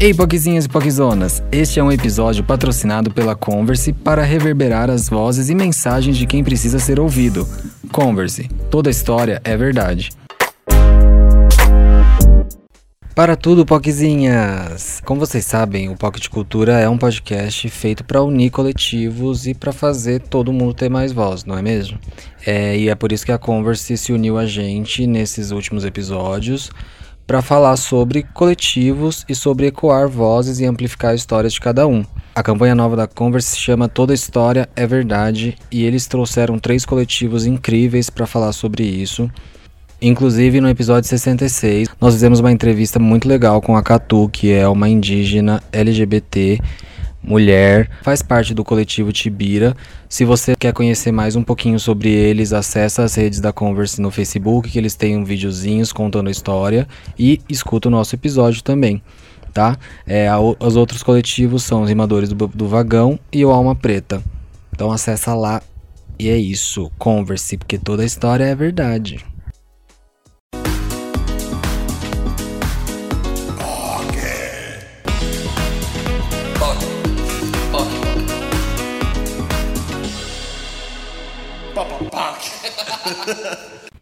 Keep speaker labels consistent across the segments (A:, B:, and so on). A: Ei, Pogzinhas e Pogzonas! Este é um episódio patrocinado pela Converse para reverberar as vozes e mensagens de quem precisa ser ouvido. Converse, toda história é verdade. Para tudo, Poczinhas! Como vocês sabem, o Poc de Cultura é um podcast feito para unir coletivos e para fazer todo mundo ter mais voz, não é mesmo? É, e é por isso que a Converse se uniu a gente nesses últimos episódios para falar sobre coletivos e sobre ecoar vozes e amplificar histórias de cada um. A campanha nova da Converse se chama Toda História é Verdade e eles trouxeram três coletivos incríveis para falar sobre isso. Inclusive, no episódio 66, nós fizemos uma entrevista muito legal com a Catu, que é uma indígena LGBT, mulher, faz parte do coletivo Tibira. Se você quer conhecer mais um pouquinho sobre eles, acessa as redes da Converse no Facebook, que eles têm um videozinhos contando a história e escuta o nosso episódio também. Tá? É, a, o- os outros coletivos são os Rimadores do, do Vagão e o Alma Preta. Então acessa lá e é isso. Converse, porque toda a história é verdade.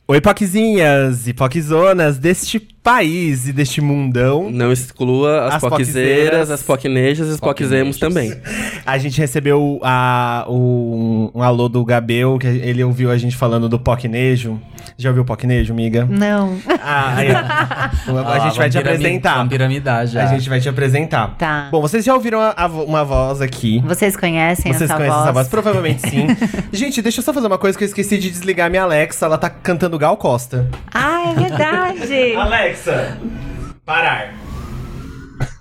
B: Oi, Poquezinhas e Poquezonas deste país e deste mundão.
C: Não exclua as,
B: As
C: poquezeiras,
B: poquezeiras.
C: as poquinejas e os poquizemos também.
B: A gente recebeu a- um, um alô do Gabel, que ele ouviu a gente falando do Poquinejo. Já ouviu o Poquinejo, miga?
D: Não.
B: Ah, aí, ó. a gente vai te apresentar.
A: Piramidar
B: A é. gente vai te apresentar.
D: Tá.
B: Bom, vocês já ouviram a- a vo- uma voz aqui.
D: Vocês conhecem
B: Vocês
D: essa
B: conhecem
D: voz?
B: essa voz? Provavelmente sim. gente, deixa eu só fazer uma coisa que eu esqueci de desligar minha Alexa. Ela tá cantando Gal Costa.
D: Ah, é verdade.
B: Alexa, parar.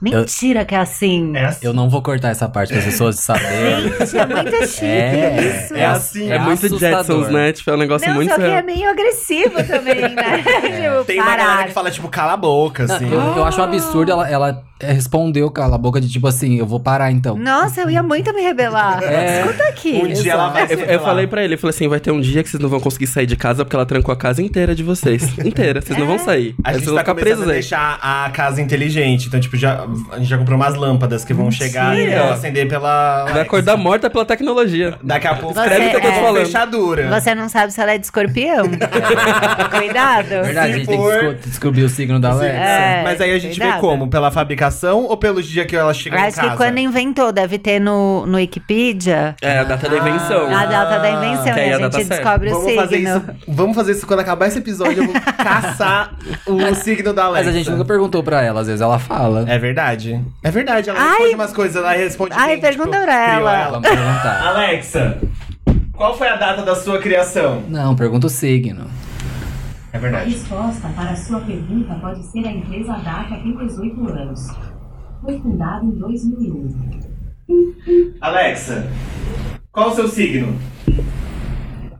D: Mentira que é assim.
B: É assim.
A: Eu não vou cortar essa parte para as pessoas saberem.
D: Gente, é muito chique
A: É,
D: isso.
B: é assim.
C: É, muito
A: assustador.
C: Jetsons, né? Tipo, é um negócio
D: Não,
C: muito
D: só que é
C: real.
D: meio agressivo também, né? Tipo,
B: É. Tem uma galera
D: parar.
B: que fala, tipo, cala a boca, assim.
A: Eu,
D: Ah,
A: eu acho um absurdo ela, ela é, respondeu cala a boca de tipo assim, eu vou parar então.
D: Nossa, eu ia muito me rebelar.
A: É.
D: Escuta aqui.
B: Um dia ela vai
C: Eu, eu falei pra ele, eu falei assim, vai ter um dia que vocês não vão conseguir sair de casa porque ela trancou a casa inteira de vocês. inteira, vocês
D: É.
C: não vão sair.
B: A
C: Aí
B: gente
C: vocês vão
B: tá
C: ficar
B: começando
C: presos
B: a
C: aí.
B: deixar a casa inteligente. Então, tipo, já, a gente já comprou umas lâmpadas que vão chegar e
C: Mentira.
B: vão acender pela...
C: Vai acordar morta pela tecnologia.
B: Daqui a pouco...
D: Você
B: Escreve o que eu tô
D: é-
B: falando. Fechadura.
D: Você não sabe se ela é de escorpião?
B: É.
D: Cuidado.
A: É Verdade, a
B: Se
A: gente tem que
B: for-
A: desco- descobrir o signo da Alexa.
D: É,
B: Mas aí a gente vê
D: cuidado.
B: como? Pela fabricação ou pelo dia que ela
D: Eu
B: chega em
D: acho
B: casa?
D: que quando inventou, deve ter no, no Wikipedia.
C: É, a data da
B: Então,
C: invenção.
D: A data da invenção,
C: Que aí
D: né?
C: a
D: A
C: data
D: gente
C: certa.
D: descobre o
B: Vamos
D: signo.
B: fazer isso. Vamos fazer isso quando acabar esse episódio. Eu vou caçar o signo da Alexa.
A: Mas a gente nunca perguntou pra ela, às vezes ela fala.
B: então. É verdade. É verdade, ela
D: Ai.
B: responde umas coisas, ela responde.
D: Ai,
B: bem,
D: pergunta
B: tipo,
D: pra
B: criou
D: ela.
A: Ela me perguntar.
B: Alexa, qual foi a data da sua criação?
A: Não, pergunta o signo.
B: É
E: A
B: verdade.
E: resposta para a sua pergunta pode ser a empresa Data tem 18 anos. Foi fundada em 2001.
B: Alexa, qual o seu signo?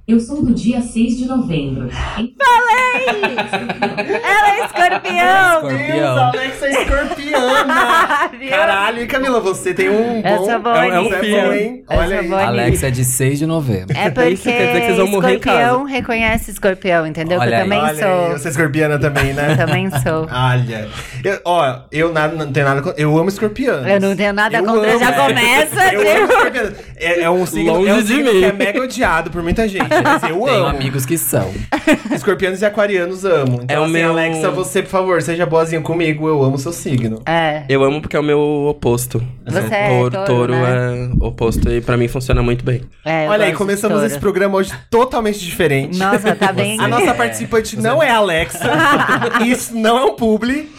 E: Eu sou do dia 6 de novembro. Então, Em-
D: Ela é escorpião!
B: Deus,
A: Escorpião.
B: Alexa é escorpiana! Caralho, e Camila, você tem um bom...
D: Essa é boa,
C: É um- é um
B: Você
C: fio.
B: boa, hein?
D: Essa
B: Olha
D: é
B: aí.
D: boa.
A: Alexa é de 6 de novembro.
D: É
C: Isso
D: porque
C: quer dizer que vocês vão morrer em
D: escorpião reconhece escorpião, entendeu?
A: Olha
D: que eu
A: aí.
D: também
B: Olha aí,
D: sou.
B: você é escorpiana também, né?
D: Também sou.
B: Olha, eu, ó, eu nada, não tenho nada contra. Eu amo escorpiano.
D: Eu não tenho nada contra, já começa,
B: Eu
D: viu?
B: amo escorpianos. É, é um signo,
C: Longe
B: é um
C: de
B: signo
C: mim. um
B: que é mega odiado por muita gente. Mas eu
A: Tenho
B: amo.
A: amigos que são.
B: Escorpianos e aquarianos amo. Então,
C: É o
B: assim,
C: meu-
B: Alexa, você, por favor, seja boazinha comigo. Eu amo seu signo.
D: É.
C: Eu amo porque é o meu oposto.
D: Você é touro, né?
C: é oposto e pra mim funciona muito bem.
D: é, eu
B: Olha aí,
D: gosto
B: começamos
D: de
B: esse
D: touro.
B: programa hoje totalmente diferente.
D: Nossa, tá bem.
B: A nossa participante não é a Alexa. Isso não é um publi.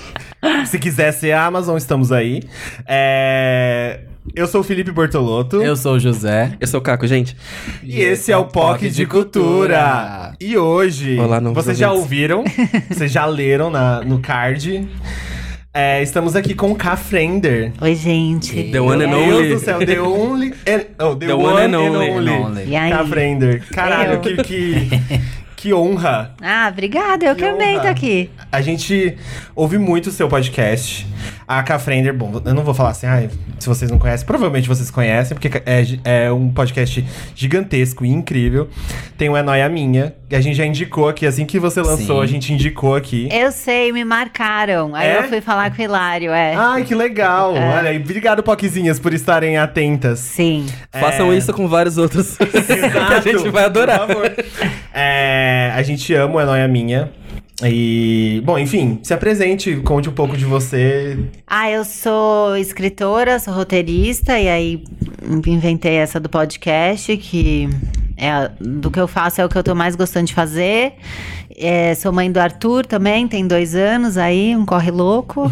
B: Se quiser ser a Amazon, estamos aí. É, Eu sou o Felipe Bortolotto.
A: Eu sou o José.
C: Eu sou o Caco, gente.
B: E esse é o POC de Cultura. E hoje,
C: Olá, novos
B: vocês já
C: ouvintes.
B: ouviram, vocês já leram na, no card. É, estamos aqui com o K. Frender.
D: Oi, gente.
C: The one and
B: Meu
C: only.
B: Deus do céu, The Only. and- oh, the, one, and Only.
D: E aí?
B: K. Frender. Caralho,
D: Eu.
B: que. que... Que honra!
D: Ah, obrigada, eu
B: Que
D: também tô
B: honra.
D: aqui.
B: A gente ouve muito o seu podcast. A Cafrender, bom, eu não vou falar assim, ah, se vocês não conhecem, provavelmente vocês conhecem, porque é, gi- é um podcast gigantesco e incrível. Tem o É Noia Minha, que a gente já indicou aqui, assim que você lançou,
A: Sim.
B: a gente indicou aqui.
D: Eu sei, me marcaram. Aí
B: É? Ah.
D: eu fui falar com o Hilário, é.
B: Ai, que legal! Olha, e obrigado, Poquezinhas, por estarem atentas.
D: Sim.
C: Façam
B: É.
C: isso com vários outros. que a gente vai adorar.
B: Por favor. É, a gente ama o É Noia Minha. E, bom, enfim, se apresente, conte um pouco de você.
D: Ah, eu sou escritora, sou roteirista, e aí inventei essa do podcast, que é a- do que eu faço é o que eu tô mais gostando de fazer. É, sou mãe do Arthur também, tem dois anos aí, um corre louco.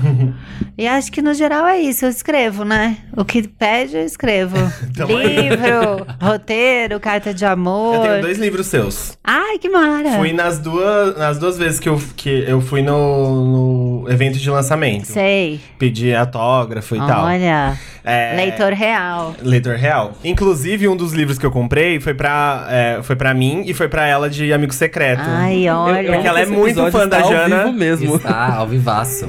D: e acho que no geral é isso, eu escrevo, né? O que pede, eu escrevo.
B: Tamo aí.
D: Livro, roteiro, carta de amor.
B: Então é. Eu tenho dois livros seus.
D: Ai, que mara!
B: Fui nas duas, nas duas vezes que eu, que eu fui no, no evento de lançamento.
D: Sei.
B: Pedi autógrafo e tal.
D: Olha,
B: É,
D: leitor real.
B: Leitor real. Inclusive, um dos livros que eu comprei foi pra, é, foi pra mim e foi pra ela de Amigo Secreto.
D: Ai, olha.
B: eu- Porque ela é
C: Esse
B: muito
C: episódio
B: fã da
C: está ao
B: Jana.
C: vivo mesmo.
A: Está ao vivaço.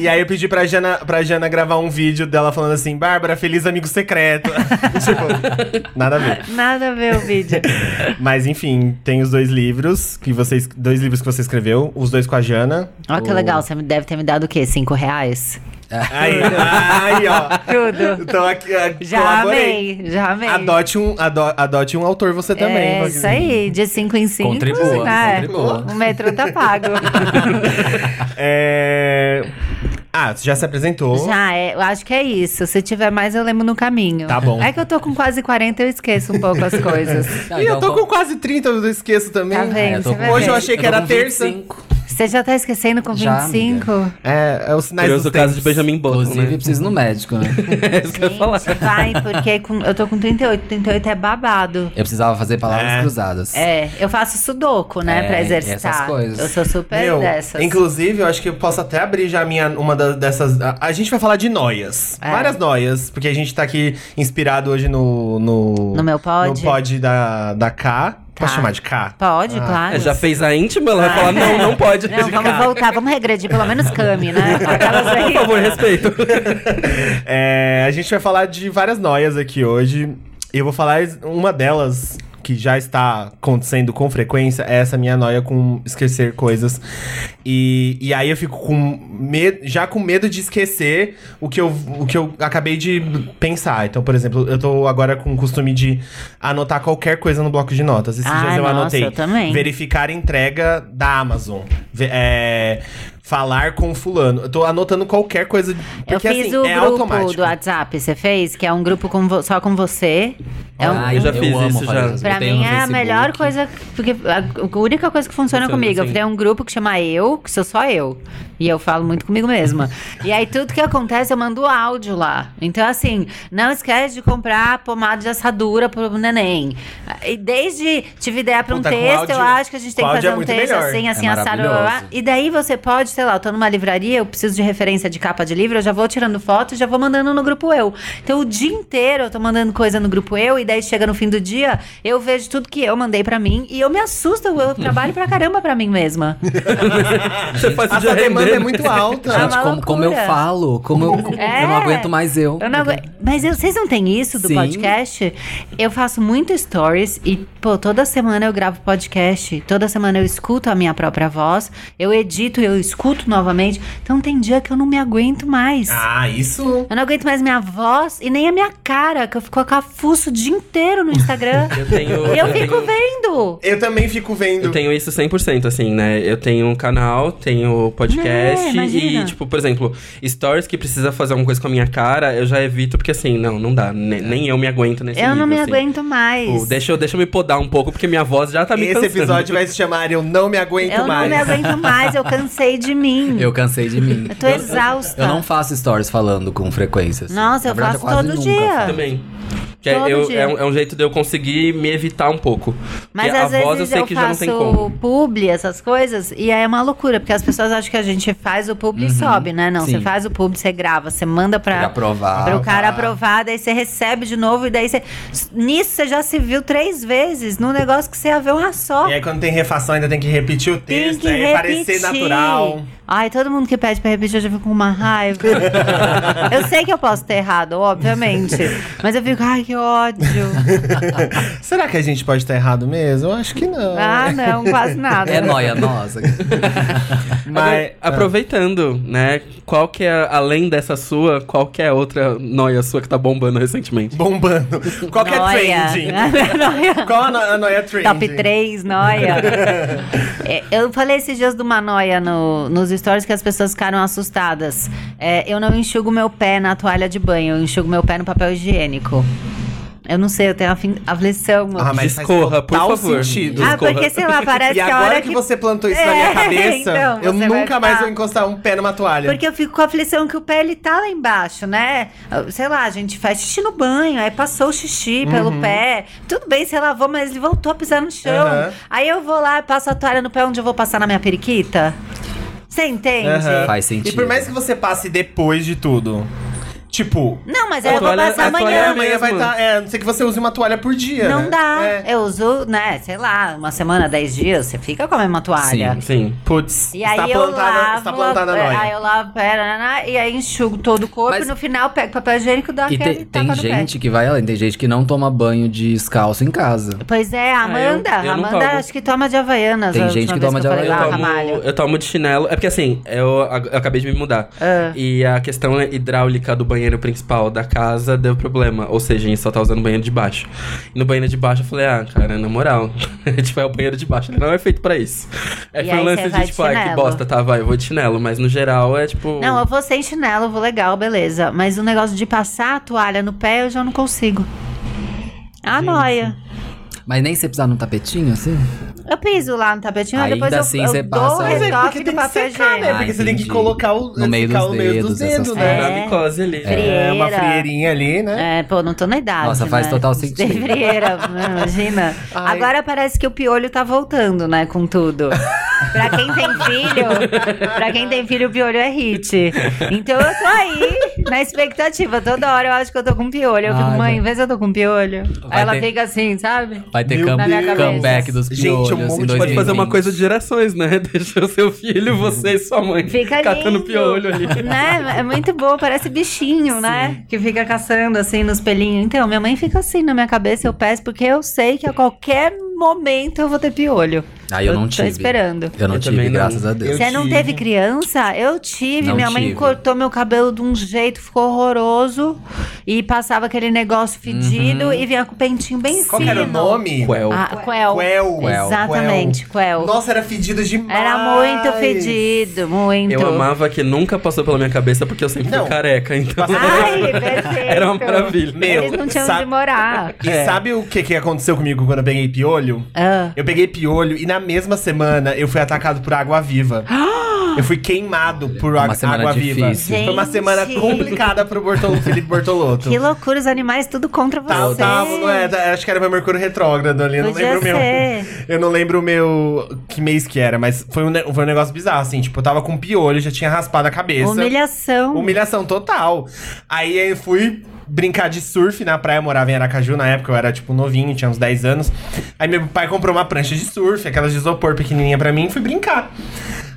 B: E aí eu pedi pra Jana, pra Jana gravar um vídeo dela falando assim, Bárbara, feliz amigo secreto. tipo, nada a ver.
D: Nada a ver o vídeo.
B: Mas enfim, tem os dois livros que vocês. Dois livros que você escreveu, os dois com a Jana.
D: Olha que
B: O-
D: legal, você me- deve ter me dado o quê? Cinco reais?
B: Aí, aí, ó.
D: Tudo.
B: Então aqui, aqui
D: Já amei, já amei.
B: Adote um, ado- adote um autor você também.
D: É
B: Wagner.
D: isso aí, de cinco em cinco.
A: Contribua,
D: né?
A: contribua.
D: O metrô tá pago.
B: É... Ah, você já se apresentou.
D: já, é, eu acho que é isso. Se tiver mais, eu lembro no caminho.
B: Tá bom.
D: É que eu tô com quase 40, eu esqueço um pouco as coisas.
A: Não,
B: Ih, eu
A: então
B: tô
A: vou-
B: com quase 30, eu esqueço também.
D: Tá vendo?
A: É, eu tô
D: Você
A: com-
D: vai
B: Hoje eu
D: ver.
B: achei que
C: Eu tô
B: era
C: com
B: terça.
C: 25.
D: Você já tá esquecendo com
A: Já,
D: 25?
B: É, é os sinais
C: Curioso
B: dos
C: o caso de
B: tempos.
C: Benjamin Button,
A: Inclusive,
C: né?
A: preciso ir no médico, né?
C: É isso que eu ia falar.
D: Gente, vai, porque com- eu tô com 38. 38 é babado.
A: Eu precisava fazer palavras
B: É.
A: cruzadas.
D: É, eu faço sudoku, né,
A: É,
D: pra
A: e
D: exercitar.
A: essas coisas.
D: Eu sou super
B: Meu,
D: dessas.
B: Inclusive, eu acho que eu posso até abrir já a minha, uma da- dessas. A, a gente vai falar de noias.
D: É.
B: Várias noias, porque a gente tá aqui inspirado hoje no. No,
D: No meu pod? Tá.
B: No pod da, da K. Posso chamar de K?
D: Pode, claro.
C: É, já fez a íntima, ela vai falar, não, não pode.
D: assim. Ah. Não, vamos voltar, vamos regredir, pelo menos Cami, né? Aquelas
C: Por
D: aí.
C: favor, respeito.
B: É, a gente vai falar de várias noias aqui hoje. Eu vou falar uma delas que já está acontecendo com frequência, é essa minha noia com esquecer coisas. E, e aí eu fico com medo, já com medo de esquecer o que, eu, o que eu acabei de pensar. Então, por exemplo, eu tô agora com o costume de anotar qualquer coisa no bloco de notas. Esses
D: Ah,
B: dias eu
D: nossa,
B: anotei.
D: eu também.
B: Verificar entrega da Amazon. Ve- é, falar com fulano. Eu tô anotando qualquer coisa.
D: Eu
B: Porque,
D: fiz
B: assim,
D: o
B: é
D: grupo
B: automático.
D: do WhatsApp, você fez? Que é um grupo com vo- só com você. É um-
A: Ah,
C: eu já fiz
A: amo
C: isso
A: fazer
C: já.
A: essas
D: pra
A: botei no
D: mim é a
A: Facebook.
D: melhor coisa, porque a a única coisa que funciona
C: Funciona,
D: comigo. Eu
C: sim.
D: criei um grupo que chama Eu, que sou só eu. E eu falo muito comigo mesma. e aí tudo que acontece eu mando áudio lá. Então, assim, não esquece de comprar pomada de assadura pro neném. E desde tive ideia pra um
B: Puta, com
D: texto, eu
B: áudio-
D: acho que a gente tem
B: com áudio
D: que fazer
B: é
D: um
B: muito
D: texto
B: melhor.
D: assim, assim,
A: É
D: assado. blá, blá, blá.
A: maravilhoso.
D: E daí você pode, sei lá, eu tô numa livraria, eu preciso de referência de capa de livro, eu já vou tirando foto e já vou mandando no grupo eu. Então o dia inteiro eu tô mandando coisa no grupo eu, e daí chega no fim do dia, eu vejo tudo que eu mandei pra mim e eu me assusto, eu trabalho pra caramba pra mim mesma.
C: Você faz o
B: A
C: dia
B: sua demanda
C: render.
B: é muito alta.
D: Ah,
A: Gente, como, como eu
D: loucura.
A: falo, como eu,
D: É.
A: eu não aguento mais eu.
D: Eu não aguento. Mas eu- vocês não têm isso do
A: Sim.
D: podcast? Eu faço muito stories e, pô, toda semana eu gravo podcast. Toda semana eu escuto a minha própria voz. Eu edito e eu escuto novamente. Então tem dia que eu não me aguento mais.
B: Ah, isso.
D: Eu não aguento mais minha voz e nem a minha cara, que eu fico com a fuça o dia inteiro no Instagram.
C: Eu tenho.
D: E eu
C: tenho-
D: fico vendo.
B: Eu também fico vendo.
C: Eu tenho isso 100%, assim, né? Eu tenho um canal, tenho
D: É,
C: podcast
D: imagina.
C: e, tipo, por exemplo, stories que precisa fazer alguma coisa com a minha cara, eu já evito, porque assim, não, não dá. Ne- Nem eu me aguento nesse
D: É. Eu não
C: nível,
D: me
C: assim.
D: aguento mais.
C: Tipo, deixa, eu, deixa eu me podar um pouco, porque minha voz já tá me
B: Esse
C: cansando.
B: episódio vai se chamar Eu Não Me Aguento
D: Eu não
B: é Mais.
D: me aguento mais, eu cansei de mim.
A: Eu cansei de mim.
D: Eu tô exausta.
A: Eu não faço stories falando com frequência. assim.
D: Nossa,
A: Na
D: eu
A: verdade,
D: faço
A: quase
D: todo
A: nunca
D: dia.
A: faço.
C: Também. Que é,
D: Todo
C: eu-
D: dia.
C: é um, é um jeito de eu conseguir me evitar um pouco.
D: Mas
C: Porque
D: às
C: a
D: vezes
C: voz eu sei que já não
D: faço
C: tem como.
D: publi, essas coisas, e aí é uma loucura, porque as pessoas acham que a gente faz o publi e sobe, né? Não,
A: Sim.
D: você faz o publi, você grava, você manda pra,
A: aprovar.
D: pro cara aprovar, daí você recebe de novo, e daí você. Nisso você já se viu três vezes, num negócio que você ia ver uma só.
B: E é aí quando tem refação ainda tem que repetir o
D: Tem
B: texto,
D: que
B: aí é
D: repetir.
B: parecer né? natural.
D: Ai, todo mundo que pede pra repetir, eu já fico com uma raiva. eu sei que eu posso ter errado, obviamente. Mas eu fico, ai, que ódio.
B: Será que a gente pode estar errado mesmo? Eu acho que não.
D: ah, não, quase nada.
F: É nóia nossa.
B: É, Mas, ah,
C: Agora, aproveitando, né? Qual que é, além dessa sua, qual que é a outra noia sua que tá bombando recentemente?
B: bombando. Qual que é
D: Nóia.
B: trending?
D: Nóia.
B: Qual a no- a noia trending?
D: Top 3, noia. É, eu falei esses dias de uma noia no- nos stories que as pessoas ficaram assustadas. É, eu não enxugo meu pé na toalha de banho, eu enxugo meu pé no papel higiênico. Eu não sei, eu tenho afin- aflição.
B: Ah, mas faz
C: Discorra, por
B: total
C: favor.
B: sentido.
D: ah,
C: desculpa.
D: porque sei lá, parece
B: e
D: que é a
B: agora
D: hora
B: que, você plantou isso na
D: É,
B: minha cabeça,
D: então,
B: eu nunca
D: você vai
B: mais
D: ficar-
B: vou encostar um pé numa toalha.
D: Porque eu fico com a aflição que o pé ele tá lá embaixo, né? Sei lá, a gente faz xixi no banho, aí passou o xixi
B: Uhum.
D: pelo pé. Tudo bem, você lavou, mas ele voltou a pisar no chão.
B: Aham.
D: Aí eu vou lá e passo a toalha no pé onde eu vou passar na minha periquita. Você entende?
B: Aham.
F: Faz sentido.
B: E por mais que você passe depois de tudo, tipo...
D: Não, mas
C: A
D: aí eu vou
C: toalha-
D: passar
C: a toalha
D: amanhã.
C: é
B: amanhã
C: mesmo.
B: vai estar... é, a não ser que você use uma toalha por dia,
D: Não
B: né?
D: dá.
B: É.
D: Eu uso, né, sei lá, uma semana, dez dias, você fica com a mesma toalha.
C: Sim.
B: Putz,
D: E
F: tá
B: está
D: aí eu
B: plantada,
D: lavo, é,
B: está plantada a noia.
D: aí eu lavo, pera, né, e aí enxugo todo o corpo,
F: Mas-
D: e no final pego papel higiênico e dou
F: E
D: aquele
F: te-
D: tapa no
F: tem
D: pé.
F: gente que vai além, tem gente que não toma banho descalço em casa.
D: Pois é, a Amanda.
C: eu- eu não
D: Amanda
C: tomo.
D: acho que toma de Havaianas.
F: Tem
D: a
F: gente
D: última
F: que
D: vez
F: toma de
D: eu falei
C: Eu
F: Havaianas.
D: lá,
C: tomo,
D: Ramalho.
C: eu tomo de chinelo. É porque assim, eu, ag- eu acabei de me mudar.
D: Ah.
C: E a questão é hidráulica do banheiro principal da casa deu problema. Ou seja, a gente só tá usando o banheiro de baixo. E no banheiro de baixo eu falei, ah, cara, na moral, tipo, é o banheiro de baixo. Ele não é feito pra isso. É
D: E
C: que foi um
D: aí
C: lance
D: você
C: de,
D: vai de
C: tipo, ah, que
D: chinelo.
C: bosta, tá, vai, eu vou de chinelo. Mas no geral é tipo.
D: Não, eu vou sem chinelo, eu vou legal, beleza. Mas o negócio de passar a toalha no pé eu já não consigo. A noia.
F: Mas nem você pisar num tapetinho, assim?
D: Eu piso lá no tapetinho, aí
F: Ainda
D: depois eu,
F: assim
D: eu
F: você
D: dou
F: passa
D: o
F: o- Mas é
D: retoque do papel
B: né?
D: higiênico.
F: Ah,
B: Porque você tem que
F: entendi.
B: colocar o,
F: No meio
B: ficar
F: dos
B: o meio dos
F: dedos, essas
B: dedos,
C: É
B: né?
C: a micose ali.
D: Frieira.
B: É, uma frieirinha ali, né?
D: É, pô, não tô na idade.
F: Nossa, faz
D: né?
F: total sentido.
D: Fevereira, imagina.
B: Ai.
D: Agora parece que o piolho tá voltando, né, com tudo. Pra quem tem filho, pra quem tem filho, o piolho é hit. Então eu tô aí, na expectativa. Toda hora eu acho que eu tô com piolho. Eu fico,
F: Ai,
D: mãe,
F: vai-
D: vê se eu tô com piolho.
F: Vai
D: Aí ela
F: ter-
D: fica assim, sabe?
F: Vai ter
B: Meu
F: come-
D: Na minha cabeça.
F: comeback dos
B: Gente, um
F: piolhos
B: monte
F: em
B: de-
C: Pode fazer uma
F: 2020.
C: coisa de gerações, né? Deixa o seu filho, você e sua mãe
D: Fica
C: catando
D: lindo.
C: piolho ali.
D: Né? É muito bom, parece bichinho, né? Que fica caçando assim nos pelinhos. Então, minha mãe fica assim na minha cabeça, eu peço, porque eu sei que a qualquer momento eu vou ter piolho.
F: Aí Ah, eu não tive.
D: Tô esperando.
F: Eu não
C: Eu
F: tive,
C: também não.
F: graças a Deus.
D: Você não
B: tive.
D: teve criança? Eu tive.
F: Não
D: Minha mãe
F: tive.
D: cortou meu cabelo de um jeito, ficou horroroso. E passava aquele negócio
F: Uhum.
D: fedido e vinha com o pentinho bem
B: Qual que
D: fino.
B: era o nome?
C: Quel.
D: Ah, Quel.
B: Quel. Quel.
D: Exatamente, Quel.
B: Nossa, era fedido demais.
D: Era muito fedido, muito.
C: Eu amava que nunca passou pela minha cabeça porque eu sempre
B: Não.
C: fui careca, então.
D: Ai, perfeito.
C: Era uma maravilha.
B: Meu,
D: Eles não tinham
B: sabe-
D: onde morar.
B: E
F: É.
B: sabe o que, que aconteceu comigo quando eu peguei piolho?
D: Ah.
B: Eu peguei piolho e na mesma semana eu fui atacado por água viva. Eu fui queimado por
F: Uma
B: água,
F: semana
B: água viva.
F: difícil.
B: Foi uma
D: Gente.
B: semana complicada pro Bortolo, Felipe Bortoloto.
D: Que loucura, os animais tudo contra você.
B: Tá, tava, não é, tá, acho que era meu Mercúrio retrógrado ali, eu não
D: Podia
B: lembro o meu.
D: ser.
B: Eu não lembro o meu. Que mês que era, mas foi um, ne- foi um negócio bizarro, assim. Tipo, eu tava com piolho, já tinha raspado a cabeça.
D: Humilhação.
B: Humilhação total. Aí eu fui brincar de surf na praia, eu morava em Aracaju na época, eu era tipo novinho, tinha uns 10 anos. Aí meu pai comprou uma prancha de surf, aquelas de isopor pequenininha pra mim, e fui brincar.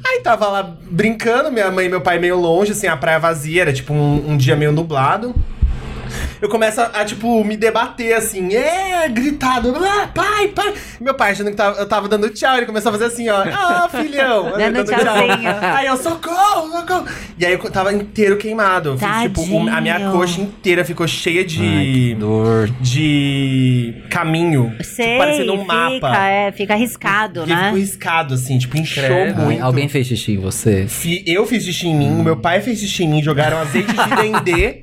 B: Aí tava lá brincando, minha mãe e meu pai meio longe, assim, a praia vazia, era tipo um, um dia meio nublado. Eu começo a, a, tipo, me debater, assim, é, gritado, ah, pai, pai. Meu pai achando que tava- eu tava dando tchau, ele começou a fazer assim, ó, ah, filhão.
D: Dando tchauzinho.
B: Aí eu, socorro, socorro. E aí eu tava inteiro queimado. Eu fiz, tipo, um- a minha
D: Tadinho.
B: coxa inteira ficou cheia de...
A: Dor.
B: de caminho.
D: Sei,
B: tipo, parecendo um
D: fica,
B: mapa.
D: é, fica arriscado,
B: Porque
D: né?
B: ficou riscado, assim, tipo, inchou
C: Credo.
B: muito.
F: Ai, Ah, alguém fez xixi em você?
B: Fi- Eu fiz xixi em mim, meu pai fez xixi em mim, jogaram azeite de dendê,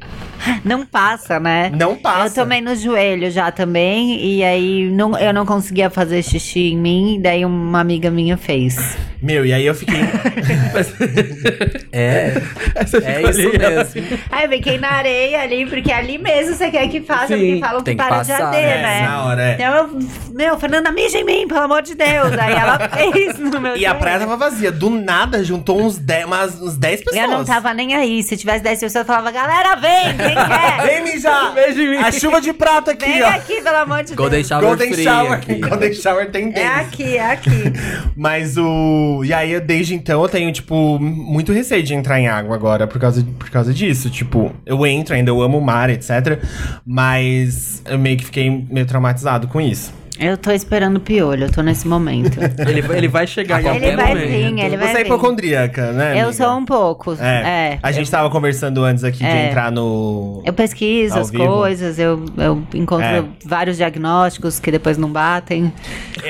D: Não passa, né?
B: não passa.
D: Eu tomei no joelho já também, e aí não, eu não conseguia fazer xixi em mim, e daí uma amiga minha fez.
B: Meu, e aí eu fiquei.
A: É,
C: Essa
A: é
C: ficou
A: isso
C: ali, ela-
A: mesmo.
D: Aí eu fiquei na areia ali, porque ali mesmo você quer que faça,
A: Sim,
D: porque falam que
A: tem que
D: para de
A: passar,
D: arder,
A: né?
D: né?
B: Na hora, é.
D: Então eu, meu, Fernanda, mija em mim, pelo amor de Deus. Aí ela fez no meu
B: E a
D: joelho.
B: praia tava vazia. Do nada juntou uns 10, umas, uns 10 pessoas.
D: Eu não tava nem aí. Se tivesse 10 pessoas, eu falava, galera, vem, quem
B: Vem
D: quer?
B: mijar!
C: Beijo em mim.
B: A chuva de prata aqui,
D: vem
B: ó.
D: aqui, pelo amor de
F: Golden
D: Deus.
F: Shower
B: Golden
F: free
B: Shower.
F: aqui.
B: Golden Shower tem
D: É
B: dentes.
D: aqui, é aqui.
B: Mas o. E aí, eu, desde então, eu tenho, tipo, muito receio de entrar em água agora por causa, por causa disso. Tipo, eu entro ainda, eu amo o mar, etc. Mas eu meio que fiquei meio traumatizado com isso.
D: Eu tô esperando o piolho, eu tô nesse momento.
C: Ele, ele vai chegar em algum
D: ele vai
C: momento.
D: vir, ele vai
B: Você é
D: vir.
B: hipocondríaca, né?
D: Eu
B: amiga?
D: sou um pouco.
B: É.
D: É.
B: A gente tava conversando antes aqui de
D: É.
B: entrar no.
D: Eu pesquiso
B: Ao
D: as
B: vivo.
D: coisas, eu, eu encontro
B: É.
D: vários diagnósticos que depois não batem.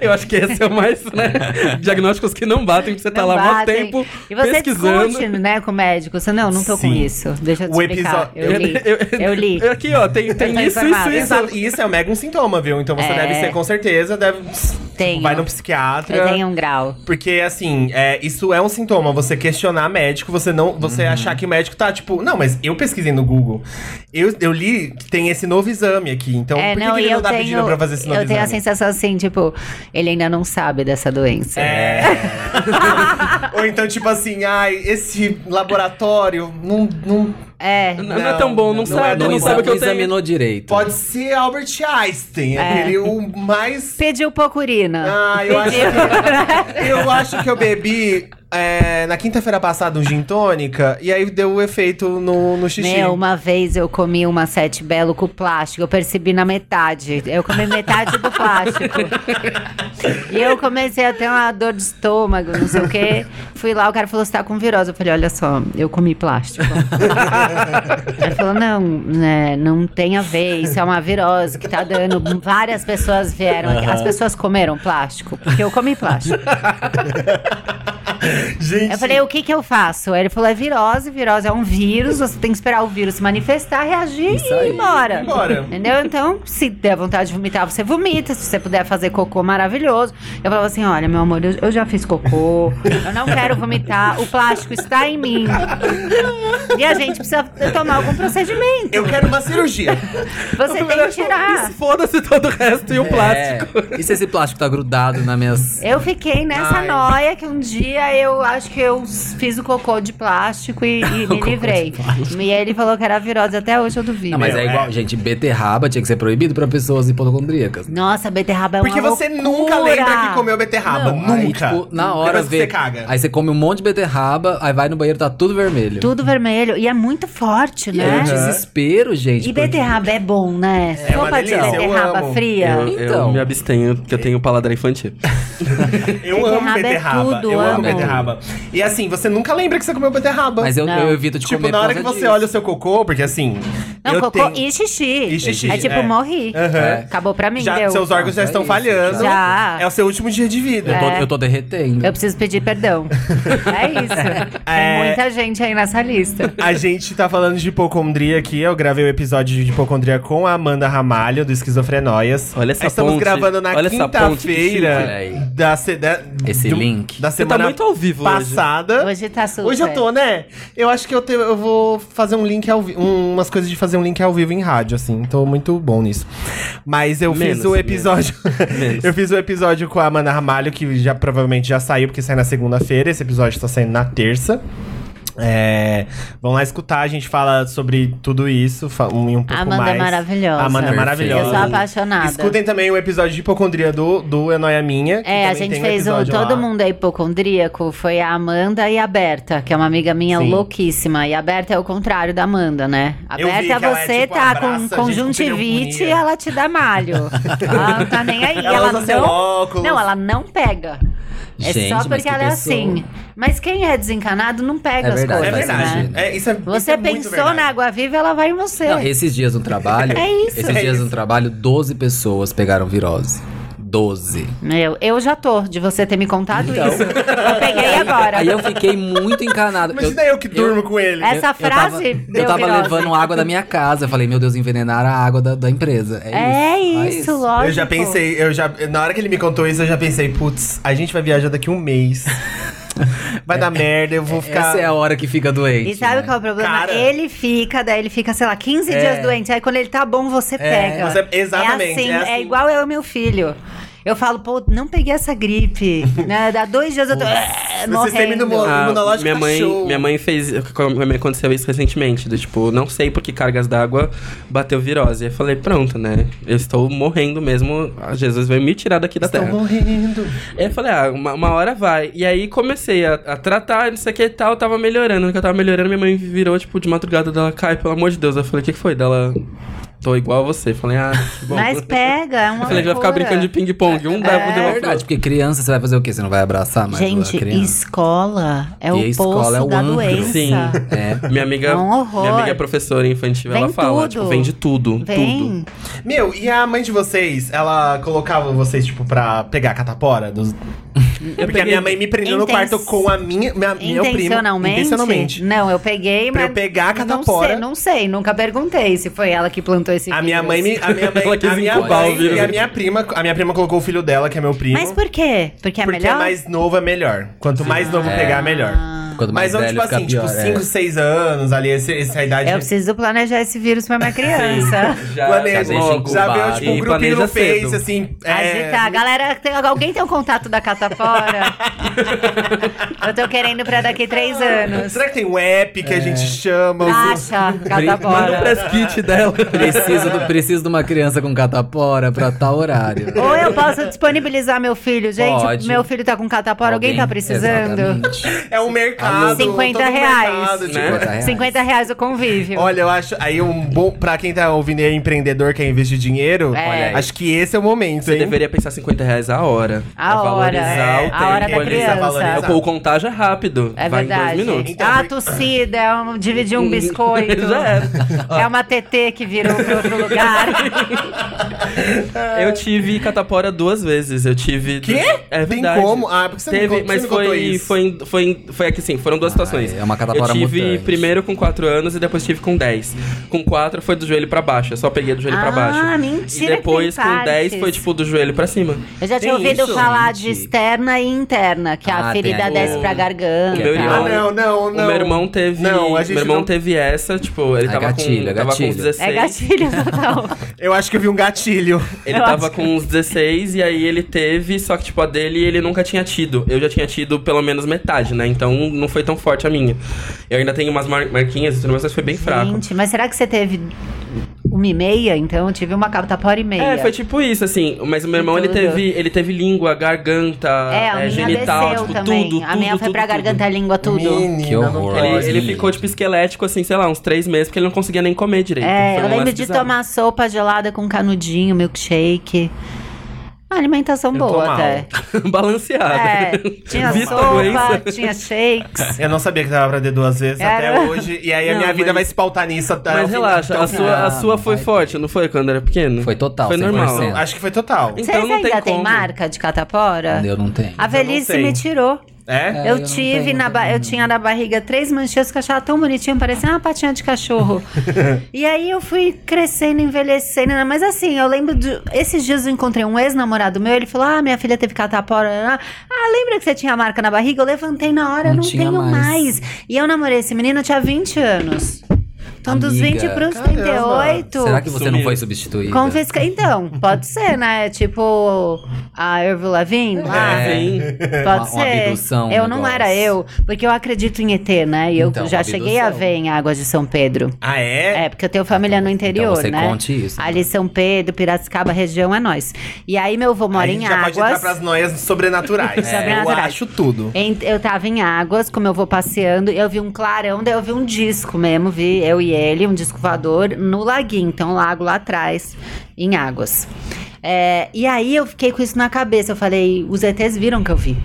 C: Eu acho que esse é o mais, né? Diagnósticos que não batem, porque você tá
D: não
C: lá há muito
D: batem.
C: tempo
D: E você
C: pesquisando.
D: discute, né, com o médico. Você, não, não tô com
B: Sim.
D: isso. Deixa eu te
B: O
D: explicar.
B: episódio-
D: Eu li. né? Eu li. Tá
C: Aqui, ó, tem, tem
D: tô
C: isso, isso,
D: informada.
C: isso.
B: Exato, e isso é um mega um sintoma, viu? Então você
D: É.
B: deve ser, com certeza, deve.
D: Tenho.
B: Vai no psiquiatra.
D: Eu tenho um grau.
B: Porque, assim, é, isso é um sintoma. Você questionar médico, você não.
D: Uhum.
B: Você achar que o médico tá, tipo, não, mas eu pesquisei no Google. Eu, eu li que tem esse novo exame aqui. Então,
D: é,
B: por que,
D: não,
B: que
D: e
B: ele
D: eu
B: não tá
D: tenho,
B: pedindo pra fazer esse novo
D: Eu tenho a
B: exame?
D: sensação assim, tipo, ele ainda não sabe dessa doença.
B: É. Ou então, tipo assim, ai, esse laboratório não. não
D: É.
C: Não, não é tão bom, não,
B: é
C: sabe,
B: tão
C: não,
B: bom.
C: sabe o que eu tenho.
F: examinou direito.
B: pode ser Albert Einstein, é
D: É.
B: aquele o mais.
D: Pediu purpurina.
B: Ah, eu acho que. Eu acho que eu bebi. é, na quinta-feira passada, um gin tônica, e aí deu o efeito no, no xixi.
D: Meu, Né, uma vez eu comi uma sete belo com plástico, eu percebi na metade. Eu comi metade do plástico. e eu comecei a ter uma dor de estômago, não sei o quê. Fui lá, o cara falou, você tá com virose. Eu falei, olha só, eu comi plástico. Ele falou, não, né, não tem a ver, isso é uma virose que tá dando. Várias pessoas vieram, aqui. as pessoas comeram plástico, porque eu comi plástico.
B: Gente,
D: Eu falei, o que que eu faço? Aí ele falou, é virose, virose é um vírus, você tem que esperar o vírus se manifestar, reagir
F: Isso
D: e
F: aí.
D: ir embora.
B: Embora.
D: Entendeu? Então, se der vontade de vomitar, você vomita. Se você puder fazer cocô, maravilhoso. Eu falava assim, olha, meu amor, eu, eu já fiz cocô, eu não quero vomitar, o plástico está em mim. E a gente precisa tomar algum procedimento.
B: eu quero uma cirurgia.
D: É Você tem que tirar.
C: Isso, Foda-se todo o resto e o plástico.
F: É. E se esse plástico tá grudado nas minhas.
D: Eu fiquei nessa
B: Ai.
D: noia que um dia eu acho que eu fiz o cocô de plástico e, e me livrei. E ele falou que era virose, até hoje eu duvido.
F: Não, mas é igual, gente, beterraba tinha que ser proibido pra pessoas hipocondríacas.
D: Nossa, beterraba é uma
B: Porque você
D: loucura.
B: nunca lembra que comeu beterraba. nunca.
F: Aí, tipo, na
B: Nunca.
F: hora
B: Depois que
F: vê.
B: você caga.
F: Aí você come um monte de beterraba, aí vai no banheiro, tá tudo vermelho.
D: Tudo vermelho. E é muito forte,
F: E aí,
D: né?
F: o desespero, gente.
D: E
F: porque-
D: beterraba é bom, né?
B: tipo, É uma
D: Sopa de
B: delícia, eu
D: beterraba
B: amo.
D: fria.
C: Eu, eu
F: Então.
C: me abstenho, porque eu tenho um paladar infantil.
B: eu amo
D: beterraba é
B: beterraba.
D: tudo,
B: eu amo.
D: amo.
B: beterraba. E assim, você nunca lembra que você comeu beterraba.
F: Mas eu,
D: Não.
F: eu evito de
B: tipo,
F: comer.
B: na
F: por
B: hora que
F: causa
B: você
F: disso.
B: olha o seu cocô, porque assim.
D: Não,
B: eu
D: cocô
B: tenho...
D: e xixi.
B: E xixi,
D: É tipo,
B: é.
D: morri.
B: Aham.
D: Acabou pra mim,
B: Já-
D: deu.
B: seus órgãos já
F: Ah,
B: estão
F: é isso,
B: falhando.
D: já. É.
B: É o seu último dia de vida.
F: Eu tô, eu tô derretendo.
D: Eu preciso pedir perdão. é isso.
B: É.
D: Tem muita gente aí nessa lista.
B: A gente tá falando de hipocondria aqui. Eu gravei o episódio de hipocondria com a Amanda Ramalho, do Esquizofrenóias.
C: Olha essa
B: Estamos
C: ponte.
B: gravando na
C: Olha essa ponte que chique.
B: quinta-feira.
F: Olha aí.
B: Da, se- da-
F: Esse
B: do-
F: link.
B: Da
C: Você tá
B: semana
C: muito ao vivo hoje.
B: passada.
D: Hoje tá super.
B: Hoje eu tô, né? Eu acho que eu, te- eu vou fazer um link ao vivo. umas coisas de fazer um link ao vivo em rádio, assim. Tô muito bom nisso. Mas eu
C: Menos,
B: fiz o episódio.
C: Menos.
B: eu fiz o episódio com a Amanda Ramalho, que já provavelmente já saiu, porque sai na segunda-feira. Esse episódio tá saindo na terça. É, vão lá escutar, a gente fala sobre tudo isso fa- um, um pouco
D: Amanda
B: mais.
D: é maravilhosa.
B: Amanda é
F: Perfeito.
B: maravilhosa.
D: Eu sou apaixonada.
B: Escutem também o episódio de hipocondria do, do É Noia Minha. que
D: É, a
B: também tem
D: gente fez um.
B: episódio
D: Todo
B: lá.
D: mundo é hipocondríaco. Foi a Amanda e a Berta, que é uma amiga minha
B: Sim.
D: louquíssima. E a Berta é o contrário da Amanda, né? A
B: Eu vi que
D: Berta,
B: ela é,
D: você
B: tipo,
D: tá
B: abraça a
D: com
B: gente com
D: conjuntivite
B: pneumonia.
D: e ela te dá malho. ela não tá nem aí.
B: Ela usa
D: não...
B: seu óculos.
D: Não, ela não pega. É
F: Gente,
D: só
F: mas
D: porque
F: que
D: ela é
F: pessoa.
D: assim. Mas quem é desencanado não pega
F: É
D: as
F: verdade,
B: É
D: coisas,
B: verdade.
D: né?
B: É, isso é, isso
D: Você
B: é muito
D: pensou
B: verdade.
D: na água viva, ela vai em você.
F: Não, esses dias no trabalho.
D: É isso.
F: Esses
B: É
F: dias
B: isso.
F: no trabalho, 12 pessoas pegaram virose. 12.
D: Meu, eu já tô, de você ter me contado
F: Então.
D: isso. Eu peguei agora.
F: Aí eu fiquei muito encanado.
B: Imagina eu, que durmo com ele.
D: Essa frase
F: Eu tava,
D: deu
F: eu tava
D: virose.
F: levando água da minha casa. Eu falei, meu Deus, envenenaram a água da, da empresa. É,
D: É
F: isso.
D: isso, lógico.
B: Eu já pensei, eu já. Na hora que ele me contou isso, eu já pensei, putz, a gente vai viajar daqui um mês. Vai dar merda, eu vou ficar.
F: Essa é a hora que fica doente.
D: E sabe
F: né?
D: qual é o problema?
B: Cara. É.
D: Ele fica, daí ele fica, sei lá, 15 dias doente. Aí quando ele tá bom, você pega.
B: você- exatamente,
D: É, assim,
B: é
D: é,
B: assim.
D: igual eu e meu filho. Eu falo, pô, não peguei essa gripe. né? Dá dois dias eu tô. é,
B: Vocês têm me
D: morrendo.
B: imuno-
C: Ah,
B: imunológico
C: minha
B: tá
C: mãe,
B: show.
C: minha mãe fez, minha mãe aconteceu isso recentemente, do tipo, não sei por que cargas d'água bateu virose. Eu falei, pronto, né? Eu estou morrendo mesmo. ah, Jesus vai me tirar daqui da
B: Estou
C: terra.
B: morrendo.
C: Aí Eu falei, ah, uma, uma hora vai. E aí comecei a, a tratar, não sei o que e tal, tava melhorando. No que eu tava melhorando, minha mãe virou, tipo, de madrugada dela, cai, pelo amor de Deus. Eu falei, o que, que foi? Dela, tô igual a você. Eu Falei, ah, que bom.
D: Mas pega,
C: Eu falei, a
D: é uma
C: gente vai ficar
D: loucura.
C: brincando de ping-pong. Um dá pro
F: É verdade, porque criança, você vai fazer o quê? Você não vai abraçar mais
D: Gente,
F: a criança?
D: escola é o
F: E a
D: poço
F: escola é o
D: da
F: antro.
D: doença.
C: Sim.
F: É.
C: Minha amiga,
D: É um horror.
C: minha amiga é professora infantil,
D: Vem
C: ela fala,
D: tudo.
C: tipo, vende tudo, tudo.
D: Vem.
B: Meu, e a mãe de vocês, ela colocava vocês, tipo, pra pegar catapora? Dos... Porque a minha mãe me prendeu no
D: Inten-
B: quarto com a minha, minha Ah, meu primo.
D: Intencionalmente?
B: Intencionalmente.
D: Não, eu peguei,
B: Pra
D: mas.
B: eu pegar a
D: Não
B: catapora.
D: sei, não sei, nunca perguntei se foi ela que plantou esse
B: A minha
D: vírus.
B: mãe me. A minha mãe,
C: Ela quis
B: a minha
C: incubar
B: mãe
C: o vírus.
B: e a minha prima. A minha prima colocou o filho dela, que é meu primo.
D: Mas por quê? Porque é
B: porque
D: melhor?
B: mais novo é melhor. Quanto mais
C: Ah.
B: novo pegar, melhor.
C: É.
F: Quanto
B: Mas
F: mais
B: não,
F: velho,
B: tipo
F: fica
B: assim, tipo,
F: pior. é.
B: 5, 6 anos ali, esse- essa idade.
D: Eu preciso planejar esse vírus pra minha criança.
C: Já,
B: planeja
F: já deixa
B: logo. Já veio,
F: incubado.
B: tipo, um
C: E
B: grupinho no
C: planeja cedo.
B: Face, assim. é,
D: Agitar. Galera, tem- alguém tem um contato da catapora? eu tô querendo pra daqui três anos.
B: Será que tem um app
C: É.
B: que a gente chama? assim? os-
D: Acha,
C: Manda o
D: catapora.
C: press kit dela.
F: um Preciso, do- preciso de uma criança com catapora pra tal horário.
D: Ou eu posso disponibilizar meu filho, gente.
F: Pode.
D: Meu filho tá com catapora, alguém, tá precisando?
F: Exatamente.
B: É um mercado.
D: 50
B: todo um
D: reais.
B: mercado, tipo,
C: Né?
D: 50 reais o convívio.
B: Olha, eu acho. Aí um bom. Pra quem tá ouvindo e é empreendedor, quer investir dinheiro,
D: É. Olha aí.
B: acho que esse é o momento,
C: Você
B: hein?
C: deveria pensar 50 reais a hora.
D: A
C: pra
D: hora,
C: Valorizar
D: é.
C: o tempo.
D: A hora da
C: valorizar-
D: criança.
B: valorizar.
C: Pô, o contágio é rápido.
D: É
C: vai
D: verdade.
C: em dois minutos.
B: Então,
D: a
B: porque-
D: tossida, um, dividir um biscoito.
C: Já era.
D: É uma TT que virou pro outro lugar.
C: Eu tive catapora duas vezes. Eu tive.
B: Quê?
C: É
B: Tem
C: verdade.
B: como? Ah, porque você me
C: Teve,
B: contou- você
C: mas
B: me
C: foi,
B: contou isso.
C: foi, em- foi, em- foi aqui sim, foram duas situações.
F: é uma catapora
C: Eu tive
F: mutante.
C: primeiro com 4 anos e depois tive com 10. Com 4 foi do joelho pra baixo, eu só peguei do joelho pra
D: Ah,
C: baixo.
D: mentira
C: E
D: que
C: depois
D: tem
C: com 10
D: partes.
C: foi tipo do joelho pra cima.
D: Eu já tinha
F: Tem
D: ouvido
F: isso,
D: falar de
F: gente?
D: externa e interna, que a
F: Ah, tem é
D: ferida
F: a-
D: desce pra garganta.
C: O meu
B: Ah,
C: irmão-
B: não, não, não.
C: O meu irmão teve.
B: Não, a gente
C: meu irmão
B: não-
C: teve essa, tipo, ele
F: É
C: tava
F: gatilho, é
C: com. Tava com
F: gatilho.
C: uns 16.
D: É gatilho total.
B: Eu acho que eu vi um gatilho.
C: Ele
D: Eu
C: tava
D: acho
C: com uns 16 e aí ele teve, só que tipo, a dele ele nunca tinha tido. Eu já tinha tido pelo menos metade, né? Então não foi tão forte a minha. Eu ainda tenho umas mar- marquinhas, e tudo mais, mas foi bem fraco.
D: Gente, mas será que você teve uma e meia? Então eu tive uma catapora e meia.
C: É, foi tipo isso, assim. Mas o meu irmão, ele
D: Tudo.
C: teve, ele teve língua, garganta,
D: É, a
C: é,
D: minha
C: genital,
D: desceu
C: tipo,
D: também.
C: tudo,
D: a minha
C: tudo,
D: foi
C: tudo,
D: pra
C: tudo.
D: garganta, língua, tudo.
B: Menina,
F: Que horror.
B: não
C: Ele, ele
F: Olha.
C: ficou, tipo, esquelético, assim, sei lá, uns três meses, porque ele não conseguia nem comer direito.
D: É,
C: Foi
D: eu
C: um
D: lembro
C: lance
D: de
C: bizarro.
D: tomar sopa gelada com canudinho, milkshake. Uma alimentação
B: Eu tô
D: boa
B: mal.
D: até.
C: Balanceada.
D: É, tinha
C: Vista a
D: sopa,
C: doença.
D: tinha shakes.
B: Eu não sabia que dava pra ter duas vezes
D: Era.
B: até hoje. E aí a
C: Não,
B: minha vida
C: mas-
B: vai se pautar nisso até o
C: Mas
B: fim-
C: relaxa,
B: até o
C: a
B: fim.
C: sua, a
F: Não,
C: sua
F: não
C: foi
F: Então, ah, vai
C: forte, não foi quando era pequeno?
F: Foi total,
C: Foi normal.
F: 100%.
B: Acho que foi total.
C: Então
D: Vocês
C: não tem
D: ainda tem,
C: como.
D: marca de catapora?
F: Eu não tenho.
D: A velhice
B: sei.
D: me tirou.
B: É?
F: É, eu
D: eu
F: não
D: tive
F: tenho
D: na ba- eu tinha na barriga três manchinhas que eu achava tão bonitinho, parecia uma patinha de cachorro. e aí eu fui crescendo, envelhecendo, né? mas assim, eu lembro de esses dias eu encontrei um ex-namorado meu, ele falou: "Ah, minha filha teve catapora". né? Ah, lembra que você tinha a marca na barriga? Eu levantei na hora,
F: Não
D: não
F: tinha
D: tenho mais.
F: mais.
D: E eu namorei esse menino eu tinha 20 anos. Então dos
F: Amiga,
D: 20 para os
B: caramba.
D: 38.
F: Será que você
C: Sumiu.
F: não foi substituída?
D: Confisca... Então, pode ser, né? Tipo a Ervil Lavigne lá.
B: Ah,
C: É, sim.
F: Uma- uma
D: Pode ser.
F: abdução, um
D: eu não
F: negócio.
D: era eu, porque eu acredito em ET, né? E eu
F: Então,
D: já
F: abdução.
D: cheguei a ver em Águas de São Pedro.
B: Ah, é?
D: É, porque eu tenho família no interior,
F: Então, você
D: né?
F: conte isso, então.
D: Ali São Pedro, Piracicaba, região é nós. E aí meu avô mora
B: a
D: em
B: gente já pode entrar
D: Águas.
B: pras noias sobrenaturais. Eu
D: Sobrenaturais.
B: acho tudo.
D: Em- Eu tava em Águas, como eu vou passeando, eu vi um clarão, daí eu vi um disco mesmo, vi eu e ele, um disco voador, no laguinho, então um lago lá atrás, em Águas. É, e aí eu fiquei com isso na cabeça, eu falei, os ETs viram que eu vi.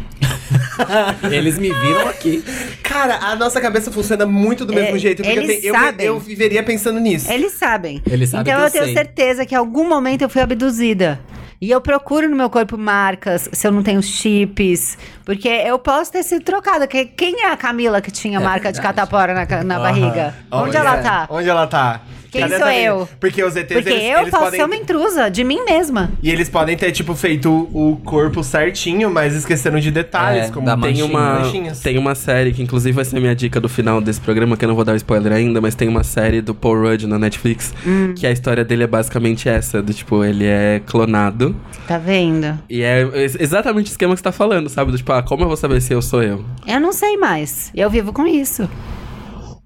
F: Eles me viram aqui.
B: Cara, a nossa cabeça funciona muito do mesmo
D: É,
B: jeito. Porque
D: eles
B: eu, tenho- eu-
D: sabem.
B: eu viveria pensando nisso.
D: Eles sabem.
F: Eles sabem
D: então
F: que eu
D: eu tenho
F: sei.
D: certeza que em algum momento eu fui abduzida. E eu procuro no meu corpo marcas, se eu não tenho chips. Porque eu posso ter sido trocada. que- Quem é a Camila que tinha marca de catapora na, ca- na barriga? Onde
B: Olha,
D: ela tá?
B: Onde ela tá?
D: Quem
B: Cadê
D: sou
B: essa menina?
D: eu?
B: Porque os ETs,
D: Porque
B: eles,
D: eu
B: eles
D: posso
B: podem...
D: ser uma intrusa de mim mesma.
B: E eles podem ter, tipo, feito o corpo certinho, mas esqueceram de detalhes,
F: É,
B: como
F: da
B: tem
C: Tem
F: manchinha,
B: uma...
C: uma, tem uma série que, inclusive, vai ser minha dica do final desse programa, que eu não vou dar spoiler ainda, mas tem uma série do Paul Rudd na Netflix,
D: Hum.
C: que a história dele é basicamente essa: do tipo, ele é clonado.
D: Tá vendo?
C: E é ex- exatamente o esquema que você tá falando, sabe? Do tipo, ah, como eu vou saber se eu sou eu?
D: Eu não sei mais. Eu vivo com isso.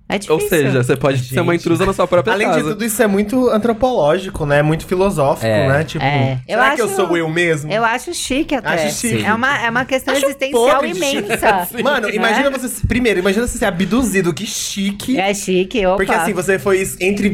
D: É difícil.
C: Ou seja, você pode ser uma
B: Gente.
C: intrusa na sua própria
B: Além de
C: casa.
B: tudo isso, é muito antropológico, né? É muito filosófico,
F: É.
B: né? Tipo,
D: É. Eu
B: será que eu
D: acho-
B: sou eu mesmo?
D: Eu acho chique até.
B: Acho chique. um
D: É uma, é uma questão existencial
B: podre de chique. assim.
D: imensa.
B: Mano,
D: Né?
B: imagina você... se- Primeiro, imagina você ser abduzido, que chique.
D: É chique, opa.
B: Porque assim, você foi es- entre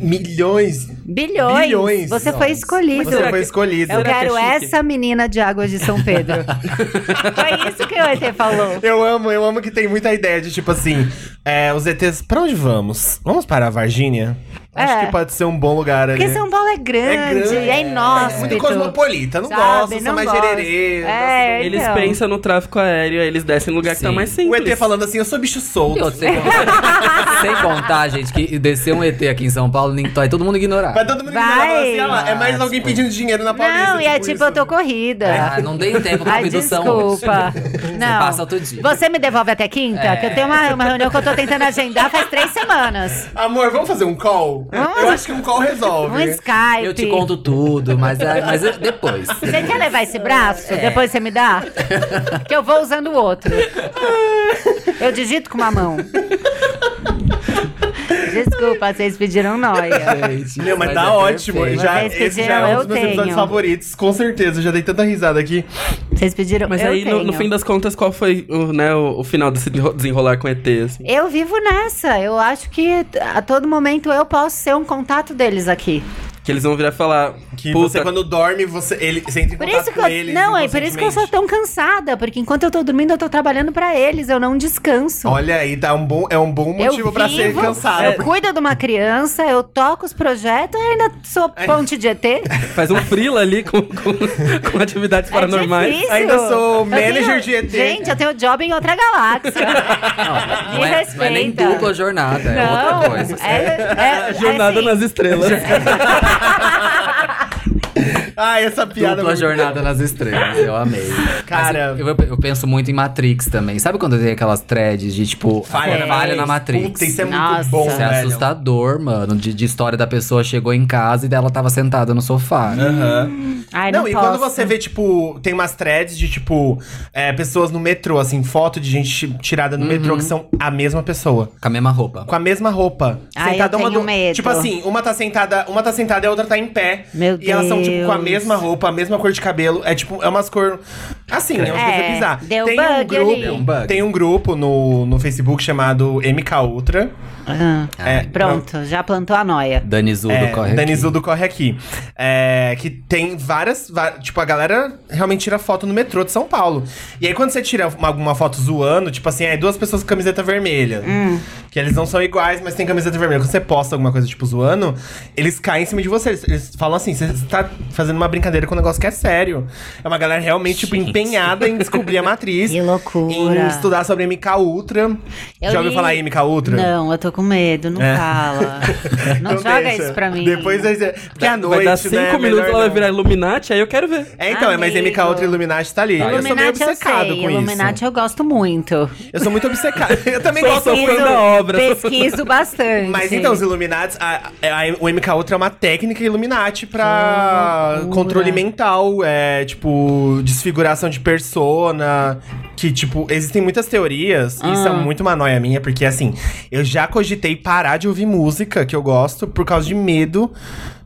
B: milhões...
D: Bilhões.
B: bilhões.
D: Você foi escolhido.
B: Você foi escolhido.
D: Eu
C: Será que é
D: quero
C: chique?
D: essa menina de águas de São Pedro. foi isso que o ET falou.
B: Eu amo, eu amo que tem muita ideia de tipo assim, é, os ETs, pra onde vamos? Vamos para a Varginha?
D: É.
B: Acho que pode ser um bom lugar ali.
D: Porque São Paulo é grande, é, inóspito.
B: Muito cosmopolita, não
D: Sabe,
B: gosto, sou
D: não
B: mais
D: gosto.
B: gererê.
D: É,
B: gosto-
C: Eles
D: Então.
C: pensam no tráfico aéreo, aí eles descem no lugar que tá
F: Sim.
C: mais
B: O
C: simples.
B: ET falando assim, eu sou bicho solto.
F: Eu sei contar, sem contar, gente, que descer um ET aqui em São Paulo, nem vai todo mundo ignorar.
B: Vai todo mundo
D: Vai.
B: ignorar, fala assim, olha lá, é mais alguém pedindo dinheiro na Paulista.
D: Não, e é tipo, eu tô
B: isso.
D: corrida.
F: Ah, não dei tempo pra
D: Ai,
F: abdução hoje.
D: desculpa. Não.
F: passa outro dia.
D: Você me devolve até quinta?
F: É.
D: Que eu tenho uma, uma reunião que eu tô tentando agendar faz três semanas.
B: Amor, vamos fazer um call?
D: Vamos.
B: Eu acho que um call resolve.
D: Um Skype.
F: Eu te conto tudo, mas, é- mas é depois.
D: Você quer levar esse braço?
F: É.
D: Depois você me dá? Que eu vou usando o outro. Eu digito com uma mão. Desculpa, vocês pediram nóia.
F: Gente,
B: Meu, mas
F: mas
B: tá
F: é
B: ótimo.
F: perfeito.
B: Já,
D: Vocês
B: esse já
D: pediram,
B: é um
D: eu
B: dos meus episódios
D: tenho.
B: favoritos, com certeza. Eu já dei tanta risada aqui.
D: Vocês pediram
C: Mas
D: eu
C: aí, no,
D: tenho.
C: no fim das contas, qual foi o, né, o, o final desse desenro- desenrolar com ET, assim?
D: Eu vivo nessa. Eu acho que a todo momento eu posso ser um contato deles aqui.
C: Que eles vão virar e falar,
B: Que
C: puta,
B: você, quando dorme, você, ele, você entra em
D: Por
B: contato
D: isso que
B: com
D: eu,
B: eles
D: não, é por isso que eu sou
B: inconscientemente.
D: tão cansada, porque enquanto eu tô dormindo, eu tô trabalhando pra eles, eu não descanso.
B: Olha aí, tá um bom, é um bom
D: eu
B: motivo pra ser
D: vivo, É.
B: cansado.
D: Eu cuido de uma criança, eu toco os projetos e ainda sou
B: É
D: ponte de ET.
C: faz um frila ali com, com, com atividades
D: É
C: paranormais.
D: difícil.
B: Ainda sou
D: Eu
B: manager
D: tenho-
B: de ET.
D: Gente, eu tenho job em outra galáxia.
F: Não,
D: Me
F: não é, não é nem
D: respeita.
F: dupla jornada, é outra
D: não,
F: coisa.
D: é, é- é
C: Jornada
D: assim,
C: nas estrelas.
B: é Ai, essa piada. é
F: Dupla
B: muito-
F: jornada nas estrelas, eu amei.
B: Cara.
F: Mas eu, eu penso muito em Matrix também. Sabe quando tem aquelas threads de tipo falha,
B: na
F: falha na
B: É. Puta,
F: Matrix?
B: isso é muito
D: Nossa.
B: bom,
F: Isso é
B: velho.
F: assustador, mano. De, de história da pessoa chegou em casa e daí ela tava sentada no sofá.
B: Aham.
D: Ai, não,
B: Não, e quando
D: posso.
B: você vê, tipo, tem umas threads de, tipo, é, pessoas no metrô, assim, foto de gente tirada
F: Uhum.
B: no metrô que são a mesma pessoa.
F: Com a mesma roupa.
B: Com a mesma roupa.
D: Ai, eu
B: uma
D: tenho medo.
B: Tipo assim, uma tá sentada, uma tá sentada e a outra tá em pé.
D: Meu
B: E elas são, tipo, com a
D: Deus.
B: mesma roupa, a mesma cor de cabelo. É tipo, é umas cor. Assim, é uma
D: É,
B: coisa bizarra.
D: deu
B: tem um
D: bug
B: grupo,
D: ali. Deu
F: um bug.
B: Tem um grupo no, no Facebook chamado MK Ultra.
D: Ah,
B: É,
D: pronto, já plantou a noia.
F: Danizudo
B: É,
F: corre.
B: Dani
F: aqui.
B: Zudo corre aqui. É, que tem várias, va- Tipo, a galera realmente tira foto no metrô de São Paulo. E aí, quando você tira uma, alguma foto zoando, tipo assim, aí duas pessoas com camiseta vermelha.
D: Hum.
B: Que eles não são iguais, mas tem camiseta vermelha. Quando você posta alguma coisa, tipo, zoando, eles caem em cima de você. Eles, eles falam assim: você tá fazendo uma brincadeira com um negócio que é sério. É uma galera realmente, tipo, empenhada em descobrir a matriz.
D: Que loucura.
B: Em estudar sobre MK Ultra.
D: Eu
B: Já ouviu
D: li-
B: falar em MK Ultra?
D: Não, eu tô com medo, não fala. Não
B: Então
D: joga
B: É. deixa.
D: isso pra mim.
B: Depois vai ser. Porque à noite.
C: Vai dar
B: né,
C: cinco
B: melhor
C: minutos, ela vai
B: não.
C: virar Illuminati, aí eu quero ver.
B: É, então, é, mas
D: Amigo.
B: MK Ultra e Illuminati tá ali. eu sou meio
D: Illuminati eu
B: obcecado
D: sei,
B: com
D: Illuminati eu gosto muito.
B: isso. Eu sou muito obcecado. Eu também
C: Sou
B: gosto
C: fã
B: muito.
C: da obra.
D: pesquiso bastante.
B: Mas então, os Illuminati, a- a- o MK Ultra é uma técnica Illuminati pra
D: loucura.
B: controle mental, é tipo desfiguração de persona, que tipo existem muitas teorias. Isso
D: Ah.
B: é muito uma noia minha, porque assim eu já cogitei parar de ouvir música que eu gosto por causa de medo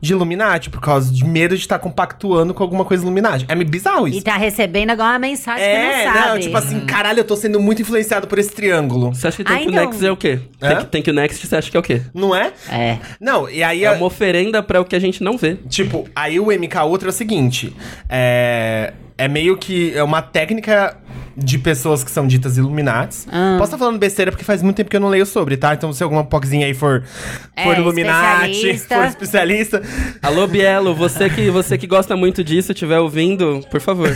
B: de Illuminati, por causa de medo de estar compactuando com alguma coisa Illuminati. É meio bizarro isso.
D: E tá recebendo agora uma mensagem
B: É,
D: que não sabe. Hum.
B: não, tipo assim, caralho, eu tô sendo muito influenciado por esse triângulo.
C: Você acha que Thank
D: Ah,
C: You
D: então.
C: Next é o quê?
B: Hã?
C: Thank, Thank You Next, você acha que é o quê?
B: Não é?
D: É.
B: Não, e aí.
C: É
B: a-
C: uma oferenda pra o que a gente não vê.
B: Tipo, aí o MK Ultra é o seguinte: é. É meio que é uma técnica de pessoas que são ditas iluminatis.
D: Ah.
B: Posso estar falando besteira porque faz muito tempo que eu não leio sobre, tá? Então se alguma poquezinha aí for,
D: É,
B: for iluminati,
D: especialista.
B: for especialista,
C: Alô, Bielo, você que, você que gosta muito disso, estiver ouvindo, por favor.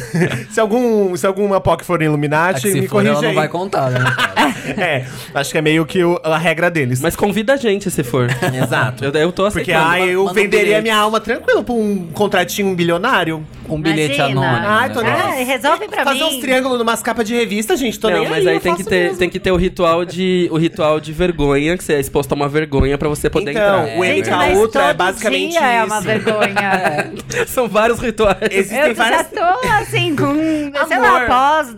B: se algum se alguma poc for
F: É
B: iluminati,
F: que se
B: me
F: for,
B: corrija
F: ela não
B: aí.
F: vai contar, né? no caso.
B: É, acho que é meio que o- a regra deles.
C: Mas convida a gente se for.
B: Exato.
C: Eu, eu tô
B: Porque
C: aceitando.
B: ai, eu
F: manda um
B: venderia
F: bilhete.
B: minha alma tranquilo pra um contratinho bilionário.
F: Um bilhete
D: Imagina.
F: anônimo.
B: Ai,
F: né?
B: tô nem
D: Ah, resolve pra
B: Fazer
D: mim.
B: uns triângulos numas capas de revista, gente. Tô
C: não,
B: nem
C: mas aí, tem,
B: eu
C: que
B: faço
C: ter,
B: mesmo.
C: tem que ter o ritual de o ritual de vergonha, que você é exposto a uma vergonha pra você poder
B: Então,
C: entrar.
B: o
D: Gente,
B: MK
D: mas
B: Ultra é
D: todo
B: basicamente
D: dia é
B: isso.
D: uma vergonha.
C: São vários rituais.
B: Existem
D: Eu já
B: várias...
D: tô assim com, sei lá,
B: Amor.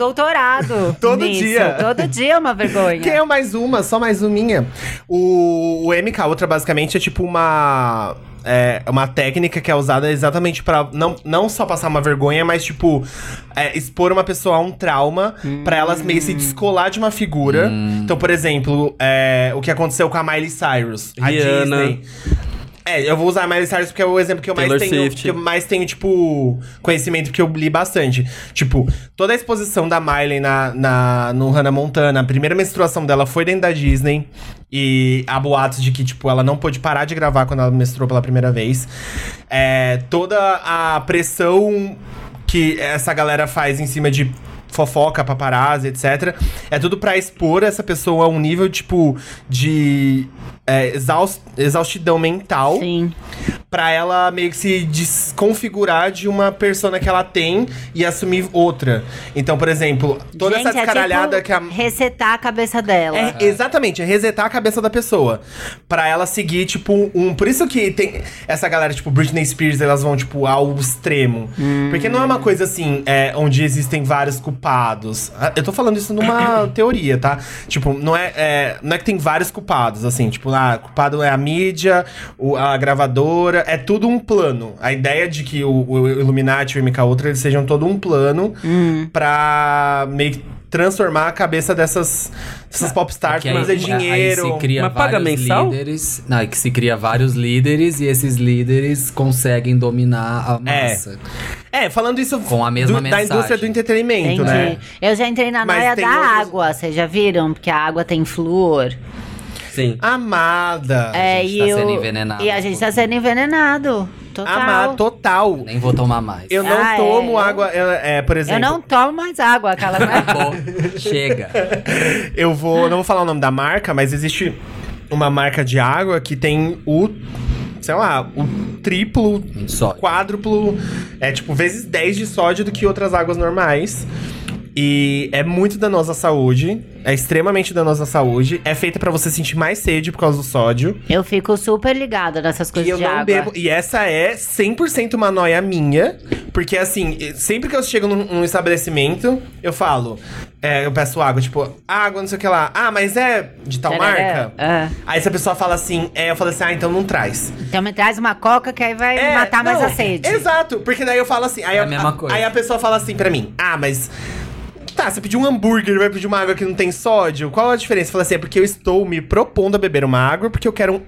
D: pós-doutorado.
B: Todo
D: nisso.
B: dia.
D: Todo dia é uma vergonha.
B: Quem é mais uma? Só mais uminha. O, o MK Ultra basicamente é tipo uma. É uma técnica que é usada exatamente pra não, não só passar uma vergonha, mas tipo é, expor uma pessoa a um trauma pra elas meio
C: Hum.
B: se descolar de uma figura. Então, por exemplo, é, o que aconteceu com a Miley Cyrus, a
C: Rihanna.
B: Disney. É, eu vou usar a Miley Cyrus porque é o exemplo que eu mais
C: Taylor
B: tenho,
C: Swift.
B: que eu mais tenho, tipo, conhecimento que eu li bastante. Tipo, toda a exposição da Miley na, na, no Hannah Montana, a primeira menstruação dela foi dentro da Disney. E há boatos de que, tipo, ela não pôde parar de gravar quando ela menstruou pela primeira vez. É, toda a pressão que essa galera faz em cima de fofoca, paparazzi, etc. É tudo pra expor essa pessoa a um nível, tipo, de é, exaus- exaustidão mental
D: Sim.
B: pra ela meio que se desconfigurar de uma persona que ela tem e assumir outra. Então, por exemplo, toda
D: Gente,
B: essa descaralhada
D: é tipo
B: que a
D: Resetar a cabeça dela.
B: é, exatamente, é resetar a cabeça da pessoa. Pra ela seguir, tipo, um. Por isso que tem. Essa galera, tipo, Britney Spears, elas vão, tipo, ao extremo. Porque não é uma coisa assim, é, onde existem vários culpados. Ah, Eu tô falando isso numa teoria, tá? Tipo, não é, é, Não é que tem vários culpados, assim, tipo, ah, culpado é a mídia, o- a gravadora. É tudo um plano. A ideia de que o, o Illuminati e o MK Ultra eles sejam todo um plano pra meio que transformar a cabeça dessas, dessas popstars
F: Que
B: pra
F: aí-
B: fazer
F: Aí
B: é dinheiro.
F: se cria
C: Mas paga
F: vários
C: mensal?
F: líderes. Não, é que se cria vários líderes e esses líderes conseguem dominar a massa.
B: É, falando isso
F: Com a mesma
B: do- da
F: mensagem.
B: indústria do
D: Entendi.
B: entretenimento, né?
D: Eu já entrei na
B: Mas
D: noia
B: tem
D: da
B: outros-
D: água, vocês já viram? Porque a água tem flúor.
C: Sim.
B: Amada.
D: é,
F: gente
D: e
F: tá
D: eu-
F: sendo envenenado
D: E a gente tá sendo envenenado. Total.
B: Amada, total.
F: Nem vou tomar mais.
B: Eu não
D: Ah, é.
B: tomo água, é, é, por
D: Eu
B: exemplo.
D: não tomo mais água, aquela.
F: Acabou. Tá Chega.
B: Eu vou. Não vou falar o nome da marca, mas existe uma marca de água que tem o. Sei lá, o triplo,
F: Só.
B: quádruplo. É tipo, vezes 10 de sódio do que outras águas normais. E é muito danosa à saúde. É extremamente danosa à saúde. É feita pra você sentir mais sede por causa do sódio.
D: eu fico super ligada nessas coisas
B: E eu
D: de
B: não
D: água.
B: bebo. E essa é 100% uma noia minha. Porque assim, sempre que eu chego num, num estabelecimento, eu falo. é, eu peço água, tipo, água, não sei o que lá. Ah, mas é de tal
D: Tarará.
B: marca?
D: É.
B: Aí se a pessoa fala assim, é, eu falo assim, ah, então não traz.
D: Então me traz uma coca que aí vai
B: É,
D: matar mais
B: não,
D: a sede.
B: Exato, porque daí eu falo assim. Aí
F: É a mesma coisa.
B: Aí a pessoa fala assim pra mim: Ah, mas. Tá, você pediu um hambúrguer, vai pedir uma água que não tem sódio. Qual a diferença? Fala assim, é porque eu estou me propondo a beber uma água, porque eu quero um.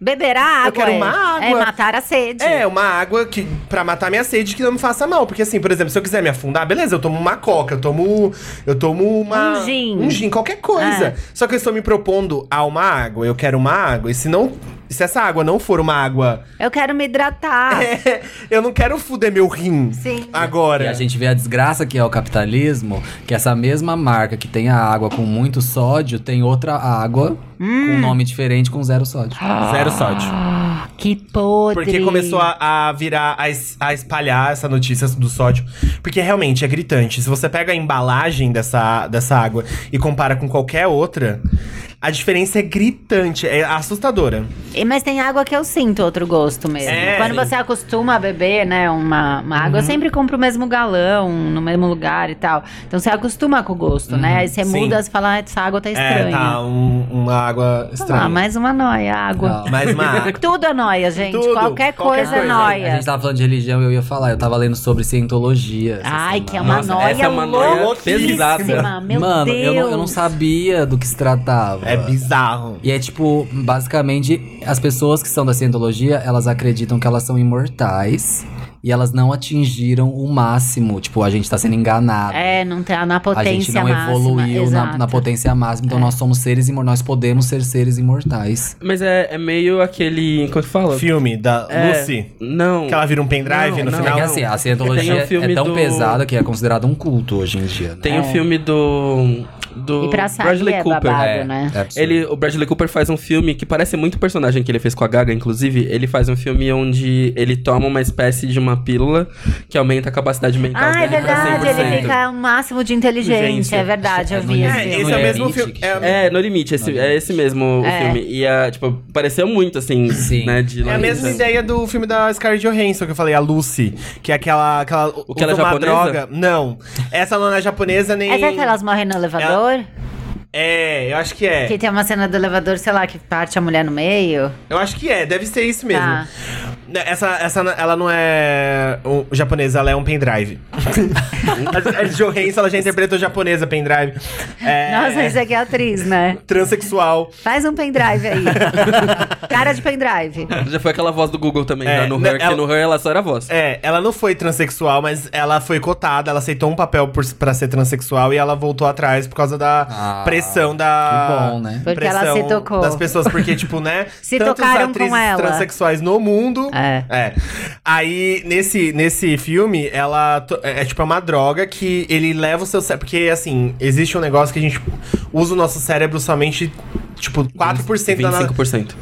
D: Beber a água.
B: quero
D: é-
B: uma
D: É
B: água.
D: matar a sede.
B: É, uma água que para matar minha sede que não me faça mal. Porque assim, por exemplo, se eu quiser me afundar, beleza, eu tomo uma coca, eu tomo. Eu tomo uma.
D: Um gin. É.
B: Um gin, qualquer coisa. Só que eu estou me propondo a uma água, eu quero uma água. E se não. Se essa água não for uma água.
D: Eu quero me hidratar.
B: É. eu não quero fuder meu rim.
D: Sim.
B: Agora.
F: E a gente vê a desgraça que é o capitalismo, que essa mesma marca que tem a água com muito sódio, tem outra água
C: Hum.
F: com nome diferente com zero sódio.
B: Zero sódio.
D: Ah, que podre.
B: Porque começou a, a virar, a, es- a espalhar essa notícia do sódio. Porque realmente é gritante. Se você pega a embalagem dessa, dessa água e compara com qualquer outra, a diferença é gritante, é assustadora.
D: E- Mas tem água que eu sinto outro gosto mesmo.
B: É,
D: Quando
B: sim. Uhum.
D: você acostuma a beber, né, uma, uma água, eu sempre compro o mesmo galão, no mesmo lugar e tal. Então você acostuma com o gosto, né? Aí você
B: Uhum, sim.
D: muda, você fala, "Ah, essa água tá estranha.
B: É, tá um- uma água estranha.
D: Ah, mais uma noia, água.
F: Não.
B: Mais uma água.
D: Tudo é noia, gente.
B: Tudo,
D: qualquer,
B: qualquer
D: coisa é
B: coisa.
F: A
D: noia.
F: gente tá tava falando de religião, eu ia falar, eu tava lendo sobre cientologia. essa
D: Ai, que é
F: semana.
D: uma
C: Nossa,
D: noia
C: essa é uma noia
D: louquíssima,
C: pesada.
D: Meu
F: Mano,
D: Deus.
F: Eu, não, eu não sabia do que se tratava.
B: É bizarro.
F: E é tipo, basicamente, as pessoas que são da cientologia, elas acreditam que elas são imortais e elas não atingiram o máximo. Tipo, a gente tá sendo enganado.
D: É, não tá na potência
F: a gente não
D: máxima.
F: evoluiu na- na,
D: exato. É.
F: potência máxima, então nós somos seres imortais, nós podemos ser seres imortais.
C: Mas é, é meio aquele. Como é que fala?
B: Filme da
C: É,
B: Lucy.
C: Não.
B: Que ela vira um pendrive
C: Não,
B: no
C: não.
F: é
B: final.
F: que assim, a
C: Tem o
B: um
F: cientologia
C: filme
F: é tão
C: do-
F: pesada que é considerada um culto hoje em dia. Né?
C: Tem o filme do. Do
D: É. E pra sair
C: Bradley
D: é
C: Cooper.
D: babado,
F: É,
D: né?
F: é absurdo.
C: Ele, o Bradley Cooper faz um filme que parece muito o personagem que ele fez com a Gaga, inclusive. Ele faz um filme onde ele toma uma espécie de uma pílula que aumenta a capacidade mental
D: Ah, é
C: dele
D: verdade,
C: pra 100%.
D: ele fica o máximo de inteligente,
C: Inteligência.
D: é verdade, eu
F: É,
D: vi
F: não
D: esse
F: é
B: É,
D: filme.
B: esse é o
F: Não é
B: mesmo
F: Nietzsche
B: filme.
F: que
B: É,
F: chama.
C: É, No Limite, esse- é esse mesmo
D: É.
C: o filme. E, a, tipo, pareceu muito, assim,
F: Sim.
C: né, de
B: É a mesma
C: Larissa.
B: ideia do filme da Scarlett Johansson que eu falei, a Lucy, que é aquela aquela o
C: que ela é japonesa?
B: Não. Essa não é japonesa nem
D: Essa é que elas morrem no elevador?
B: É, eu acho que é.
D: Que tem uma cena do elevador, sei lá, que parte a mulher no meio.
B: Eu acho que é, deve ser isso mesmo. Né,
D: Tá.
B: Essa, essa ela não é um- japonesa, ela é um pendrive. a, a Johansson ela já interpretou japonesa pendrive. É,
D: Nossa, isso aqui é atriz, né?
B: Transsexual.
D: Faz um pendrive aí. Cara de pendrive.
C: Já foi aquela voz do Google também,
B: É,
C: né? No
B: né,
C: Her, que
B: ela-
C: no Her ela só era a voz.
B: É, ela não foi transexual, mas ela foi cotada, ela aceitou um papel por, pra ser transexual e ela voltou atrás por causa da
F: Ah,
B: pressão da.
F: que bom, né?
D: Porque ela
B: pressão
D: se tocou.
B: Das pessoas, porque, tipo, né?
D: Se
B: tantas
D: tocaram com
B: atrizes
D: ela.
B: transexuais no mundo.
D: É.
B: Aí, nesse, nesse filme, ela to- é, é, tipo uma droga que ele leva o seu cérebro. Porque, assim, existe um negócio que a gente usa o nosso cérebro somente, tipo, 4% da nossa.
C: 25%.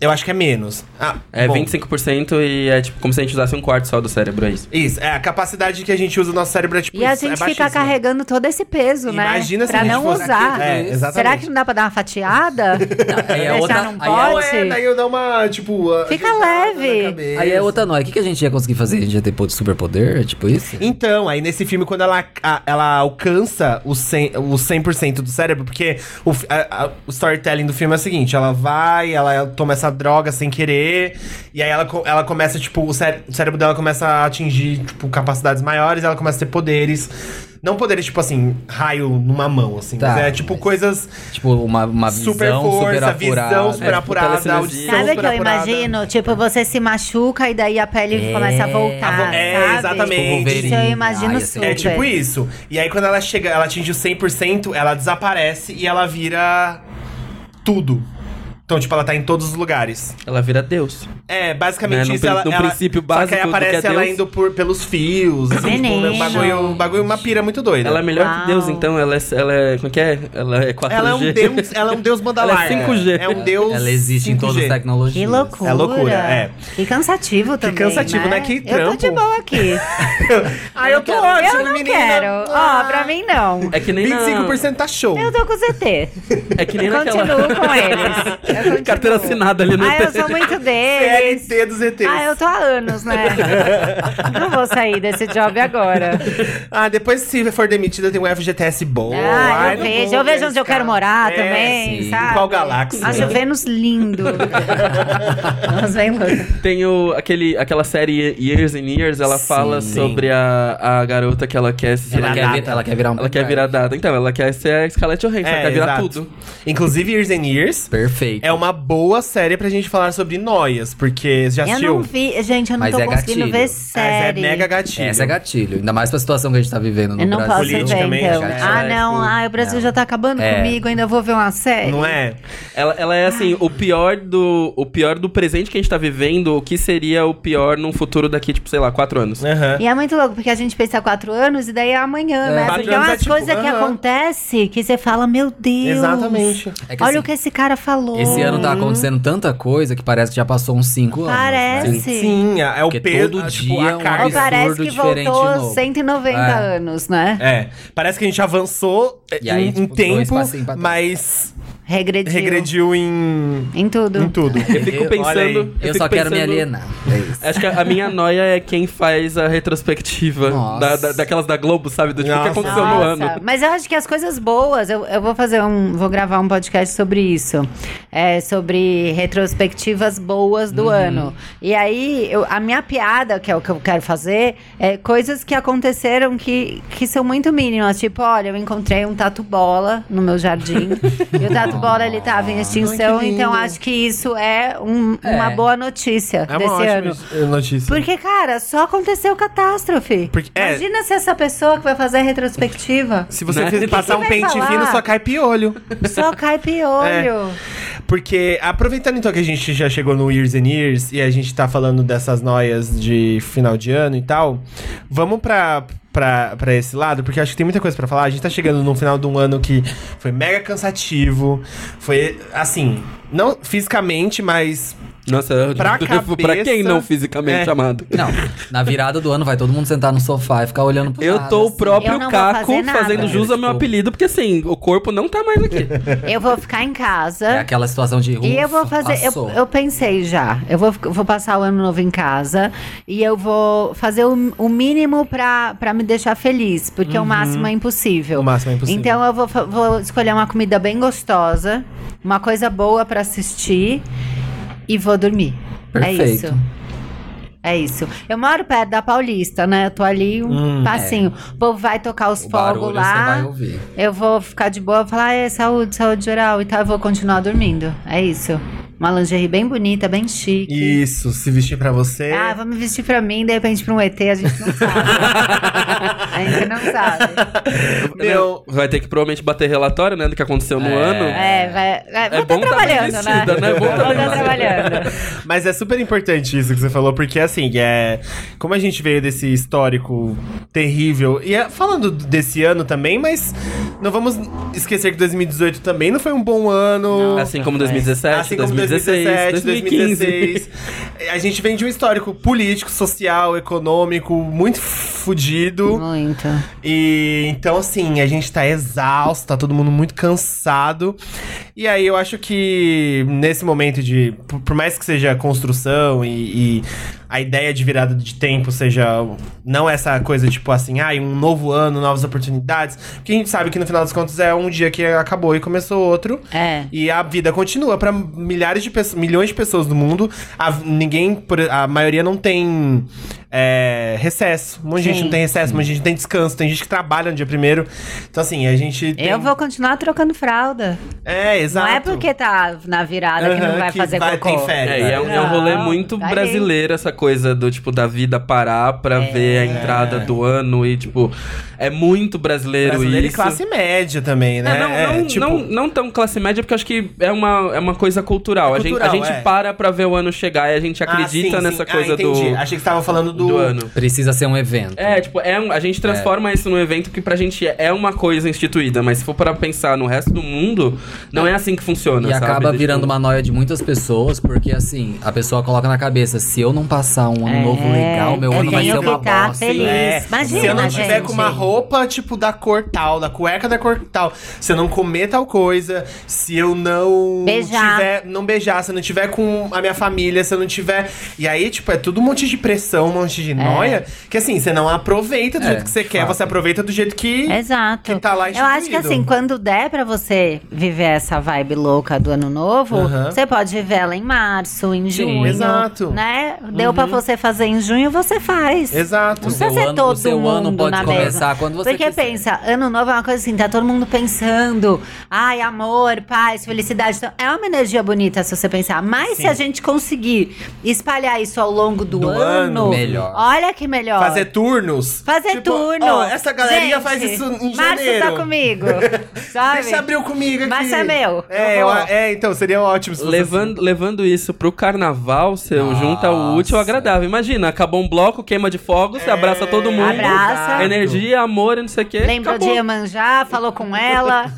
B: Eu acho que é menos. Ah,
C: É
B: bom.
C: 25% e é tipo como se a gente usasse um quarto só do cérebro, é isso.
B: Isso, é a capacidade que a gente usa o nosso cérebro é tipo
D: E a
B: isso, é
D: gente fica
B: baixíssima.
D: carregando todo esse peso, né?
B: Imagina se
D: pra
B: a gente
D: não
B: fosse-
D: usar.
B: É, exatamente.
D: Será que não dá pra dar uma fatiada?
F: aí é
D: Deixar
F: outra-
D: num
F: aí é
B: Não,
D: pote?
B: é, daí eu dou uma, tipo... a-
D: Fica
B: ajeitada
D: leve.
B: na cabeça.
F: Aí é outra nóia. O que, que a gente ia conseguir fazer? A gente ia ter pô- superpoder? É tipo isso?
B: Então, aí nesse filme, quando ela, a- ela alcança o 100%, o 100 do cérebro, porque o, fi- a- a- o storytelling do filme é o seguinte, ela vai, ela toma essa droga sem querer, e aí ela, co- ela começa, tipo, o, cé- o cérebro dela começa a atingir, tipo, capacidades maiores, ela começa a ter poderes. Não poderes, tipo assim, raio numa mão, assim,
F: Tá,
B: mas é tipo
F: mas-
B: coisas...
F: Tipo, uma, uma visão
B: Super força, visão
F: apurada.
B: super
C: É,
B: apurada,
C: tipo,
B: audição
D: Sabe o que
B: super
D: eu
B: apurada.
D: imagino? Tipo, você se machuca e daí a pele
F: É.
D: começa a voltar.
F: A vo-
B: é,
D: sabe?
B: exatamente. Tipo
F: Wolverine.
D: Isso eu imagino
F: Ah, ia ser-
D: super.
B: É tipo isso. E aí quando ela chega, ela atinge o 100%, ela desaparece e ela vira tudo. Então, tipo, ela tá em todos os lugares.
C: Ela vira Deus.
B: É, basicamente
C: Né, no
B: isso.
C: prin-
B: ela,
C: no
B: ela-
C: princípio
B: Só que
C: básico
B: aí
C: do que
B: aparece
C: é
B: ela
C: Deus.
B: indo por, pelos fios. Assim, tipo, um
D: Menino.
B: bagulho, um bagulho, uma pira muito doida.
C: Ela é melhor
D: Uau.
C: que Deus, então. Ela é. Ela é como que é? Ela é 4G.
B: Ela é um deus, ela é um deus mandalar.
C: Ela é 5G.
B: É um deus
F: Ela existe em todas
B: 5G.
F: as
D: Que
F: tecnologias.
D: loucura.
B: É loucura, é.
D: Que cansativo também.
B: cansativo, né? Que
D: Eu tô
B: trampo.
D: de boa aqui.
B: Ah, eu tô
D: eu
B: ótimo,
D: não
B: menina.
D: quero. Ó,
B: Ah,
D: pra mim não.
C: É que nem na-
B: 25% tá show.
D: Eu tô com ZT.
C: É que nem
D: Eu
C: naquela.
D: continuo com eles. Eu continuo.
C: Carteira assinada ali no
D: Ah, eu sou muito deles.
B: LT dos ETs.
D: Ah, eu tô há anos, né? Não vou sair desse job agora.
B: Ah, depois se for demitida tem um FGTS bom.
D: Ah,
B: Ai,
D: eu
B: não
D: vejo.
B: vou
D: Eu vejo onde eu quero
B: arriscar.
D: morar
B: É,
D: também,
F: sim.
D: sabe?
B: Qual galáxia?
D: Acho o Vênus lindo. Nós vem louco.
C: Tem o, aquele, aquela série Years and Years, ela
F: Sim.
C: fala sobre a, a garota que ela quer se
F: Ela, quer, vir- ela quer virar um
C: Ela quer
F: pendrive.
C: virar data. Então, ela quer ser a Scarlett Johansson, ela
B: É,
C: quer virar
B: exato.
C: tudo.
B: Inclusive, Years and Years
F: Perfeito.
B: é
C: um
B: uma boa série pra gente falar sobre noias, porque você já
D: Eu
B: assistiu?
D: não vi. Gente, eu não
F: Mas
D: tô
F: é
D: conseguindo
F: gatilho.
D: ver
B: Ah, essa é
D: série.
B: mega gatilho.
F: Essa é gatilho. Ainda mais pra situação que a gente tá vivendo no
D: Eu não
F: Brasil.
D: posso ver,
B: Politicamente,
D: então.
B: né?
D: Ah, não.
C: Tipo,
D: Ah, o Brasil já tá acabando
F: É.
D: comigo. Ainda vou ver uma série.
B: Não é?
C: Ela, ela é assim, o pior do. O pior do presente que a gente tá vivendo, o que seria o pior num futuro daqui, tipo, sei lá, quatro anos.
B: Aham.
D: E é muito louco, porque a gente pensa quatro anos e daí é amanhã, né?
B: Quatro
D: Porque é
B: anos é
D: umas
B: tipo,
D: coisas que
B: aham.
D: acontecem que você fala, meu Deus.
B: Exatamente.
F: É que,
D: Olha
F: assim,
D: o que é Hum. esse cara falou.
F: Esse ano tá acontecendo tanta coisa que parece que já passou uns 5 anos.
D: Parece.
F: né?
D: Sim.
B: Sim, é o
F: Porque
B: peso,
F: todo
B: tipo,
F: dia
B: a
F: um
D: Ou
B: carga.
F: absurdo
D: parece que
F: diferente de
D: voltou
F: novo.
D: 190
F: É.
D: anos, né?
B: É, parece que a gente avançou é,
F: E aí,
B: em,
F: tipo,
B: em
F: dois
B: tempo,
F: passinhos pra trás.
B: mas
D: Regrediu.
B: regrediu em,
D: Em tudo.
B: em tudo.
C: Eu fico
F: Eu-
C: pensando.
B: olha aí.
F: Eu,
C: fico
F: só quero me
C: pensando-
F: alienar. É isso.
C: Acho que a a minha noia é quem faz a retrospectiva
F: Nossa.
C: da, da- daquelas da Globo, sabe? Do tipo, o que
B: Nossa.
C: aconteceu no
D: Nossa,
C: ano.
D: mas eu acho que as coisas boas, eu, eu vou fazer um, vou gravar um podcast sobre isso, é, sobre retrospectivas boas
B: Uhum.
D: do ano. E aí, eu- a minha piada, que é o que eu quero fazer, é coisas que aconteceram que, que são muito mínimas, tipo, olha, eu encontrei um tatu bola no meu jardim, e o tatu futebol ele estava em extinção,
B: que lindo.
D: então acho que isso é, um- uma boa notícia
B: É uma
D: desse ano.
B: ótima eh, notícia.
D: Porque, cara, só aconteceu catástrofe.
B: Porque- é.
D: Imagina se essa pessoa que vai fazer a retrospectiva
B: Se você
C: Né?
B: fizer- passar um
D: vai
B: pente
D: falar?
B: fino, só cai piolho.
D: só cai piolho.
B: Porque, aproveitando então que a gente já chegou no Years and Years e a gente tá falando dessas noias de final de ano e tal, vamos pra, pra, pra esse lado, porque acho que tem muita coisa pra falar. A gente tá chegando no final de um ano que foi mega cansativo, foi assim, não fisicamente, mas
C: Nossa, eu-
B: Pra
C: pra quem
B: cabeça-
C: não fisicamente
B: É.
C: amado?
F: Não, na virada do ano vai todo mundo sentar no sofá e ficar olhando pro
C: Eu
F: nada,
C: tô o
F: assim.
D: Eu
C: próprio
D: não vou
C: Caco
D: fazer nada.
C: fazendo jus ao meu
F: Tipo-
C: apelido, porque assim, o corpo não tá mais aqui.
B: É.
D: Eu vou ficar em casa.
F: É aquela situação de rua.
D: E eu vou fazer. Eu, eu pensei já. Eu vou, eu vou passar o ano novo em casa e eu vou fazer o, o mínimo pra, pra me deixar feliz, porque
B: Uhum.
D: o máximo é impossível.
B: O máximo é impossível.
D: Então eu vou, fa- vou escolher uma comida bem gostosa, uma coisa boa pra assistir e vou dormir. É
F: Perfeito.
D: isso. É isso. Eu moro perto da Paulista, né? Eu tô ali um passinho. O povo vai tocar os
F: Hum, é. o
D: fogos
F: barulho
D: lá.
F: você vai ouvir.
D: Eu vou ficar de boa, falar, é saúde, saúde geral e tal, eu vou continuar dormindo. É isso. Uma lingerie bem bonita, bem chique.
B: Isso, se vestir pra você.
D: Ah, vou me vestir pra mim, de repente pra um ET, a gente não sabe. a gente não sabe.
B: Meu,
C: Vai ter que provavelmente bater relatório, né, do que aconteceu no
F: É.
C: ano.
D: É, vai. É, vou
C: bom tá
D: tá trabalhando,
C: bem
D: né?
C: vestida, né? É bom tá
D: Vou
C: bem
D: tá
C: vestida.
D: trabalhando.
B: Mas é super importante isso que você falou, porque assim, é, como a gente veio desse histórico terrível, e é, falando desse ano também, mas não vamos esquecer que 2018 também não foi um bom ano.
C: Assim como 2017,
B: Assim como
C: 2016, 2015.
B: 2016. A gente vem de um histórico político, social, econômico, muito fudido.
D: Muito.
B: E então, assim, a gente tá exausto, tá todo mundo muito cansado. E aí eu acho que nesse momento de. Por, por mais que seja construção e, e a ideia de virada de tempo seja. Não essa coisa tipo assim, ai, um novo ano, novas oportunidades. Porque a gente sabe que no final das contas é um dia que acabou e começou outro.
D: É.
B: E a vida continua pra milhares de pessoas, milhões de pessoas do mundo. A, ninguém, por- a maioria não tem é, recesso. Um monte de
D: Sim.
B: gente não tem recesso, um monte de gente não tem descanso, tem gente que trabalha no dia primeiro. Então, assim, a gente. tem-
D: Eu vou continuar trocando fralda.
B: É, exato.
D: Não é porque tá na virada que não
B: Aham,
D: vai
B: que
D: fazer
B: vai-
D: cocô.
B: tem férias.
C: É, e é um, é um rolê
D: Não,
C: muito
D: tá aí. É.
C: brasileiro essa coisa do tipo da vida parar pra ver a entrada do ano e tipo é muito brasileiro,
B: Brasileiro e
C: isso.
B: classe média também,
C: É,
B: né?
C: não,
B: É,
C: não,
B: tipo,
C: não, não tão classe média, porque eu acho que é uma, é uma coisa cultural.
B: É
C: A gente-
B: cultural,
C: a gente,
B: é.
C: para pra ver o ano chegar e a gente
B: ah,
C: acredita
B: sim, sim.
C: nessa
B: Ah,
C: coisa do,
B: entendi. Achei que você tava falando do.
C: do ano.
F: Precisa ser um evento.
C: É, tipo, é um- a gente transforma isso num evento que pra gente é uma coisa instituída, mas se for para pensar no resto do mundo, não é assim que funciona.
F: E
C: sabe?
F: acaba
C: Tipo,
F: virando uma noia de muitas pessoas, porque assim, a pessoa coloca na cabeça, se eu não passar um ano novo legal, meu
D: É. eu
F: ano vai
D: tenho
F: ser
D: que
F: uma
D: tá
F: bosta.
D: feliz.
B: É,
D: Imagina,
B: se eu não tiver
D: gente.
B: com uma roupa, tipo, da cor tal, da cueca da cor tal, se eu não comer tal coisa, se eu não
D: Beijar.
B: tiver, não beijar, se eu não tiver com a minha família, se eu não tiver. E aí, tipo, é tudo um monte de pressão, um monte
D: É.
B: de noia, que assim, você não aproveita do
F: É,
B: jeito que você
F: de
B: quer,
F: fato.
B: você aproveita do jeito que.
D: Exato.
B: que tá lá
D: Eu acho que
B: instituído.
D: assim, quando der pra você viver essa vibe louca do ano novo,
B: Aham.
D: você pode viver ela em março, em junho.
B: exato.
D: Né? Deu pra você fazer em junho, você faz.
B: Exato.
D: Não
F: O
D: precisa
F: seu
D: ser
F: ano, o
D: todo
F: seu
D: mundo
F: ano pode
D: na
F: começar
D: mesa.
F: quando você
D: Porque
B: né?
F: quiser.
D: pensa, ano novo é uma coisa assim, tá todo mundo pensando. Ai, amor, paz, felicidade. Então, é uma energia bonita se você pensar. Mas se a gente conseguir espalhar isso ao longo do,
B: Do
D: ano,
B: ano,
F: melhor.
D: olha que melhor.
B: Fazer turnos.
D: Fazer
B: Tipo,
D: turno.
B: Ó, essa galeria
D: Gente,
B: faz isso em
D: Márcio
B: janeiro.
D: tá comigo. Sabe?
B: Deixa abrir comigo aqui.
D: Mas é meu.
B: É,
D: Eu
B: eu-
D: vou.
B: é, então, seria ótimo se fosse
C: Levando, levando isso pro carnaval, você
F: Nossa.
C: junta o útil ao agradável. Imagina, acabou um bloco, queima de fogos, você
B: assim.
C: abraça todo mundo.
D: Abraça.
C: Energia, amor, e não sei o quê.
D: Lembrou
C: acabou.
D: de Iemanjá, falou com ela,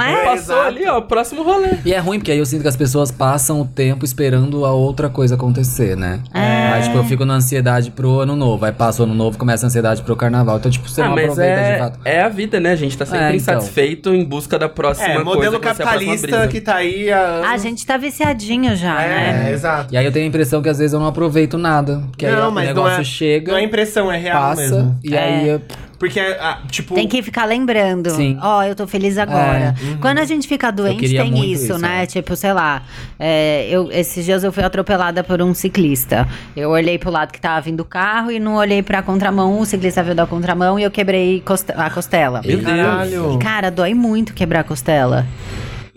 D: é?
C: Passou ali, ó, próximo rolê.
F: E é ruim, porque aí eu sinto que as pessoas passam o tempo esperando a outra coisa acontecer, né? É. Aí, tipo, eu fico na ansiedade pro ano novo. Aí passa o ano novo, começa a ansiedade pro carnaval. Então, tipo, você
C: Ah,
F: não
C: mas
F: aproveita de
C: é,
F: fato.
C: é a vida, né? A gente tá sempre
F: É, então.
C: insatisfeito em busca da próxima
B: É,
C: coisa.
B: modelo
C: que vai ser a próxima
B: capitalista
C: brisa.
B: que tá aí há
D: A
B: anos.
D: gente tá viciadinho já, né?
B: É, exato.
F: E aí eu tenho a impressão que às vezes eu não aproveito nada. Porque aí o negócio chega,
B: Não é impressão, é real
F: passa,
B: mesmo.
F: e
D: É.
F: aí... eu-
B: Porque, ah, tipo.
D: Tem que ficar lembrando.
F: Sim.
D: Ó, eu tô feliz agora. Quando a gente fica doente,
F: queria
D: tem
F: muito
D: isso,
F: isso,
D: né?
F: é.
D: Tipo, sei lá, é, eu, esses dias eu fui atropelada por um ciclista. Eu olhei pro lado que tava vindo o carro e não olhei pra contramão. O ciclista veio da contramão e eu quebrei coste- a costela.
F: Meu Deus.
B: Caralho.
D: Cara, dói muito quebrar a costela.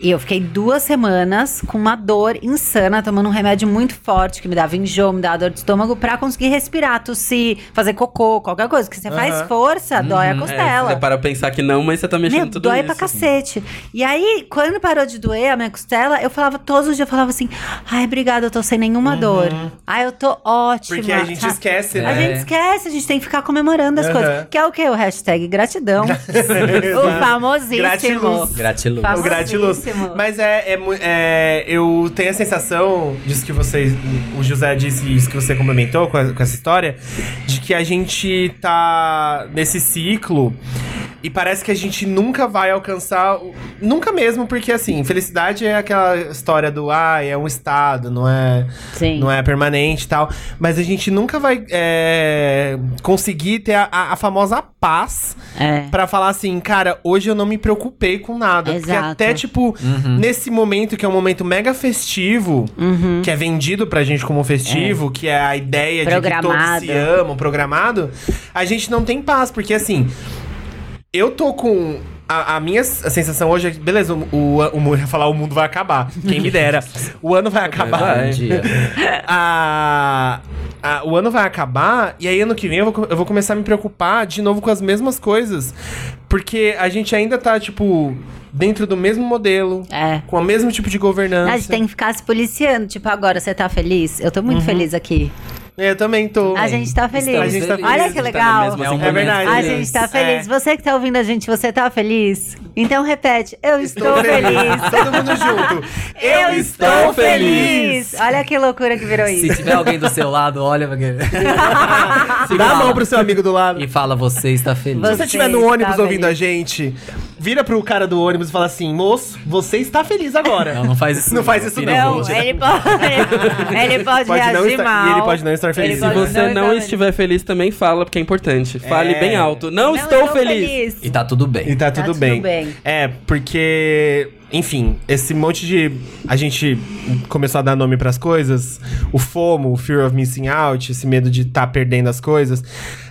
D: E eu fiquei duas semanas com uma dor insana, tomando um remédio muito forte que me dava enjoo, me dava dor de estômago, pra conseguir respirar, tossir, fazer cocô, qualquer coisa. Que você faz
B: Aham.
D: força, dói a
C: Uhum.
D: costela.
C: É, você para pensar que não, mas você tá mexendo
D: Meu,
C: tudo
D: dói
C: isso.
D: pra cacete. E aí, quando parou de doer a minha costela, eu falava todos os dias, eu falava assim, ai, obrigada, eu tô sem nenhuma dor. Ai, eu tô ótima.
B: Porque a gente
D: sabe?
F: É.
B: esquece,
D: A
B: né?
D: gente esquece, a gente tem que ficar comemorando as
B: Aham.
D: coisas. Que é o que? O hashtag gratidão. o famosíssimo.
B: Gratiluz.
F: Gratiluz.
D: Faz-
B: O gratiluz.
D: Famosíssimo.
B: Mas é, é, mu- é, Eu tenho a sensação disso que você. O José disse isso que você complementou com, a- com essa história. De que a gente tá nesse ciclo. E parece que a gente nunca vai alcançar. o- Nunca mesmo, porque assim, felicidade é aquela história do ah, é um estado, não é
D: Sim.
B: não é permanente e tal. Mas a gente nunca vai é, conseguir ter a, a- a famosa paz
D: É.
B: pra falar assim, cara, hoje eu não me preocupei com nada. Porque
D: Exato.
B: até, tipo, nesse momento que é um momento mega festivo,
D: Uhum.
B: que é vendido pra gente como festivo, que é a ideia
D: Programado.
B: de que todos se amam, programado, a gente não tem paz, porque assim, eu tô com. A, a minha s- a sensação hoje é que, beleza, o, o, o, mu- eu ia falar o mundo vai acabar. Quem me dera. O ano vai acabar.
C: Vai.
F: Um dia.
B: A- a- o ano vai acabar e aí ano que vem eu vou, co- eu vou começar a me preocupar de novo com as mesmas coisas. Porque a gente ainda tá, tipo, dentro do mesmo modelo,
D: É.
B: com o mesmo tipo de governança.
D: A gente tem que ficar se policiando. Tipo, agora você tá feliz? Eu tô muito feliz aqui.
B: É, Eu também tô.
D: A gente tá feliz.
B: A gente tá feliz.
D: Olha que legal.
F: É
B: É verdade.
D: A gente tá feliz. Você que tá ouvindo a gente, você tá feliz? Então repete, eu estou, feliz.
B: Todo mundo junto. Eu estou
C: estou
B: feliz.
D: Olha que loucura que virou
F: Se
D: isso.
F: tiver alguém do seu lado, olha. porque- Se
B: Dá a
F: fala-
B: mão pro seu amigo do lado.
F: E fala, você está feliz.
B: Se você
D: Você
B: estiver no
D: está
B: ônibus ouvindo a
D: feliz.
B: gente, vira pro cara do ônibus e fala assim: moço, você está feliz agora.
F: Não, um não faz isso.
B: Não faz isso,
F: filho.
B: não.
D: Não, ele pode, ele pode,
B: Pode
D: reagir
B: não estar-
D: mal.
B: e ele pode não estar feliz.
C: Se
D: pode
C: você não,
D: estar-
C: estiver feliz, também fala, porque é importante. Fale
B: É.
C: bem alto. Não,
D: Não
C: estou feliz.
F: E tá tudo
B: E
C: Então,
F: bem.
B: tá tudo,
D: tudo
B: bem.
D: bem.
B: É, porque, enfim, esse monte de. A gente começou a dar nome pras coisas. O FOMO, o Fear of Missing Out, esse medo de tá perdendo as coisas.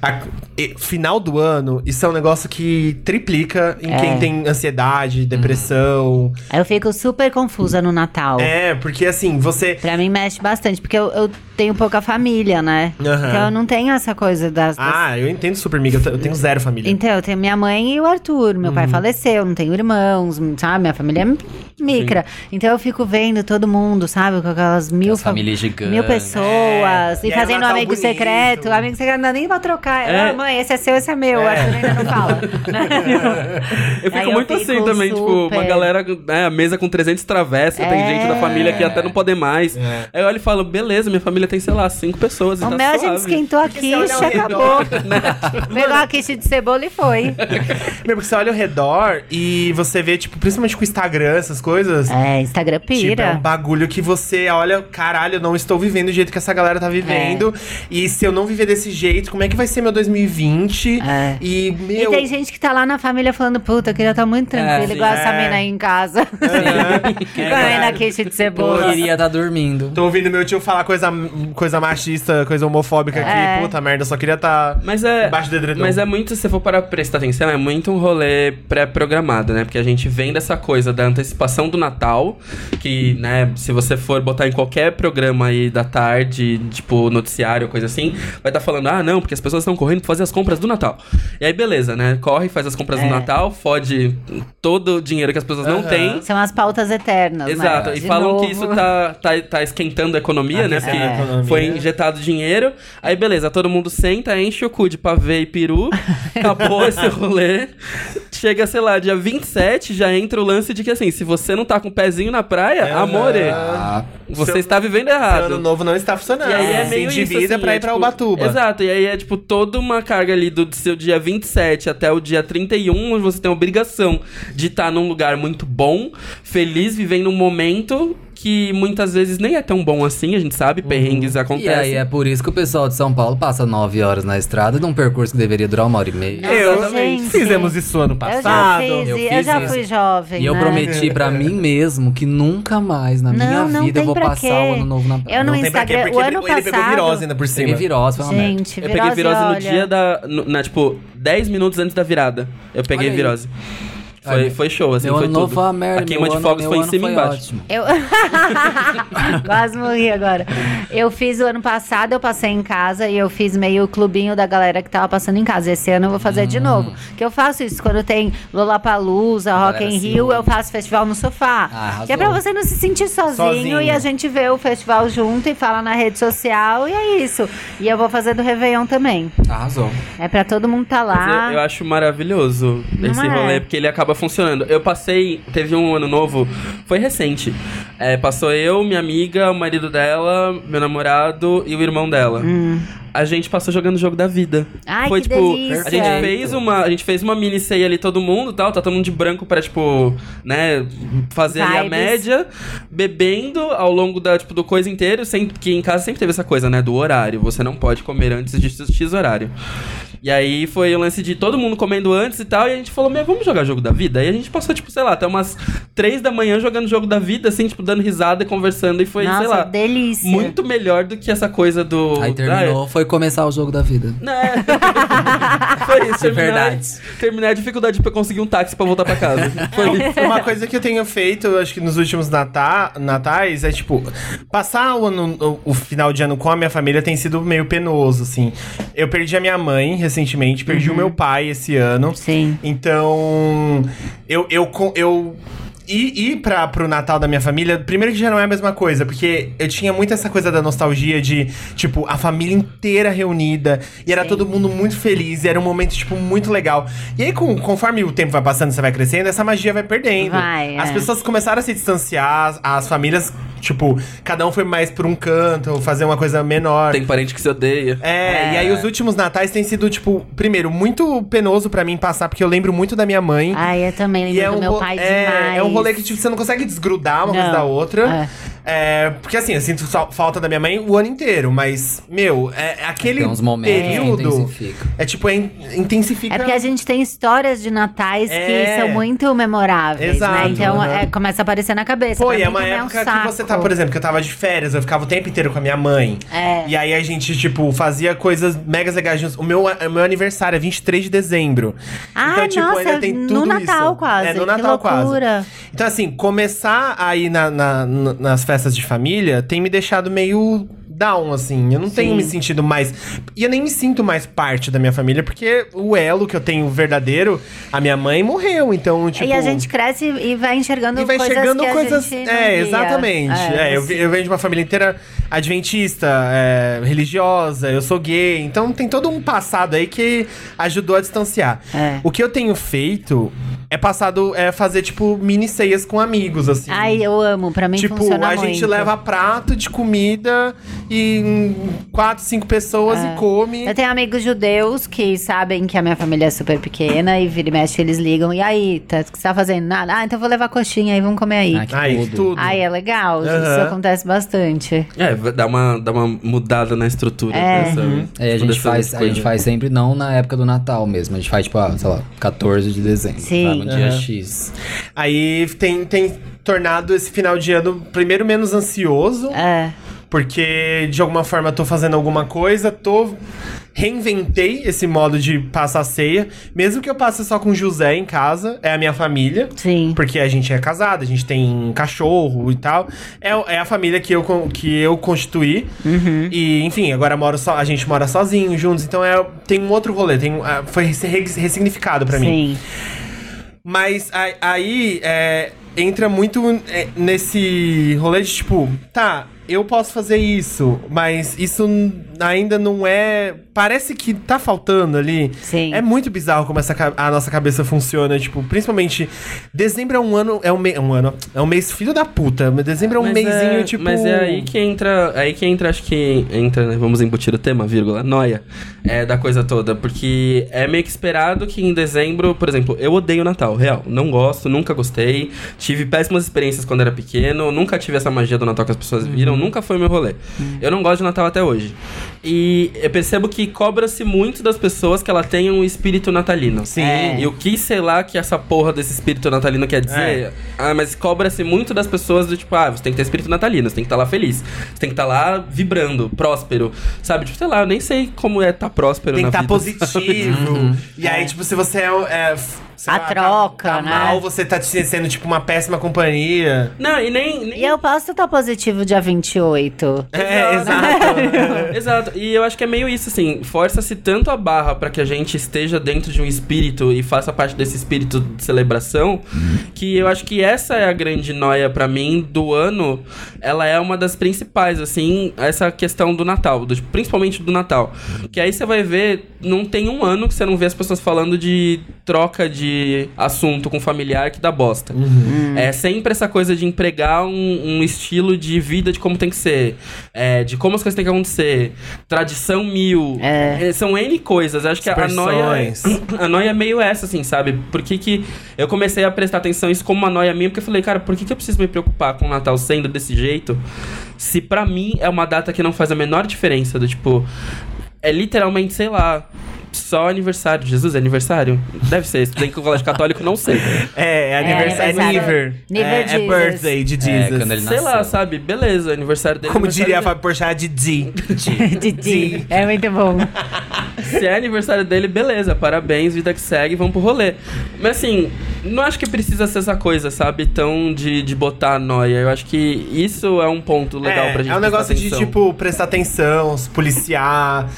B: A- e- final do ano, isso é um negócio que triplica em
D: É. Uhum.
B: quem tem ansiedade, depressão.
D: Aí Eu fico super confusa no Natal.
B: É, porque assim, você.
D: Pra mim mexe bastante, porque eu, eu tenho pouca família, né?
B: Aham.
D: Então eu não tenho essa coisa das. das-
B: Ah, eu entendo super, amiga. Eu tenho zero família.
D: Então, eu tenho minha mãe e o Arthur. Meu pai faleceu, não tenho irmãos, sabe? Minha família é micra. Então eu fico vendo todo mundo, sabe? Com aquelas mil
F: As famílias gigantes.
D: Mil pessoas,
B: É,
D: e
B: e aí o
D: fazendo um
B: Natal
D: amigo
B: bonito.
D: secreto. O amigo secreto não dá nem pra trocar.
C: É.
D: Ah, mãe, esse é seu, esse é meu. Acho que ainda não fala. Né?
C: Eu
D: Aí
C: fico
D: eu
C: muito
D: fico
C: assim também, tipo, uma
D: super.
C: galera, né, a mesa com 300 travessa, tem
D: É.
C: gente da família que até não poder mais. Aí eu olho e falo, beleza, minha família tem, sei lá, cinco pessoas. e
D: o
C: tá
D: meu a gente
C: suave.
D: esquentou a quiche, acabou. Pegou a quiche de cebola e foi.
B: Meu, porque você olha ao redor e você vê, tipo, principalmente com o Instagram, essas coisas.
D: É, Instagram
B: Tipo, é um
D: pira.
B: bagulho que você olha, caralho, eu não estou vivendo do jeito que essa galera tá
D: É.
B: vivendo. E se eu não viver desse jeito, como é que vai ser meu 2020?
D: É.
B: E,
D: E
B: meu.
D: tem gente que tá lá na família falando, puta, eu queria estar muito tranquila,
F: sim.
D: igual essa
B: um É.
D: mina aí em casa. Comendo a quiche de
F: Pô,
D: cebola.
F: iria estar tá dormindo.
B: Tô ouvindo meu tio falar coisa, coisa machista, coisa homofóbica
D: É.
B: aqui. Puta merda, eu só queria estar tá
C: Mas é.
B: embaixo do edredom.
C: Mas é muito, se você for para prestar atenção, é muito um rolê pré-programado, né? Porque a gente vem dessa coisa da antecipação do Natal, que, né, se você for botar em qualquer programa aí da tarde, tipo, noticiário, coisa assim, vai estar falando, ah, não, porque as pessoas estão correndo pra fazer as compras do Natal. E aí, beleza, né? Corre, faz as compras do Natal, fode todo o dinheiro que as pessoas não
B: Aham.
C: têm.
D: São as pautas eternas. né?
C: Exato, e
D: De
C: falam
D: novo.
C: que isso tá, tá, tá esquentando a economia, né? Porque
B: Aquecendo a economia.
C: foi injetado dinheiro. Aí beleza, todo mundo senta, enche o cu de pavê e peru. Acabou esse rolê. Chega, sei lá, dia 27, já entra o lance de que assim, se você não tá com o pezinho na praia,
B: É,
C: amore,
F: Ah,
C: você
B: seu-
C: está vivendo
B: Seu ano
C: errado.
B: novo não está funcionando.
C: E aí é meio
B: Se endivida
C: isso, assim,
B: pra
C: é
B: ir pra
C: tipo-
B: Ubatuba.
C: Exato, e aí é tipo toda uma carga ali do seu dia 27 até o dia 31, onde você tem a obrigação de estar num lugar muito bom, feliz, vivendo um momento que muitas vezes nem é tão bom assim, a gente sabe, perrengues
F: Uhum. E
C: acontecem.
F: aí é por isso que o pessoal de São Paulo passa nove horas na estrada de um percurso que deveria durar uma hora e meia.
B: Eu,
D: Gente.
B: fizemos isso ano
C: tá
D: Eu já
B: passado.
D: fiz, eu,
F: eu fiz
D: já
F: isso.
D: fui jovem.
F: E eu
D: né?
F: prometi pra mim mesmo que nunca mais na minha
D: Não, não
F: vida
D: tem
F: eu vou
D: pra
F: passar
D: quê.
F: o ano novo na praia.
D: Eu não
F: Não,
B: Tem pra quê?
D: Instagram,
B: Porque
D: o
B: ele,
D: ano
B: ele pegou
D: passado-
B: virose ainda por cima.
F: Peguei virose, foi é uma merda.
D: Gente,
C: Eu peguei virose no
D: olha.
C: dia da. no- na, tipo, 10 minutos antes da virada. Eu peguei
F: Olha aí.
C: virose. Foi, foi show, assim,
F: Meu
C: foi
F: ano novo
C: tudo.
F: foi uma merda.
C: A queima
F: meu
C: de
F: ano-
C: fogos
F: meu
C: foi em
F: ano
C: cima e embaixo.
F: ótimo.
D: Eu quase morri agora. Eu fiz o ano passado, eu passei em casa e eu fiz meio o clubinho da galera que tava passando em casa. Esse ano eu vou fazer
F: Hum.
D: de novo. Que eu faço isso quando tem Lollapalooza, Rock
F: galera
D: in
F: se
D: Rio,
F: une.
D: eu faço festival no sofá.
F: Ah,
D: que é pra
F: arrasou.
D: você não se sentir sozinho,
B: Sozinho.
D: e a gente vê o festival junto e fala na rede social e é isso. E eu vou fazer do Réveillon também.
F: Arrasou.
D: É pra todo mundo tá
C: Mas eu-
D: lá.
C: Eu, acho maravilhoso
D: Não
C: esse
D: é?
C: rolê, porque ele acaba funcionando. Eu passei, teve um ano novo, foi recente. É, passou eu, minha amiga, o marido dela, meu namorado e o irmão dela.
D: Hum.
C: A gente passou jogando o jogo da vida.
D: Ai,
C: foi
D: que
C: tipo,
D: delícia.
C: a gente fez uma, a gente fez uma mini ceia ali todo mundo, tal, tá todo mundo de branco pra tipo, né, fazer ali a
D: Vibes.
C: média, bebendo ao longo da tipo do coisa inteiro, sem que em casa sempre teve essa coisa, né, do horário, você não pode comer antes de X horário. E aí foi o lance de todo mundo comendo antes e tal, e a gente falou, meu, vamos jogar jogo da vida? Aí a gente passou, tipo, sei lá, até umas três da manhã jogando jogo da vida, assim, tipo, dando risada, conversando, e foi,
D: Nossa,
C: sei lá,
D: delícia.
C: muito melhor do que essa coisa do.
F: Aí terminou, foi começar o jogo da vida.
C: Né? Foi isso,
D: é
F: De
C: terminar,
F: verdade.
C: terminar a dificuldade pra eu conseguir um táxi pra voltar pra casa. Foi isso.
B: Uma coisa que eu tenho feito, eu acho que nos últimos nata- natais, é tipo, passar o, ano- o- o final de ano com a minha família tem sido meio penoso, assim. Eu perdi a minha mãe recentemente, perdi
C: Uhum.
B: o meu pai esse ano.
D: Sim.
B: Então, eu. eu, con- eu Ir, ir pra, pro Natal da minha família, primeiro que já não é a mesma coisa, porque eu tinha muito essa coisa da nostalgia de, tipo, a família inteira reunida, e era todo mundo muito feliz, e era um momento, tipo, muito legal. E aí, com, conforme o tempo vai passando, você vai crescendo, essa magia vai perdendo.
D: Vai,
B: As
D: é.
B: pessoas começaram a se distanciar, as, as famílias, tipo, cada um foi mais por um canto, fazer uma coisa menor.
C: Tem parente que se odeia.
B: É,
F: É.
B: e aí os últimos natais têm sido, tipo, primeiro, muito penoso pra mim passar, porque eu lembro muito da minha mãe.
D: Ai, eu também lembro
B: e é
D: do
B: um,
D: meu
B: ro-
D: pai
B: é,
D: demais.
B: é um rolê que tipo, você não consegue desgrudar uma coisa
D: Não.
B: da outra. É, porque assim, eu sinto só- falta da minha mãe o ano inteiro, mas, meu, é, é aquele
F: Tem uns momentos que
B: período.
F: intensifica.
B: É tipo, é, in- intensifica.
D: É porque a gente tem histórias de natais
B: É.
D: que são muito memoráveis, né?
B: Exato,
D: Então
B: aham.
D: é, começa a aparecer na cabeça.
B: Foi,
D: Pra
B: é
D: mim
B: uma
D: também um
B: época que
D: saco.
B: você tá, por exemplo, que eu tava de férias, eu ficava o tempo inteiro com a minha mãe.
D: É.
B: E aí a gente, tipo, fazia coisas mega legais. juntos. O meu, o meu aniversário é 23 de dezembro.
D: Ah,
B: então, tipo,
D: nossa,
B: ainda tem
D: no
B: tudo
D: Natal
B: isso.
D: quase,
B: É, no
D: que
B: Natal
D: loucura.
B: quase. Então, assim, começar a ir na- na- na- nas festas de família tem me deixado meio down, assim. Eu não tenho me sentido mais. E eu nem me sinto mais parte da minha família, porque o elo que eu tenho verdadeiro, a minha mãe morreu. Então, tipo.
D: E a gente cresce e vai enxergando
B: E vai
D: coisas
B: chegando
D: que
B: coisas.
D: a gente não
B: É,
D: via.
B: exatamente. É, eu, vi- eu venho de uma família inteira adventista, é, religiosa, eu sou gay. Então tem todo um passado aí que ajudou a distanciar.
D: É.
B: O que eu tenho feito é passado é fazer, tipo, mini ceias com amigos, assim.
D: Ai, eu amo, pra mim
B: Tipo,
D: funciona
B: a gente
D: muito.
B: leva prato de comida e hum, quatro, cinco pessoas e come.
D: É. Eu tenho amigos judeus que sabem que a minha família é super pequena e vira e mexe, eles ligam. E aí, tá, o que você tá fazendo? Nada. Ah, então eu vou levar coxinha aí, vamos comer aí.
F: Ah, que
B: Ai,
F: tudo.
B: tudo.
D: Ai, é legal, isso
B: Aham.
D: acontece bastante.
C: É, vai dar uma, dá uma mudada na estrutura.
D: É.
C: dessa-
F: Aí a gente,
C: dessa
F: faz, a
C: coisa.
F: gente faz sempre, não na época do Natal mesmo. A gente faz, tipo, ah, sei lá, 14 de dezembro.
D: Sim.
F: sabe? Um dia
B: Aham.
F: X.
B: Aí tem, tem tornado esse final de ano, primeiro, menos ansioso.
D: É.
B: Porque de alguma forma eu tô fazendo alguma coisa, tô. Reinventei esse modo de passar ceia. Mesmo que eu passe só com o José em casa, é a minha família.
D: Sim.
B: Porque a gente é casado, a gente tem cachorro e tal. É, o- é a família que eu, con- que eu constituí. E, enfim, agora moro só a gente mora sozinho, juntos. Então é, tem um outro rolê. Tem, um- ah, foi res- ressignificado pra mim.
D: Sim.
B: Mas a- aí é, entra muito é, nesse rolê de tipo, tá, eu posso fazer isso, mas isso n- ainda não é. Parece que tá faltando ali.
D: Sim.
B: É muito bizarro como essa, ca- a nossa cabeça funciona, tipo, principalmente. Dezembro é um ano. É um, me- é um ano. É um mês filho da puta. mas Dezembro é um
C: Mas
B: mêsinho,
C: é-
B: tipo.
C: Mas é aí que entra. Aí que entra, acho que entra, né, Vamos embutir o tema, vírgula, noia. É da coisa toda. Porque é meio que esperado que em dezembro, por exemplo, eu odeio Natal, real. Não gosto, nunca gostei. Tive péssimas experiências quando era
B: Uhum.
C: pequeno. Nunca tive essa magia do Natal que as pessoas viram. Nunca foi meu rolê. Eu não gosto de Natal até hoje. E eu percebo que cobra-se muito das pessoas que ela tenha um espírito natalino.
B: Sim.
D: É.
C: E o que, sei lá, que essa porra desse espírito natalino quer dizer?
B: É.
C: Ah, mas cobra-se muito das pessoas do tipo, ah, você tem que ter espírito natalino, você tem que estar lá feliz. Você tem que estar lá vibrando, próspero. Sabe? Tipo, sei lá, eu nem sei como é estar próspero
B: Tem que tá
C: na
B: estar
C: vida.
B: positivo. E aí, tipo, se você é. é f- sei
D: A
B: lá,
D: troca,
B: tá, tá
D: né?
B: mal, você tá te sendo, tipo, uma péssima companhia.
C: Não, e nem... nem-
D: E eu posso estar positivo dia 28.
B: É,
C: exato. exato. E eu acho que é meio isso, assim. Força-se tanto a barra pra que a gente esteja dentro de um espírito e faça parte desse espírito de celebração, que eu acho que essa é a grande noia pra mim do ano. Ela é uma das principais, assim, essa questão do Natal, do- principalmente do Natal. Que aí você vai ver, não tem um ano que você não vê as pessoas falando de troca de assunto com familiar que dá bosta. É sempre essa coisa de empregar um, um estilo de vida de como tem que ser, é, de como as coisas têm que acontecer, tradição mil. É, São N coisas. Acho que a- a noia,
B: Dispersões.
C: a noia é meio essa, assim, sabe? Por que, que eu comecei a prestar atenção a isso como uma noia minha? Porque eu falei, cara, por que, que eu preciso me preocupar com o Natal sendo desse jeito? Se pra mim é uma data que não faz a menor diferença, do tipo, é literalmente, sei lá. Só aniversário. Jesus, é aniversário? Deve ser. Estudei com o colégio católico, não sei.
B: É, é aniversário. É,
D: aniversário.
B: Niver.
D: Niver
B: é, é
D: Jesus.
B: birthday de
F: É,
B: Jesus.
F: quando ele
C: Sei lá,
F: nasceu.
C: sabe? Beleza, aniversário dele.
B: Como
C: aniversário
B: diria a
C: dele.
B: Fábio Porchat, de Di.
D: Didi. É muito bom.
C: Se é aniversário dele, beleza, parabéns, vida que segue, vamos pro rolê. Mas assim, não acho que precisa ser essa coisa, sabe? Tão de, de botar a noia. Eu acho que isso é um ponto legal
B: é,
C: pra gente
B: é um
C: prestar
B: negócio de,
C: atenção.
B: tipo, prestar atenção, se policiar.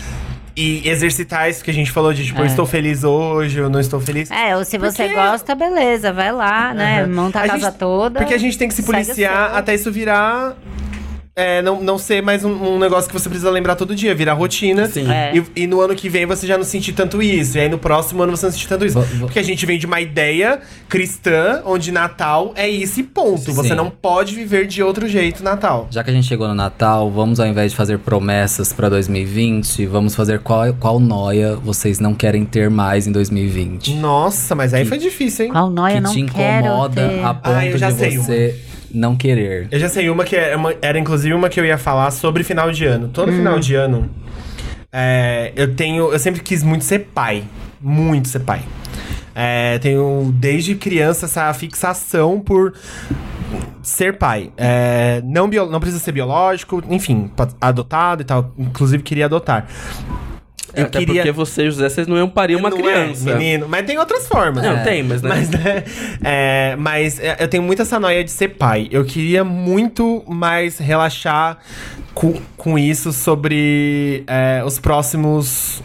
B: E exercitar isso que a gente falou de, tipo, eu estou feliz hoje, eu não estou feliz.
D: É, ou se você
B: Porque-
D: gosta, beleza, vai lá, né? Monta a,
B: A
D: casa
B: gente-
D: toda.
B: Porque a gente tem que se
D: segue o
B: policiar
D: seu.
B: até isso virar. é, não, não ser mais um, um negócio que você precisa lembrar todo dia, virar rotina.
C: Sim.
D: É.
B: E, e no ano que vem você já não sentir tanto isso. E aí no próximo ano você não sentir tanto isso.
F: Vo- vo-
B: Porque a gente vem de uma ideia cristã, onde Natal é isso e ponto. Você
F: Sim.
B: não pode viver de outro jeito Natal.
F: Já que a gente chegou no Natal, vamos ao invés de fazer promessas pra 2020, vamos fazer qual, qual noia vocês não querem ter mais em 2020.
B: Nossa, mas aí foi difícil, hein?
D: Qual nóia
F: que
D: não
F: te
D: quero
F: incomoda
D: ter.
F: a ponto
B: Ah, eu já
F: de
B: sei
F: você não querer.
B: Eu já sei uma que era, uma- era, inclusive uma que eu ia falar sobre final de ano. Todo final de ano, é, eu tenho, eu sempre quis muito ser pai, muito ser pai. É, tenho desde criança essa fixação por ser pai. É, não, bio- não precisa ser biológico, enfim, pode- adotado e tal. Inclusive queria adotar. Eu
C: É, Até
B: queria-
C: porque você, José, vocês não iam parir uma
B: Não é,
C: criança.
B: menino, mas tem outras formas.
C: Não,
B: né?
C: tem, mas, né?
B: Mas, né, é, mas é, eu tenho muito essa noia de ser pai. Eu queria muito mais relaxar com, com isso sobre é, os próximos.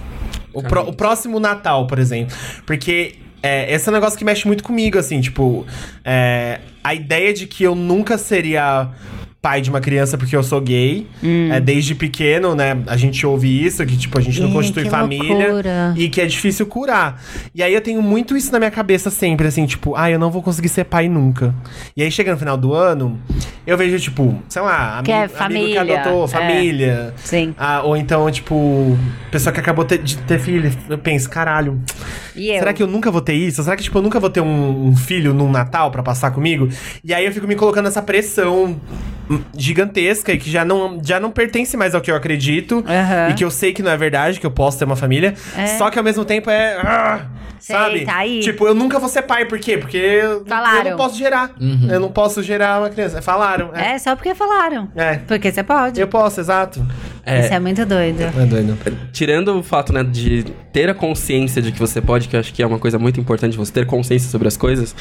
B: O, pró- o próximo Natal, por exemplo. Porque. É, esse é um negócio que mexe muito comigo, assim, tipo, é, a ideia de que eu nunca seria pai de uma criança porque eu sou gay,
D: Hum.
B: é, desde pequeno, né? A gente ouve isso, que, tipo, a gente não
D: Ih,
B: constitui
D: que
B: família
D: loucura.
B: e que é difícil curar. E aí eu tenho muito isso na minha cabeça sempre, assim, tipo, ah, eu não vou conseguir ser pai nunca. E aí chega no final do ano, eu vejo, tipo, sei lá,
D: Que
B: amigo,
D: é
B: amigo que
D: família,
B: adotou,
D: é.
B: família.
D: Sim.
B: Ah, ou então, tipo, pessoa que acabou te- de ter filho. Eu penso, caralho,
D: E eu?
B: será que eu nunca vou ter isso? Será que, tipo, eu nunca vou ter um, um filho num Natal pra passar comigo? E aí eu fico me colocando essa pressão hum, gigantesca e que já não, já não pertence mais ao que eu acredito.
D: Aham.
B: E que eu sei que não é verdade, que eu posso ter uma família. Só que ao mesmo tempo é. ah,
D: Sei,
B: sabe?
D: tá aí.
B: Tipo, eu nunca vou ser pai, por quê? Porque eu,
D: Falaram.
B: eu não posso gerar. Eu não posso gerar uma criança. Falaram. É.
D: É, só porque falaram.
B: É.
D: Porque você pode.
B: Eu posso, exato.
C: É,
D: Isso é muito doido.
B: É doido.
C: tirando o fato, né, de ter a consciência de que você pode, que eu acho que é uma coisa muito importante, você ter consciência sobre as coisas,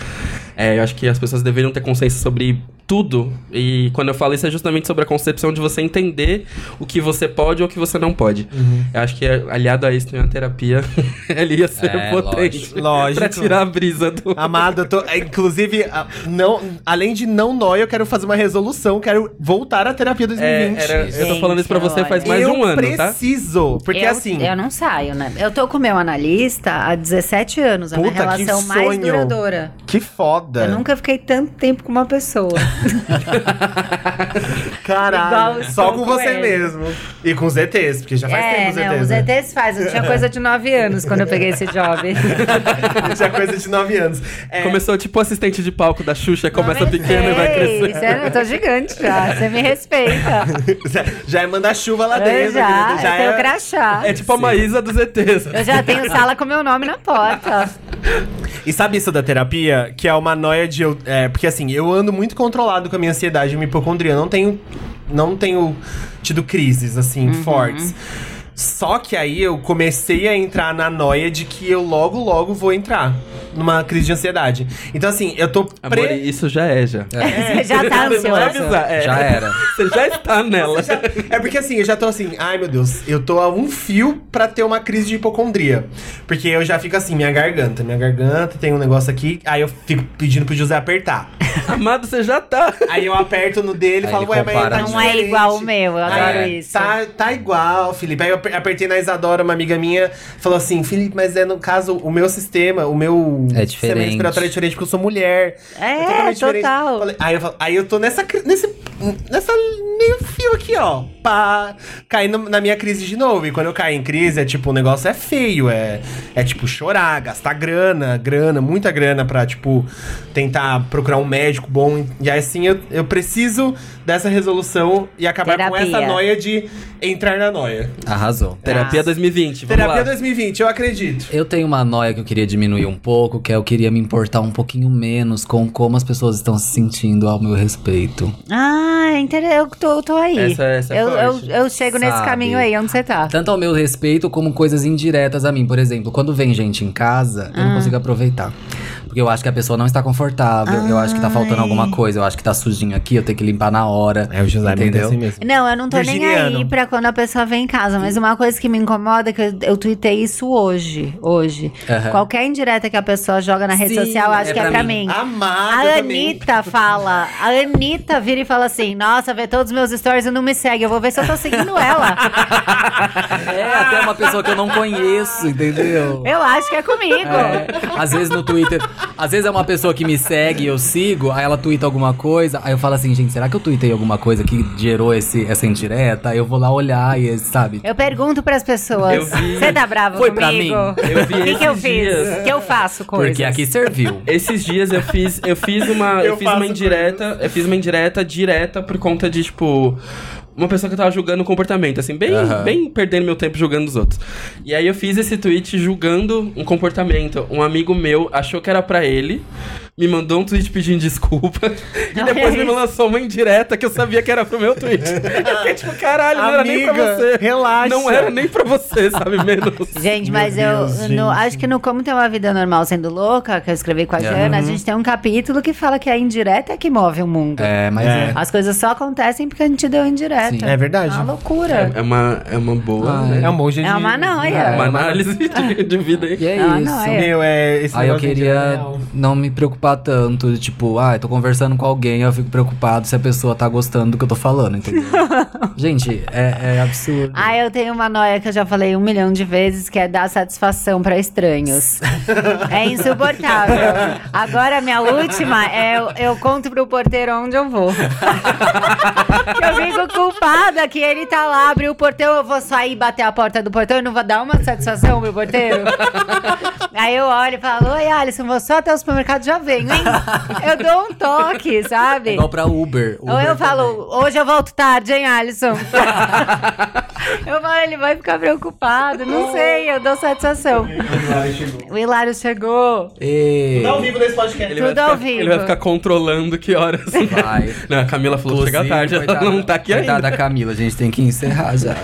C: é, eu acho que as pessoas deveriam ter consciência sobre tudo. E quando eu falo isso é justamente sobre a concepção de você entender o que você pode ou o que você não pode. Eu acho que é, aliado a isso tem uma terapia, ele ia ser
F: É,
C: potente.
B: lógico. Lógico.
C: Pra tirar a brisa do...
B: Amado, eu tô. é, Inclusive, a- não, além de não nóia, eu quero fazer uma resolução, quero voltar à terapia
C: É,
B: 2020.
C: era- eu tô
D: Gente,
C: falando isso pra você faz
D: olha.
C: mais de
B: eu
C: um ano, tá?
B: preciso, porque
D: eu,
B: assim.
D: Eu não saio, né? Eu tô com meu analista há 17 anos. É a minha
B: Puta, que
D: relação mais
B: sonho. É.
D: duradoura.
B: Que foda.
D: Eu nunca fiquei tanto tempo com uma pessoa.
B: Caralho.
D: Igual
B: Só
D: estou
B: com
D: com
B: você
D: ele.
B: mesmo. E com os ETs, porque já faz tempo
D: é,
B: os
D: não,
B: ETs.
D: os
B: né?
D: ETs faz. Eu tinha coisa de 9 anos quando eu peguei esse job.
B: Já coisa de 9 anos. É,
C: Começou tipo assistente de palco da Xuxa, começa pequeno e vai
D: Comecei. é,
C: crescendo.
D: Sério, eu tô gigante já. Você me respeita.
B: já é mandar chuva lá
D: Eu
B: dentro.
D: já,
B: querida,
D: eu tenho crachá.
C: É tipo a Maísa dos ETs.
D: Eu já tenho sala com meu nome na porta.
B: E sabe isso da terapia? Que é uma noia de eu. é, porque assim, eu ando muito controlado com a minha ansiedade e minha hipocondria. Eu não tenho. Não tenho tido crises, assim, fortes. Só que aí eu comecei a entrar na noia de que eu logo, logo vou entrar numa crise de ansiedade. Então, assim, eu tô.
C: Amor, isso já é, já.
D: Você já tá
C: Você vai
D: ansioso.
C: avisar, é.
F: Já era.
C: Você já está nela.
B: É porque assim, eu já tô assim, ai meu Deus, eu tô a um fio pra ter uma crise de hipocondria. Porque eu já fico assim, minha garganta, minha garganta, tem um negócio aqui, aí eu fico pedindo pro José apertar.
C: Amado, você já tá.
B: Aí eu aperto no dele e
F: Aí
B: falo,
F: ele
B: ué, mas
F: compara,
B: tá
F: né?
D: Não é
B: diferente."
D: igual o meu, eu
B: Aí,
D: adoro
F: é.
D: isso.
B: Tá, tá igual, Felipe. Aí eu aper- apertei na Isadora, uma amiga minha, falou assim: Felipe, mas é no caso, o meu sistema, o meu sistema
F: É diferente.
B: respiratório é diferente porque eu sou mulher.
D: É,
B: totalmente diferente.
D: total.
B: Falei- aí, eu falo- aí eu tô nessa, cri- nesse, nessa meio fio aqui, ó. Pá, caindo na minha crise de novo. E quando eu caio em crise, é tipo, o negócio é feio. É, é tipo chorar, gastar grana, grana, muita grana pra, tipo, tentar procurar um médico bom. E aí assim eu, eu preciso dessa resolução e acabar com essa
D: Terapia.
B: noia de entrar na noia.
F: Arrasou.
C: Terapia 2020, vamos
B: Terapia
C: lá.
B: 2020, eu acredito.
F: Eu tenho uma noia que eu queria diminuir um pouco, que é eu queria me importar um pouquinho menos com como as pessoas estão se sentindo ao meu respeito.
D: Ah, inter... eu tô, eu tô aí.
C: Essa- essa é
D: eu, eu,
C: forte.
D: eu chego nesse
F: Sabe.
D: caminho aí, onde você tá?
F: Tanto ao meu respeito como coisas indiretas a mim. Por exemplo, quando vem gente em casa,
D: Ah.
F: eu não consigo aproveitar. Porque eu acho que a pessoa não está confortável, eu acho que tá faltando alguma coisa, eu acho que tá sujinho aqui, eu tenho que limpar na hora.
B: É, o José
F: Entendeu?
B: mesmo.
D: Não, eu não tô nem aí
B: Virginiano.
D: pra quando a pessoa vem em casa. Mas uma coisa que me incomoda, é que eu, eu tuitei isso hoje. Hoje.
F: Aham.
D: Qualquer indireta que a pessoa joga na rede
F: Sim,
D: social, eu acho
F: é
D: que é
F: pra
D: pra mim.
F: mim.
B: Amada
D: A
B: também.
D: Anitta fala, a Anitta vira e fala assim: Nossa, vê todos os meus stories e não me segue. Eu vou ver se eu tô seguindo ela.
F: É, até uma pessoa que eu não conheço, entendeu?
D: Eu acho que é comigo.
F: É, às vezes no Twitter, às vezes é uma pessoa que me segue, eu sigo, aí ela tuita alguma coisa, aí eu falo assim, gente, será que eu tuitei alguma coisa que gerou esse, essa indireta? Aí Eu vou lá olhar e, sabe?
D: Eu pergunto pras
C: Eu
D: pessoas:
C: vi.
D: Você tá bravo
F: Foi pra
D: comigo?
F: mim.
C: Eu vi
D: O que, que eu
C: esses
D: fiz?
C: dias.
D: O que eu faço com
F: Porque aqui serviu.
C: Esses dias eu fiz, eu fiz uma, eu
B: Eu
C: fiz uma
B: faço
C: indireta, eu fiz uma indireta direta por conta de tipo uma pessoa que eu tava julgando o comportamento, assim, bem,
F: Aham.
C: bem perdendo meu tempo julgando os outros. E aí eu fiz esse tweet julgando um comportamento. Um amigo meu achou que era pra ele, me mandou um tweet pedindo desculpa e depois me lançou uma indireta que eu sabia que era pro meu tweet. Eu fiquei tipo, caralho, não era nem pra
B: Amiga,
C: você.
B: relaxa.
C: Não era nem pra você, sabe? Menos.
D: Gente,
B: Meu
D: mas
B: Deus,
D: eu
B: gente. É.
D: no- acho que no Como Ter Uma Vida Normal Sendo Louca, que eu escrevi com a
B: Uhum.
D: Jana, a gente tem um capítulo que fala que a indireta é que move o mundo.
F: É, mas
B: É.
F: é.
D: As coisas só acontecem porque a gente deu indireta.
F: Sim.
B: É verdade.
D: uma loucura.
C: É uma, é uma boa, né?
B: É um bom jeito
D: É
B: de-
D: uma noia.
C: Uma análise de, de vida aí.
F: E é
D: Ah,
F: isso.
D: não, é.
B: Meu, é, esse
F: Aí eu
B: negócio de
F: queria
B: real.
F: não me preocupar tanto, de tipo, ah, eu tô conversando com alguém, eu fico preocupado se a pessoa tá gostando do que eu tô falando, entendeu? Gente, é, é absurdo.
D: Ah, eu tenho uma noia que eu já falei um milhão de vezes, que é dar satisfação pra estranhos. é insuportável. Agora, minha última é eu, eu conto pro porteiro onde eu vou. eu fico culpada que ele tá lá, abriu o portão, eu vou sair, bater a porta do portão e não vou dar uma satisfação pro porteiro. Aí eu olho e falo, oi Alisson, vou só até o supermercado, já venho, hein? Eu dou um toque,
F: É
D: sabe?
F: igual pra Uber.
D: Ou
F: Uber
D: eu falo,
F: também.
D: hoje eu volto tarde, hein, Alisson? eu falo, ele vai ficar preocupado, não sei, eu dou satisfação. O Hilário chegou.
F: Ei,
B: Tá ao vivo nesse podcast.
C: Ele vai
D: Tudo ao
C: ficar-
D: vivo.
C: Ele vai ficar controlando que horas.
F: vai.
C: Não, a Camila falou que chega
F: Inclusive,
C: tarde, ela
F: coitada-
C: não tá aqui
F: coitada
C: ainda.
F: da Camila, a gente tem que encerrar já.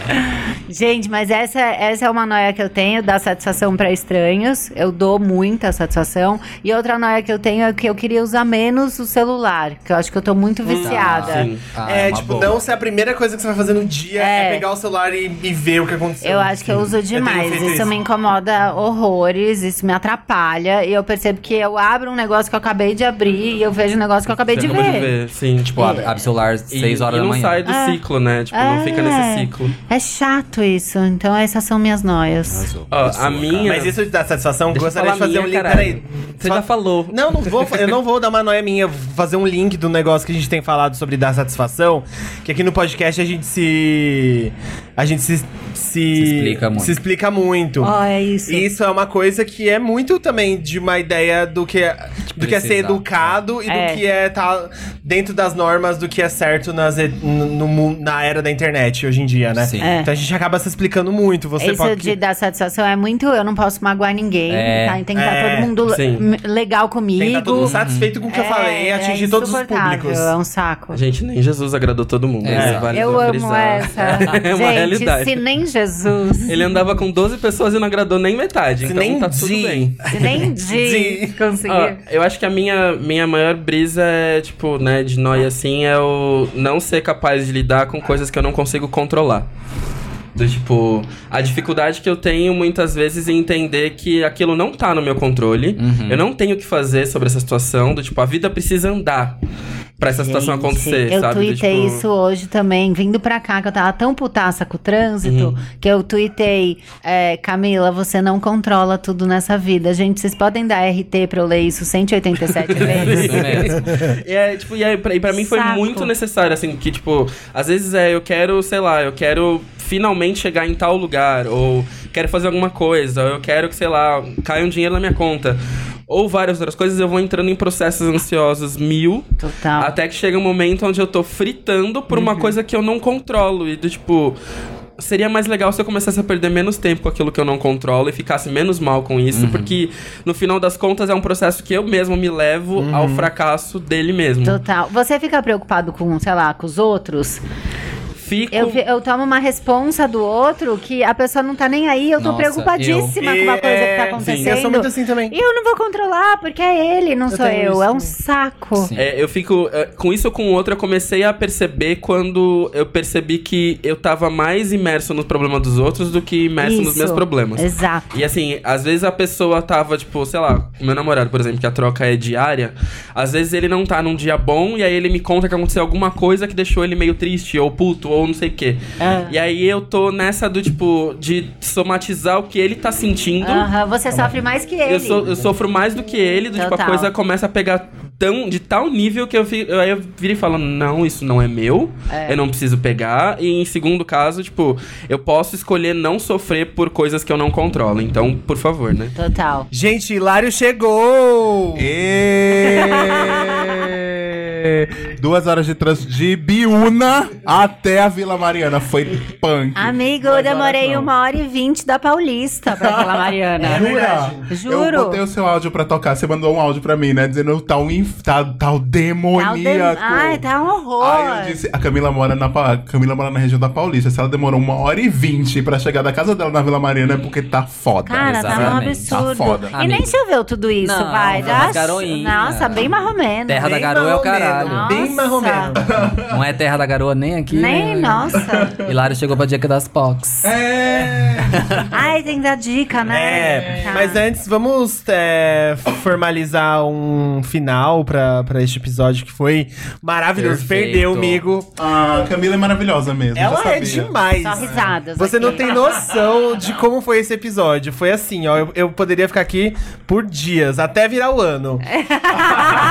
D: Gente, mas essa, essa é uma noia que eu tenho, dar satisfação pra estranhos. Eu dou muita satisfação. E outra noia que eu tenho é que eu queria usar menos o celular, que eu acho que eu tô muito viciada.
C: Sim.
F: Ah,
B: é,
F: uma
B: tipo,
F: boa.
B: não se a primeira coisa que você vai fazer no dia é,
D: É.
B: pegar o celular e, e ver o que aconteceu.
D: Eu acho que eu uso
B: tenho
D: demais.
B: feito
D: isso, é
B: isso.
D: me incomoda horrores, isso me atrapalha. E eu percebo que eu abro um negócio que eu acabei de abrir e eu vejo um negócio que eu acabei
C: Você
D: de
C: acabou
D: ver.
C: Sim, tipo,
F: Tipo, abre, abre o celular
C: e-
F: 6 horas
C: e
F: da
C: não
F: manhã.
C: sai do
D: É.
C: ciclo, né? Tipo, não fica
D: É.
C: nesse ciclo.
D: É chato isso. Então essas são minhas noias.
F: Arrasou.
C: Ó,
F: Sua,
C: a minha...
B: Mas isso te dá satisfação?
C: Deixa eu
B: Gostaria de
C: falar
B: fazer
C: minha,
B: um link.
C: caralho.
B: Peraí.
C: Você já falou.
B: Não, não vou. Eu não vou dar uma noia minha. Vou fazer um link do negócio que a gente tem falado sobre dar satisfação. Que aqui no podcast a gente se. A gente se. se,
F: Se explica muito.
B: se explica Ah, muito.
D: Ó, é isso.
B: Isso é uma coisa que é muito também de uma ideia do que é, do que é ser
F: precisar.
B: educado e
D: É.
B: do que é estar dentro das normas do que é certo nas, e- no, no mu- na era da internet hoje em dia, né?
F: Sim.
D: É.
B: Então a gente acaba se explicando muito. Você
D: Isso
B: pode.
D: de dar satisfação é muito. Eu não posso magoar ninguém.
F: É.
D: tá? Tem que estar
B: É,
D: todo mundo le-
C: sim.
D: m- legal
B: Tem que
D: comigo. É,
B: estar todo mundo satisfeito com o que eu falei e atingir todos os
D: insuportável,
B: públicos.
D: É um saco.
C: Gente, nem Jesus agradou todo mundo.
F: É.
C: né? Vale
D: eu amo
C: frisar.
D: essa.
C: é uma
D: Gente,
C: realidade.
D: se nem Jesus,
C: Ele andava com 12 pessoas e não agradou nem metade.
B: Se
C: então
B: nem
C: tá tudo
B: de-
C: bem.
D: se nem de
B: Sim.
D: conseguir.
C: Ó, Ah, eu acho que a minha, minha maior brisa é, tipo, né, de nóia assim, é o não ser capaz de lidar com coisas que eu não consigo controlar. Do tipo, a dificuldade que eu tenho muitas vezes em entender que aquilo não tá no meu controle. Eu não tenho o que fazer sobre essa situação. Do tipo, a vida precisa andar pra essa situação
D: Gente,
C: acontecer,
D: Eu
C: sabe? Do
D: tuitei
C: tipo-
D: isso hoje também, vindo pra cá, que eu tava tão putaça com o trânsito,
B: Uhum.
D: que eu tuitei, é, Camila, você não controla tudo nessa vida. Gente, vocês podem dar RT pra eu ler isso 187 vezes?
F: Isso mesmo.
C: E, é, tipo, e, é, pra, e pra mim foi
D: Saco.
C: muito necessário, assim, que, tipo, às vezes é, eu quero, sei lá, eu quero finalmente chegar em tal lugar, ou quero fazer alguma coisa, ou eu quero que, sei lá, caia um dinheiro na minha conta. Ou várias outras coisas, eu vou entrando em processos ansiosos mil,
D: Total.
B: Ah,
C: até que chega um momento onde eu tô fritando por
D: Uhum.
C: uma coisa que eu não controlo. E do tipo. Seria mais legal se eu começasse a perder menos tempo com aquilo que eu não controlo e ficasse menos mal com
D: Uhum.
C: isso, porque no final das contas é um processo que eu mesmo me levo
D: Uhum.
C: ao fracasso dele mesmo.
D: Total. Você fica preocupado com, sei lá, com os outros?
C: Fico.
D: Eu, vi- eu tomo uma responsa do outro que a pessoa não tá nem aí, eu tô
F: Nossa,
D: preocupadíssima com uma
B: E,
D: coisa que
B: é,
D: tá
B: sim, eu sou
D: acontecendo.
B: muito assim também.
D: E eu não vou controlar, porque é ele, não
B: Eu
D: sou
B: tenho
D: eu.
B: isso
D: É um
B: também.
D: saco.
F: Sim.
C: É, eu fico. é, Com isso ou com o outro, eu comecei a perceber quando eu percebi que eu tava mais imerso nos problemas dos outros do que imerso nos
D: Isso.
C: meus
B: é
C: problemas.
D: Exato.
C: E assim, às vezes a pessoa tava, tipo, sei lá, o meu namorado, por exemplo, que a troca é diária, às vezes ele não tá num dia bom e aí ele me conta que aconteceu alguma coisa que deixou ele meio triste, ou puto, ou não sei o quê.
D: Ah.
C: E aí eu tô nessa do, tipo, de somatizar o que ele tá sentindo.
D: Aham, você sofre mais que ele.
C: Eu, sou- eu sofro mais do que ele, do, tipo, a
D: Total.
C: coisa começa a pegar tão, de tal nível que eu, vi, eu, aí eu viro e falo, não, isso não é meu, eu não preciso pegar. E em segundo caso, tipo, eu posso escolher não sofrer por coisas que eu não controlo. Então, por favor, né?
D: Total.
B: Gente, Hilário chegou!
G: Ê! Duas horas de trânsito de Ibiúna até a Vila Mariana. Foi punk.
D: Amigo, eu demorei uma hora e vinte da Paulista pra aquela
B: É
D: Mariana.
G: Jura?
D: Juro.
G: É Eu botei o seu áudio pra tocar. Você mandou um áudio pra mim, né? Dizendo tá um inf... tá, tá um
D: Tá o dem-
G: demoníaco.
D: Ai, tá um horror.
G: Aí eu disse, a Camila mora na Pa- a Camila mora na região da Paulista. Se ela demorou uma hora e vinte pra chegar da casa dela na Vila Mariana é porque tá foda.
D: Cara, tá um
F: Exatamente.
D: absurdo.
G: Tá foda.
D: E nem
F: Amigo.
D: choveu tudo isso,
F: Não,
D: vai.
F: foi umas
D: Nossa,
F: garoinhas.
D: Nossa, bem marromeno.
F: Terra da
B: Bem
F: garoa é o caralho.
B: marromeno, Bem
D: Nossa.
B: marromeno.
F: Não é terra da garoa nem aqui. né?
D: Nem, nossa.
F: Hilário chegou pra dica das pox.
G: É.
D: Ai, tem que dar dica, né?
B: É,
D: Tá.
B: mas antes vamos é, formalizar um final pra, pra este episódio que foi maravilhoso.
F: Perfeito.
B: Perdeu, amigo.
G: A Camila é maravilhosa mesmo. já
B: Ela é
G: sabia.
B: demais.
D: Só risadas
B: Você
D: aqui.
B: não tem noção de como foi esse episódio. Foi assim, ó. Eu, eu poderia ficar aqui por dias, até virar o ano.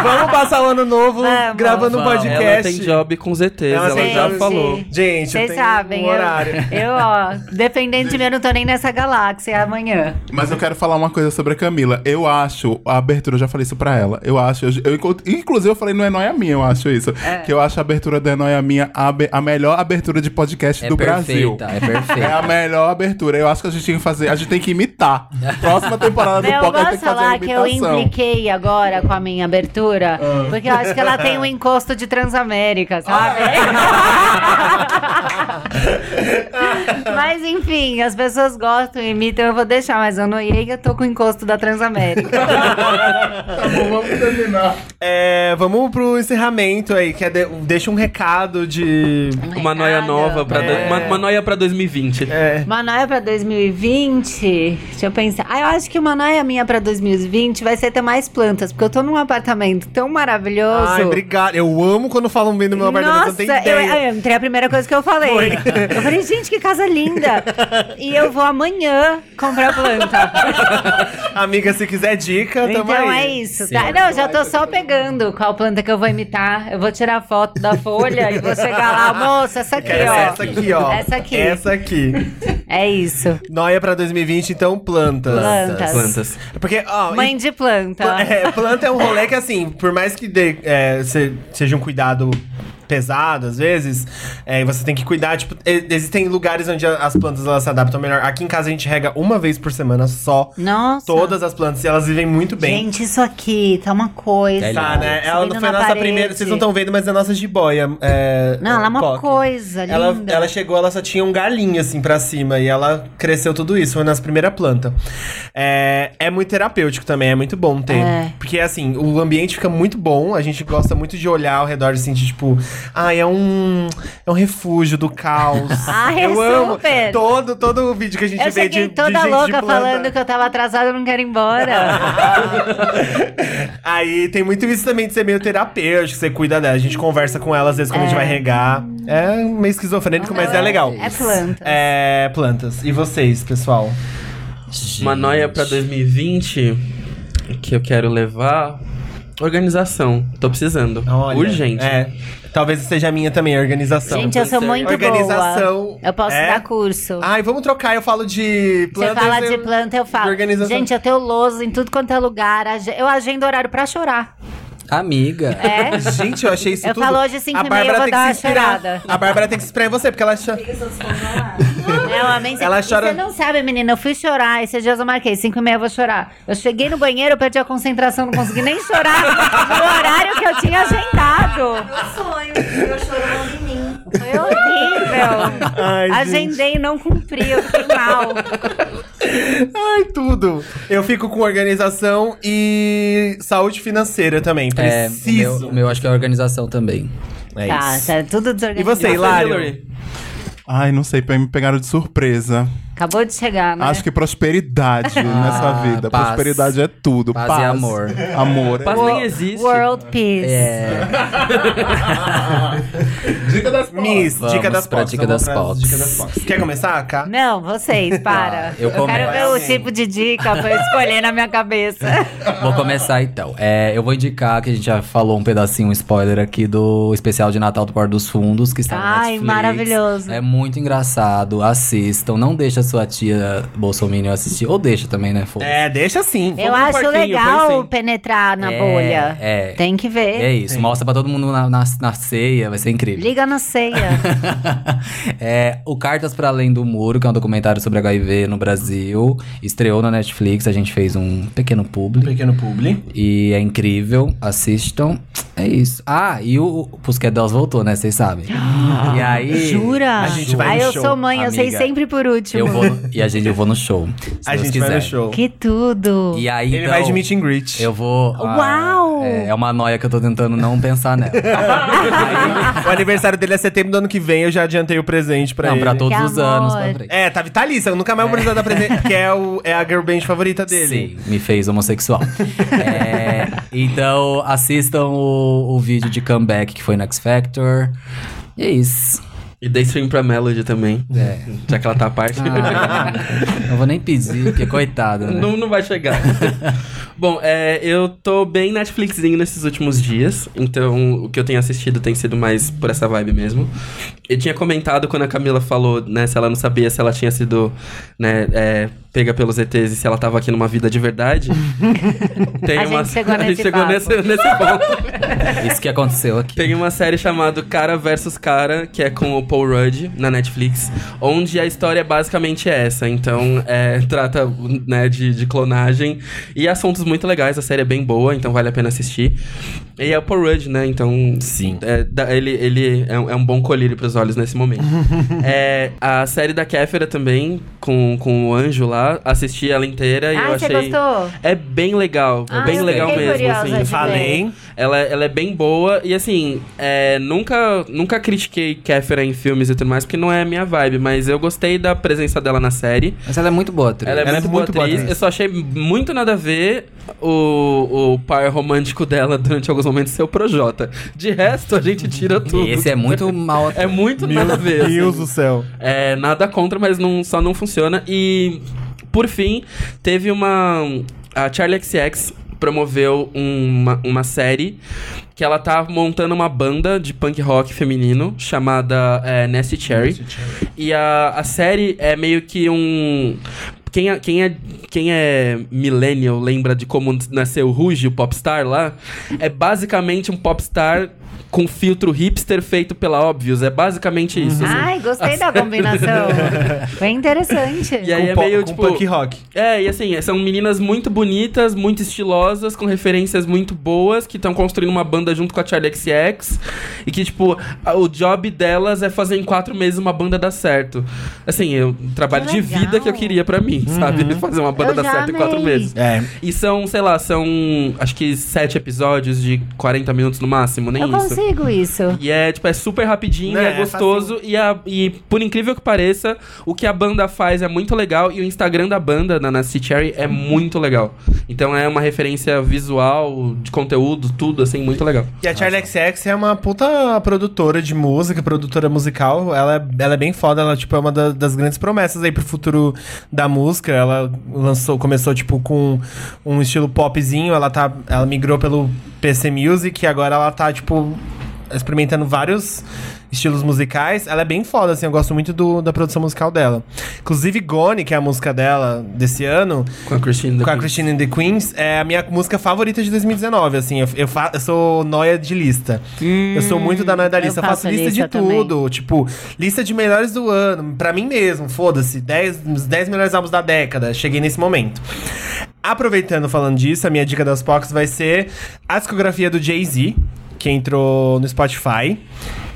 B: Vamos passar o ano novo
D: Vamos.
B: gravando um
F: Vamos.
B: podcast. É
C: Ela tem job com ZTs,
B: Ela
C: ela,
B: tem
C: já
B: job.
C: falou.
B: Gente, eu
D: Vocês
B: tenho
D: sabem,
B: um horário.
D: eu, eu, ó, dependente de mim, eu não tô nem nessa galáxia é amanhã.
G: Mas eu quero falar uma coisa sobre a Camila. Eu acho, a abertura, eu já falei isso pra ela. Eu acho, eu, eu inclu- inclusive eu falei no É Noia Minha, eu acho isso. Que eu acho a abertura do É Noia Minha a, abe- a melhor abertura de podcast
F: É
G: do Brasil.
F: perfeita, é perfeita.
G: É a melhor abertura. Eu acho que a gente tem que fazer. A gente tem que imitar. Próxima temporada do
D: Eu
G: Pocket
D: posso
G: tem que fazer uma
D: falar que eu
G: imitação.
D: impliquei agora com a minha abertura, porque eu acho que ela tem um encosto de Transamérica, sabe? Mas enfim, as pessoas gostam, imitam, eu vou deixar, mas eu não ia eu tô com o encosto da Transamérica.
G: Tá bom, vamos terminar.
B: É, vamos pro encerramento aí. Quer de- deixa um recado de.
C: Uma noia nova, pra do-
B: É.
C: uma, uma noia pra 2020.
B: É.
D: Uma noia pra 2020? Deixa eu pensar. Ah, eu acho que uma noia minha pra 2020 vai ser ter mais plantas, porque eu tô num apartamento tão maravilhoso.
B: Ai, Obrigado. Eu amo quando falam bem do meu apartamento, não
D: Nossa,
B: tem
D: eu, é,
B: ideia.
D: eu entrei a primeira coisa que eu falei. Eu falei, gente, que casa linda! E eu vou amanhã comprar planta.
B: Amiga, se quiser dica, tamo
D: então
B: aí.
D: é isso. Tá? Não, já tô só pegando qual planta que eu vou imitar. Eu vou tirar foto da folha e vou chegar lá, moça, essa aqui,
B: Quero
D: ó.
B: essa aqui, ó.
D: Essa aqui.
B: Essa aqui.
D: É isso.
B: Noia pra 2020, então, plantas.
D: Plantas.
C: Plantas.
B: Porque, ó,
D: Mãe de
B: Pla-
D: planta.
B: é, planta é um rolê que, assim, por mais que dê, é, se- seja um cuidado pesado, às vezes, é, você tem que cuidar, tipo, e- existem lugares onde a- as plantas elas se adaptam melhor. Aqui em casa a gente rega uma vez por semana só
D: Nossa.
B: todas as plantas e elas vivem muito bem.
D: Gente, isso aqui tá uma coisa.
B: Tá, né? Ela não
D: Subindo
B: foi a
D: na
B: nossa
D: parede.
B: primeira. Vocês não estão vendo, mas é a nossa jiboia. É,
D: Não, ela é uma
B: coque.
D: coisa linda.
B: Ela, ela chegou, ela só tinha um galinho assim pra cima e ela cresceu tudo isso, foi nas primeiras plantas. É, é muito terapêutico também, é muito bom ter.
D: É.
B: Porque assim, o ambiente fica muito bom, a gente gosta muito de olhar ao redor e sentir, tipo, ah, é um. É um refúgio do caos.
D: Ah, é
B: eu amo
D: super.
B: todo, todo o vídeo que a gente
D: Eu
B: vê de,
D: cheguei
B: de
D: toda
B: gente de
D: louca
B: planta.
D: falando que eu tava atrasada, eu não quero ir embora.
B: Aí tem muito isso também de ser meio terapêutico, você cuida dela. A gente conversa com ela às vezes quando a gente vai regar. É meio esquizofrênico, mas é legal.
D: É planta.
B: É, plantas. E vocês, pessoal?
C: Uma noia pra 2020 que eu quero levar. Organização. Tô precisando.
B: Olha,
C: Urgente.
B: É. Talvez seja a minha também, a organização.
D: Gente, eu sou muito
B: Organização,
D: boa. Eu posso
B: é?
D: dar curso.
B: Ai, vamos trocar. Eu falo de
D: Você
B: plantas.
D: fala
B: eu-
D: de planta, eu falo.
B: de organização.
D: Gente, eu tenho lousa em tudo quanto é lugar. ag- Eu agendo horário pra chorar.
F: Amiga.
D: É?
B: Gente, eu achei isso
D: Eu
B: tudo.
D: falo hoje, cinco
B: A
D: e meia, eu
B: Bárbara
D: vou
B: tem
D: dar
B: que
D: uma
B: se inspirar.
D: cheirada.
B: A Bárbara tem que se inspirar em você, porque ela acha.
D: Não, a mensagem.
B: Ela
D: E
B: chora-
D: Você não sabe, menina. Eu fui chorar. Esses dias eu marquei. 5 e meia eu vou chorar. Eu cheguei no banheiro, eu perdi a concentração, não consegui nem chorar no horário que eu tinha agendado.
H: Meu sonho, eu chorando em mim.
D: Foi horrível.
B: Ai, gente.
D: Agendei e não cumpri. Eu fiquei mal.
B: Ai, tudo. Eu fico com organização e saúde financeira também.
F: É, o meu,
B: Preciso.
F: o meu acho que é a organização também.
B: É
D: tá,
B: isso.
D: tá tudo desorganizado.
B: E você, Hilário?
G: Ai, não sei, me pegaram de surpresa.
D: Acabou de chegar, né?
G: Acho que prosperidade nessa vida.
F: paz.
G: Prosperidade é tudo.
F: Paz
G: Paz,
F: Ah, e amor.
G: Amor. é
C: Paz
G: tudo.
C: nem existe.
D: World Peace.
F: É,
G: Dica das
B: Miss,
F: Vamos
B: dica das
F: pra
B: fotos.
F: dica
B: Vamos
F: das
B: pra
F: fotos.
B: Dica das fotos. Quer começar, Ká?
D: Não,
B: Ah,
D: vocês, para.
F: eu
D: quero
F: começo.
D: ver o tipo de dica pra eu escolher na minha cabeça.
F: vou começar então. É, eu vou indicar que a gente já falou um pedacinho, um spoiler aqui do especial de Natal do Quarto dos Fundos, que está no
D: Ai,
F: Netflix.
D: maravilhoso.
F: É muito engraçado, assistam. Não deixa sua tia Bolsonaro assistir. Ou deixa também, né? foda-se.
B: É, deixa assim. Vamos
D: Eu
B: no
D: acho
B: parquinho, põe
D: legal
B: assim.
D: penetrar na
F: É,
D: bolha.
F: é.
D: Tem que ver.
F: É isso, mostra pra todo mundo na, na, na ceia, vai ser incrível.
D: Liga na ceia.
F: é, o Cartas para Além do Muro, que é um documentário sobre HIV no Brasil, estreou na Netflix, a gente fez um pequeno
B: Um
F: público
B: pequeno publi.
F: e é incrível, assistam. É isso. Ah, e o o Pusquedos voltou, né, vocês sabem. e aí
D: Jura?
B: A gente vai
D: Ai,
B: no
D: eu
B: show,
D: sou mãe, eu sei
F: amiga.
D: sempre por último.
F: eu vou no- e a gente eu vou no show, se
B: a
F: Deus
B: gente
F: quiser.
B: vai no show.
D: Que tudo.
F: E aí
B: Ele
F: então,
B: vai de meet and greet.
F: eu vou. ah,
D: Uau!
F: é, é uma noia que eu tô tentando não pensar nela.
B: o aniversário dele é setembro do ano que vem, eu já adiantei o presente pra
F: não,
B: ele.
F: pra todos
D: Que
F: os anos pra
D: amor.
F: frente.
B: É, tá vitalícia, eu nunca mais vou precisar dar presente, porque é, o, é a girl band favorita dele.
F: Sim, me fez homossexual. É, então, assistam o, o vídeo de comeback que foi no X Factor. E é isso.
C: E dei stream pra Melody também.
F: É.
C: Já que ela tá à parte.
D: Ah.
F: Não vou nem pedir, porque coitada, né?
C: Não, não vai chegar. Bom, é, eu tô bem Netflixinho nesses últimos dias, então o que eu tenho assistido tem sido mais por essa vibe mesmo. Eu tinha comentado quando a Camila falou, né, se ela não sabia se ela tinha sido, né, é, pega pelos ETs e se ela tava aqui numa vida de verdade. Tem
D: A gente chegou
C: a gente
D: nesse
C: chegou
D: papo.
C: nesse, nesse ponto.
F: Isso que aconteceu aqui.
C: Tem uma série chamada Cara versus Cara, que é com o Paul Rudd na Netflix, onde a história é basicamente essa. Então, é, trata né, de, de clonagem e assuntos muito legais. A série é bem boa, então vale a pena assistir. E é o Paul Rudd, né? Então,
B: Sim.
C: é, da- ele ele é, um- é um bom colírio pros olhos nesse momento. é, a série da Kéfera também, com, com o Anjo lá, assisti ela inteira e eu
D: Ai, Ah, você
C: achei.
D: gostou?
C: É bem legal, é
D: Ah,
C: bem
D: eu
C: legal
D: fiquei
C: mesmo.
D: curiosa
C: assim.
D: de ver.
B: Falei.
C: Ela, ela é bem boa e assim, é, nunca, nunca critiquei Kéfera em filmes e tudo mais, porque não é a minha vibe, mas eu gostei da presença dela na série.
F: Mas ela é muito boa, atriz.
C: Ela é muito, boa, atriz. Eu só achei muito nada a ver o, o par romântico dela durante alguns momentos ser o Projota. De resto, a gente tira tudo.
F: Esse é muito mal
C: É muito
B: Meu
C: nada a ver. assim.
B: Deus do céu.
C: É, nada contra, mas não, só não funciona. E, por fim, teve uma. A Charlie XX promoveu uma, uma série que ela tá montando uma banda de punk rock feminino chamada é, Nasty Cherry. E a, a série é meio que um. Quem é, quem, é, quem é millennial lembra de como nasceu o Ruge, o popstar lá? É basicamente um popstar com filtro hipster feito pela Obvious. É basicamente isso. assim.
D: Ai, gostei da combinação. Foi interessante.
C: E aí
B: Com
C: é
B: po-
C: meio,
B: com
C: tipo...
B: punk rock.
C: É, e assim, são meninas muito bonitas, muito estilosas, com referências muito boas, que estão construindo uma banda junto com a Charlie XX. E que, tipo, a- o job delas é fazer em quatro meses uma banda dar certo. Assim, é um trabalho de
D: Que legal.
C: vida que eu queria pra mim, sabe? Fazer uma banda
D: Eu
C: dar
D: já
C: certo em quatro
D: amei.
C: meses.
B: Uhum. É.
C: E são, sei lá, são acho que sete episódios de 40 minutos no máximo, nem
D: Eu
C: isso.
D: consigo isso.
C: E é, tipo, é super rapidinho,
B: Né,
C: é,
B: é
C: gostoso. E, a- e, por incrível que pareça, o que a banda faz é muito legal. E o Instagram da banda, da Nasty Cherry, é muito legal. Então é uma referência visual, de conteúdo, tudo, assim, muito legal.
B: E a Charlie XX é uma puta produtora de música, produtora musical. Ela é, ela é bem foda, ela tipo, é uma da- das grandes promessas aí pro futuro da música. Ela lançou, começou tipo com um estilo popzinho, ela tá ela migrou pelo PC Music e agora ela tá tipo experimentando vários estilos musicais. Ela é bem foda, assim, eu gosto muito do- da produção musical dela. Inclusive Gone, que é a música dela desse ano,
C: Com a Christine.
B: com a Christine and the Queens é a minha música favorita de 2019, assim. Eu, eu, fa- eu sou noia de lista. eu sou muito da noia da
D: Hum, eu
B: lista. Eu faço,
D: faço
B: lista,
D: lista
B: de tudo. Tipo, lista de melhores do ano. Pra mim mesmo, foda-se. 10, os 10 melhores álbuns da década. Cheguei nesse momento. Aproveitando falando disso, a minha dica das Pocs vai ser a discografia do Jay-Z, que entrou no Spotify.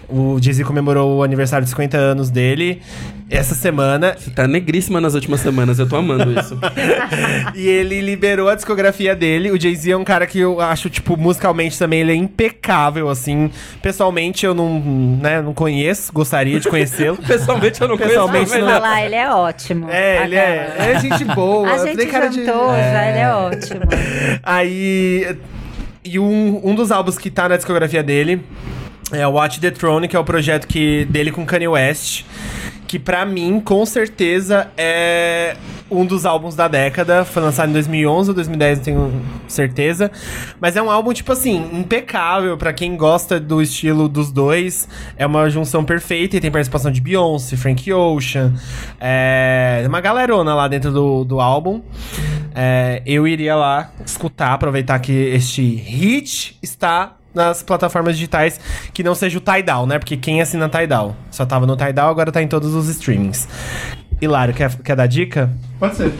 B: O Jay-Z comemorou o aniversário de 50 anos dele essa semana.
C: Tá negríssima nas últimas semanas, eu tô amando isso.
B: E ele liberou a discografia dele. O Jay-Z é um cara que eu acho, tipo, musicalmente também ele é impecável, assim. Pessoalmente eu não, né, não conheço, gostaria de conhecê-lo.
C: Pessoalmente eu não conheço.
B: Pessoalmente,
C: mas-
D: Olha lá, ele é ótimo.
B: É, ele é,
D: Aquela.
B: ele é gente boa.
D: A
B: eu
D: gente
B: dei cara de-
D: jantou já,
B: É.
D: ele é ótimo.
B: Aí. E um, um dos álbuns que tá na discografia dele é o Watch the Throne, que é o projeto que, dele com Kanye West. Que pra mim, com certeza, é um dos álbuns da década. Foi lançado em 2011 ou 2010, não tenho certeza. Mas é um álbum, tipo assim, impecável. pra quem gosta do estilo dos dois, é uma junção perfeita. E tem participação de Beyoncé, Frank Ocean. É uma galerona lá dentro do, do álbum. É, eu iria lá escutar, aproveitar que este hit está nas plataformas digitais que não seja o Tidal, né? Porque quem assina Tidal? Só tava no Tidal, agora tá em todos os streamings. Hilário, quer, quer dar dica?
G: Pode ser.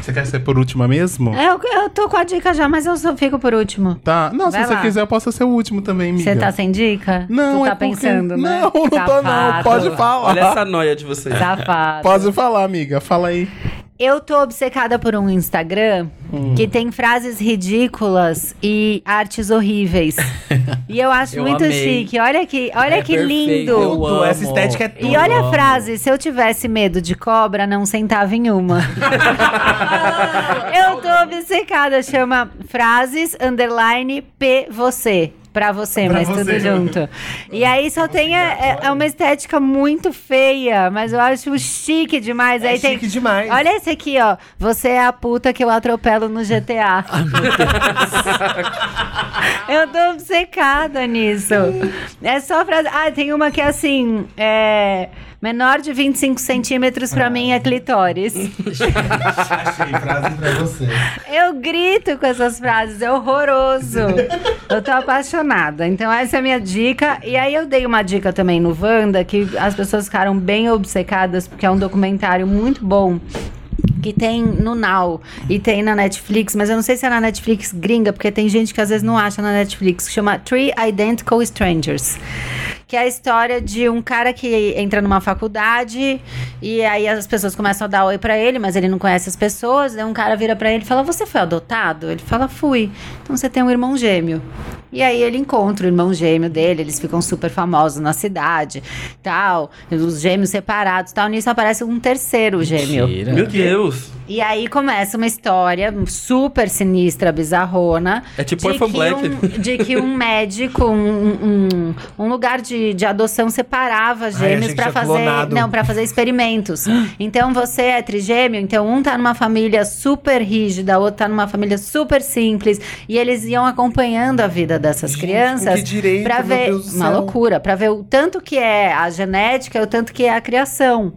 G: Você quer ser por última mesmo?
D: É, Eu, eu tô com a dica já, mas eu só fico por último.
G: Tá. Não,
D: Vai
G: se você
D: lá.
G: quiser, eu posso ser o último também, amiga.
D: Você tá sem dica?
G: Não,
D: tu
G: é
D: tá
G: porque-
D: pensando, né?
G: Não, não tô não.
D: Safado.
G: Pode falar.
C: Olha essa noia de vocês.
D: Tá. Safado.
G: Pode falar, amiga. Fala aí.
D: Eu tô obcecada por um Instagram que tem frases ridículas e artes horríveis. e eu acho
F: Eu
D: muito
F: amei.
D: chique. Olha que, olha
F: É
D: que
F: perfeito.
D: lindo.
F: Eu amo.
B: Essa estética é tudo.
D: E olha a frase, se eu tivesse medo de cobra, não sentava em uma. eu tô obcecada, chama frases underline P você. Pra você, mas tudo
G: você.
D: junto. E aí só tem é, é uma estética muito feia, mas eu acho chique demais.
B: É
D: aí tem
B: chique demais.
D: Olha esse aqui, ó. Você é a puta que eu atropelo no GTA. eu tô obcecada nisso. É só frase. Ah, tem uma que é assim. É... Menor de 25 centímetros pra mim é clitóris.
B: Ah. Achei frase pra você.
D: Eu grito com essas frases, é horroroso. Eu tô apaixonada. Então, essa é a minha dica. E aí, eu dei uma dica também no Wanda, que as pessoas ficaram bem obcecadas, porque é um documentário muito bom. Que tem no Now e tem na Netflix, mas eu não sei se é na Netflix gringa, porque tem gente que às vezes não acha na Netflix, que chama Three Identical Strangers. Que é a história de um cara que entra numa faculdade e aí as pessoas começam a dar oi pra ele, mas ele não conhece as pessoas. Daí um cara vira pra ele e fala: Você foi adotado? Ele fala: Fui. Então você tem um irmão gêmeo. E aí ele encontra o irmão gêmeo dele, eles ficam super famosos na cidade, tal, os gêmeos separados, tal. Nisso aparece um terceiro gêmeo.
C: Meu Deus!
D: E aí começa uma história super sinistra, bizarrona.
C: É tipo
D: de
C: Orphan
D: que
C: Black.
D: Um, de que um médico, um, um, um lugar de, de adoção separava gêmeos
B: achei que
D: pra
B: tinha
D: fazer.
B: clonado.
D: Não, para fazer experimentos. Então você é trigêmeo, então um tá numa família super rígida, o outro tá numa família super simples. E eles iam acompanhando a vida dessas crianças
B: que direito,
D: pra
B: meu
D: ver.
B: Deus do
D: uma
B: céu.
D: loucura, pra ver o tanto que é a genética e o tanto que é a criação.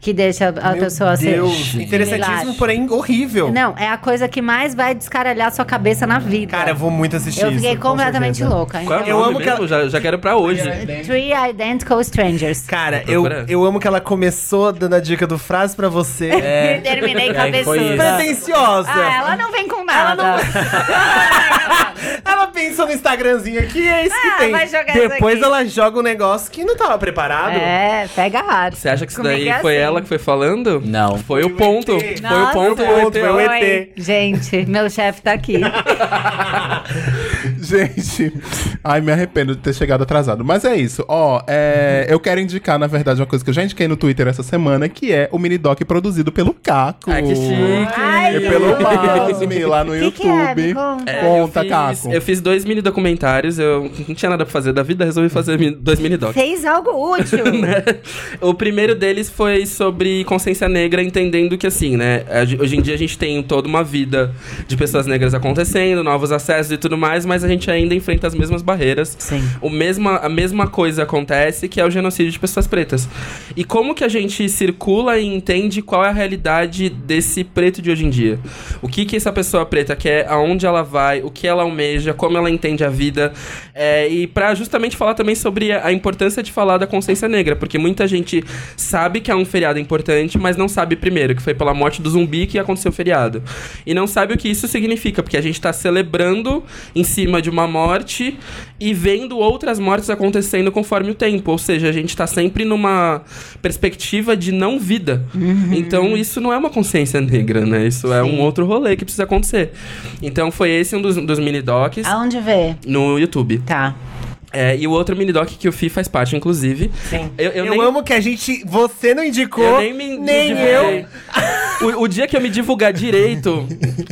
D: Que deixa a
B: Meu
D: pessoa
B: Deus,
D: ser.
B: interessantíssimo,
D: similar.
B: porém horrível.
D: Não, é a coisa que mais vai descaralhar sua cabeça na vida.
B: Cara, eu vou muito assistir
D: eu
B: isso.
D: fiquei
B: com
D: completamente
B: certeza.
D: louca.
C: Qual é o
D: então-
B: Eu
C: nome
B: amo que
C: mesmo?
B: ela- é
C: Já, já quero pra hoje.
D: Three Identical Strangers.
B: Cara,
C: Vou
B: eu,
C: procurar.
B: eu amo que ela começou dando a dica do frase pra você.
C: É,
B: É
D: E Terminei cabeçuda.
B: Pretenciosa.
D: Ah, ela não vem com nada.
B: Ela pensou no Instagramzinho aqui, é isso
D: Ah,
B: que tem.
D: vai jogar isso
B: Depois
D: aqui.
B: ela joga um negócio que não tava preparado.
D: É, pega hard.
C: Você acha que isso
D: Comigo
C: daí
D: é
C: foi
D: assim.
C: ela que foi falando?
F: Não.
C: Foi o ponto.
B: ET.
C: Foi o ponto.
D: Nossa,
C: Foi o
B: foi o
C: ET.
B: ET.
D: Oi, Gente, meu chefe tá aqui.
G: Gente, ai, me arrependo de ter chegado atrasado. Mas é isso. Ó, é, eu quero indicar, na verdade, uma coisa que eu já indiquei no Twitter essa semana, que é o mini doc produzido pelo Caco.
C: Ai, que chique.
D: Ai,
G: E
D: que
G: É pelo
D: legal.
G: Masme lá no
D: Que que é? Me
G: YouTube.
D: conta.
G: Conta,
C: eu fiz,
G: Caco.
C: Eu fiz dois mini documentários, eu não tinha nada pra fazer da vida, resolvi fazer mi- dois mini docs.
D: Fez algo útil.
C: né? o primeiro deles foi sobre consciência negra, entendendo que, assim, né? a gen- Hoje em dia a gente tem toda uma vida de pessoas negras acontecendo, novos acessos e tudo mais, mas a gente ainda enfrenta as mesmas barreiras.
D: Sim.
C: O mesma, a mesma coisa acontece que é o genocídio de pessoas pretas. E como que a gente circula e entende qual é a realidade desse preto de hoje em dia? O que que essa pessoa preta quer, aonde ela vai, o que ela almeja, como ela entende a vida. É, e para justamente falar também sobre a a importância de falar da consciência negra, porque muita gente sabe que é um feriado importante, mas não sabe primeiro que foi pela morte do zumbi que aconteceu o feriado. E não sabe o que isso significa, porque a gente tá celebrando em cima de uma morte e vendo outras mortes acontecendo conforme o tempo. Ou seja, a gente tá sempre numa perspectiva de não vida. Então isso não é uma consciência negra, né? Isso é um outro rolê que precisa acontecer. Então foi esse um dos, dos mini docs
D: Aonde vê?
C: no YouTube.
D: Tá.
C: É, e o outro mini doc que o Fi faz parte, inclusive. Sim. Eu, eu
B: Eu,
C: nem-
B: amo que a gente. Você não indicou.
C: eu nem me
B: nem
C: divulguei.
B: eu.
C: O, o dia que eu me divulgar direito,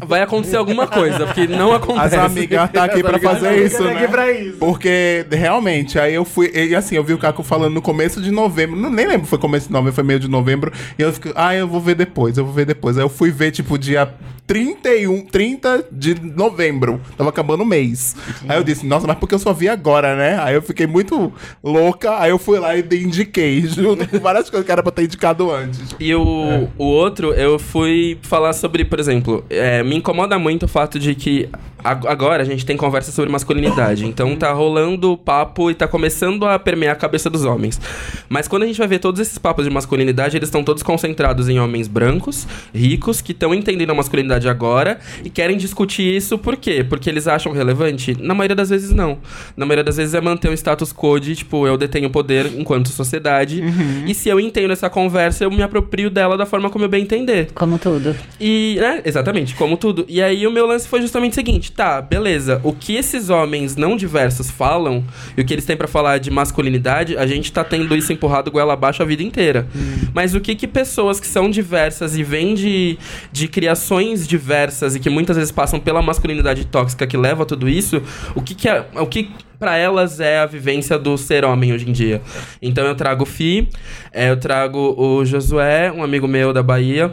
C: vai acontecer alguma coisa, porque não
G: As
C: acontece.
G: amigas tá aqui pra fazer isso,
B: Fica
G: né?
B: aqui pra isso.
G: Porque, realmente, aí eu fui. E assim, eu vi o Caco falando no começo de novembro. Não, nem lembro, foi começo de novembro, foi meio de novembro. E eu fiquei, ah, eu vou ver depois, eu vou ver depois. Aí eu fui ver, tipo, dia 31, 30 de novembro. Tava acabando o mês. Aí eu disse, nossa, mas porque eu só vi agora, né? Aí eu fiquei muito louca. Aí eu fui lá e indiquei, junto com várias coisas que era pra ter indicado antes.
C: E o, o outro, eu fui falar sobre, por exemplo, é, me incomoda muito o fato de que ag- agora a gente tem conversa sobre masculinidade. Então tá rolando o papo e tá começando a permear a cabeça dos homens. Mas quando a gente vai ver todos esses papos de masculinidade, eles estão todos concentrados em homens brancos, ricos, que estão entendendo a masculinidade agora e querem discutir isso por quê? Porque eles acham relevante? Na maioria das vezes não. Na maioria das vezes é manter um status quo de, tipo, eu detenho o poder enquanto sociedade. E se eu entendo essa conversa, eu me aproprio dela da forma como eu bem entender.
D: Como tudo.
C: E, né, exatamente, como tudo. E aí o meu lance foi justamente o seguinte, tá, beleza, o que esses homens não diversos falam e o que eles têm pra falar de masculinidade, a gente tá tendo isso empurrado goela abaixo a vida inteira. Mas o que que pessoas que são diversas e vêm de, de criações diversas e que muitas vezes passam pela masculinidade tóxica que leva a tudo isso, o que que é, o que pra elas é a vivência do ser homem hoje em dia. Então eu trago o Fi, eh, eu trago o Josué, um amigo meu da Bahia,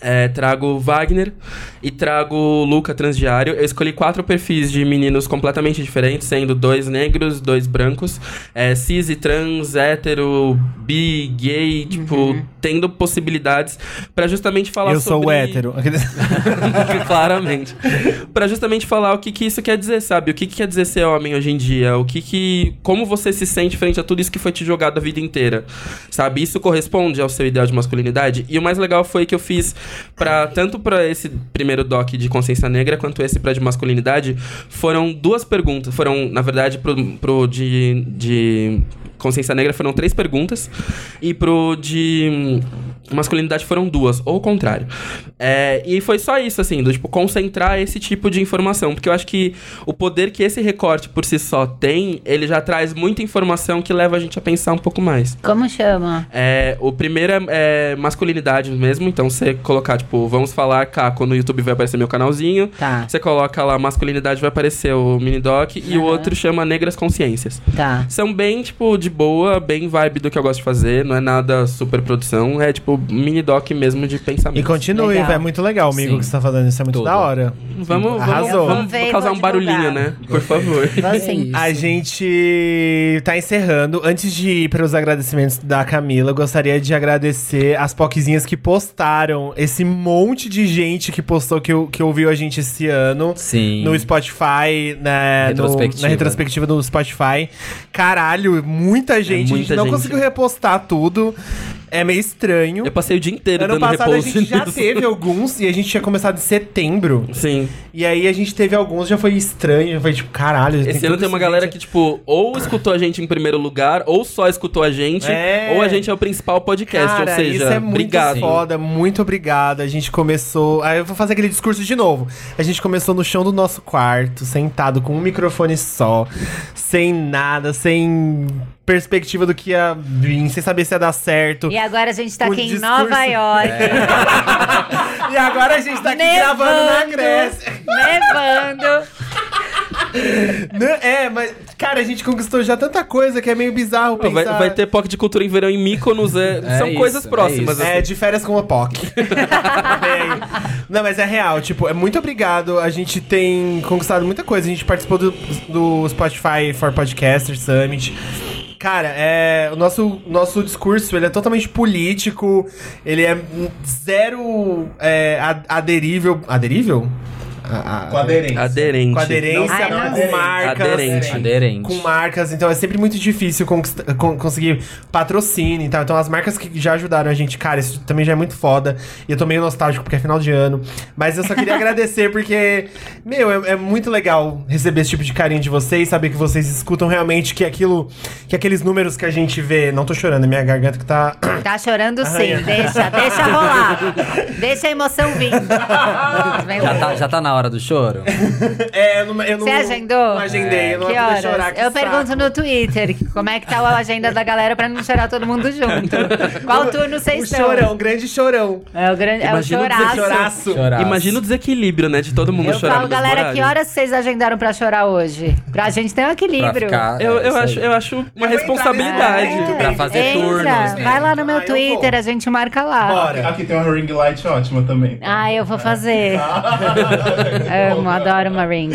C: é, trago o Wagner e trago o Luca Transdiário. Eu escolhi quatro perfis de meninos completamente diferentes, sendo dois negros, dois brancos, é, cis e trans, hétero, bi, gay, tipo, tendo possibilidades pra justamente falar
B: Uhum. Eu
C: sobre.
B: sou o hétero.
C: Claramente. Pra justamente falar o que, que isso quer dizer, sabe? O que, que quer dizer ser homem hoje em dia? O que que. Como você se sente frente a tudo isso que foi te jogado a vida inteira? Sabe? Isso corresponde ao seu ideal de masculinidade? E o mais legal foi que eu fiz para tanto pra esse primeiro doc de consciência negra quanto esse pra de masculinidade. Foram duas perguntas. Foram, na verdade, pro, pro de, de consciência negra foram três perguntas. E pro de masculinidade foram duas, ou o contrário. É, e foi só isso, assim, do tipo, concentrar esse tipo de informação. Porque eu acho que o poder que esse recorte por si só tem, ele já traz muita informação que leva a gente a pensar um pouco mais.
D: Como chama?
C: É, o primeiro é, é masculinidade mesmo, então você colocar, tipo, vamos falar cá, quando o YouTube vai aparecer meu canalzinho.
D: Tá,
C: Você coloca lá masculinidade, vai aparecer o mini doc, e o
D: Aham.
C: outro chama Negras Consciências.
D: tá.
C: São bem, tipo, de boa, bem vibe do que eu gosto de fazer, não é nada super produção, é tipo mini doc mesmo de pensamento.
B: E continue,
D: Legal.
B: é muito legal, amigo,
F: Sim.
B: que você tá fazendo. Isso é muito
F: Tudo.
B: da hora.
C: Vamos, vamos,
B: Arrasou.
C: vamos
D: Vem,
C: causar
D: vou
C: um barulhinho,
D: divulgar.
C: né? Por favor.
D: Assim,
B: A gente tá encerrando. Antes de ir para os agradecimentos da Camila, eu gostaria de agradecer as poquezinhas que postaram. Esse monte de gente que postou, que, ou- que ouviu a gente esse ano.
F: Sim.
B: No Spotify, né, no-
F: Retrospectiva.
B: na retrospectiva do Spotify. Caralho, muita gente. a
C: É muita
B: gente não
C: gente.
B: conseguiu repostar tudo. É meio estranho.
C: Eu passei o dia inteiro
B: Ano
C: dando
B: passado a
C: repouso
B: gente já
C: nisso.
B: teve alguns e a gente tinha começado em setembro.
C: Sim.
B: E aí a gente teve alguns, já foi estranho, já foi tipo, caralho.
C: Esse ano
B: tudo
C: tem uma
B: isso,
C: galera
B: gente.
C: que, tipo, ou escutou a gente em primeiro lugar, ou só escutou a gente,
B: É.
C: ou a gente é o principal podcast.
B: Cara,
C: ou seja,
B: isso é muito
C: obrigado.
B: foda, muito obrigado. A gente começou. Aí eu vou fazer aquele discurso de novo. A gente começou no chão do nosso quarto, sentado com um microfone só, sem nada, sem perspectiva do que ia vir, sem saber se ia dar certo.
D: E agora a gente tá
B: O
D: aqui em
B: discurso-
D: Nova York.
B: E agora a gente tá aqui
D: Nevando.
B: gravando na Grécia.
D: Nevando.
B: Não, é, mas, cara, a gente conquistou já tanta coisa que é meio bizarro
C: Pô,
B: pensar.
C: Vai, vai ter POC de cultura em verão em Mykonos, é-
F: É
C: são
F: isso,
C: coisas
F: é
C: próximas.
F: isso.
C: assim.
B: É, de férias com a POC. Amei. Não, mas é real, tipo, é muito obrigado. A gente tem conquistado muita coisa. A gente participou do, do Spotify for Podcasters Summit. Cara, é, o nosso, nosso discurso ele é totalmente político, ele é zero é, a- aderível. Aderível? A- a-
G: aderente.
C: Aderente.
B: com aderência,
D: Ai, não.
B: com marcas.
C: Aderente.
F: Aderente.
B: Com marcas, então é sempre muito difícil conquista- con- conseguir patrocínio e tal. Então as marcas que já ajudaram a gente, cara, isso também já é muito foda. E eu tô meio nostálgico porque é final de ano. Mas eu só queria agradecer porque, meu, é, é muito legal receber esse tipo de carinho de vocês, saber que vocês escutam realmente que aquilo, que aqueles números que a gente vê. Não tô chorando, é minha garganta que tá.
D: Tá chorando sim,
B: Arranha.
D: deixa, deixa rolar. Deixa a emoção vir. Vem
F: Já
D: lá.
F: tá, já tá na hora do choro?
B: É, eu não. eu não-
D: Você agendou?
B: Não agendei, eu não
D: que
B: vou poder
D: horas?
B: chorar. que
D: eu
B: saco.
D: pergunto no Twitter como é que tá a agenda da galera pra não chorar todo mundo junto. Qual turno vocês
B: O
D: estão?
B: chorão, grande chorão.
D: É o grande, é o
C: Imagina o
D: choraço.
B: Choraço.
F: Chorar.
C: Imagina o desequilíbrio, né? De todo mundo
D: Eu
C: chorar.
D: falo,
C: no mesmo
D: galera,
C: horário.
D: que horas vocês agendaram pra chorar hoje? Pra gente ter um
F: Pra
D: equilíbrio. É.
F: ficar,
C: Eu,
F: é
C: eu,
F: isso
C: acho,
F: aí.
C: eu acho uma
B: vou entrar nesse
C: responsabilidade.
B: momento,
F: Pra fazer
D: Entra,
F: turnos.
D: vai lá no meu
B: Ah, eu
D: Twitter,
B: vou.
D: a gente marca lá.
B: Bora.
G: Aqui tem uma ring light ótima também.
D: Ah, eu vou fazer. Amo, adoro uma ring.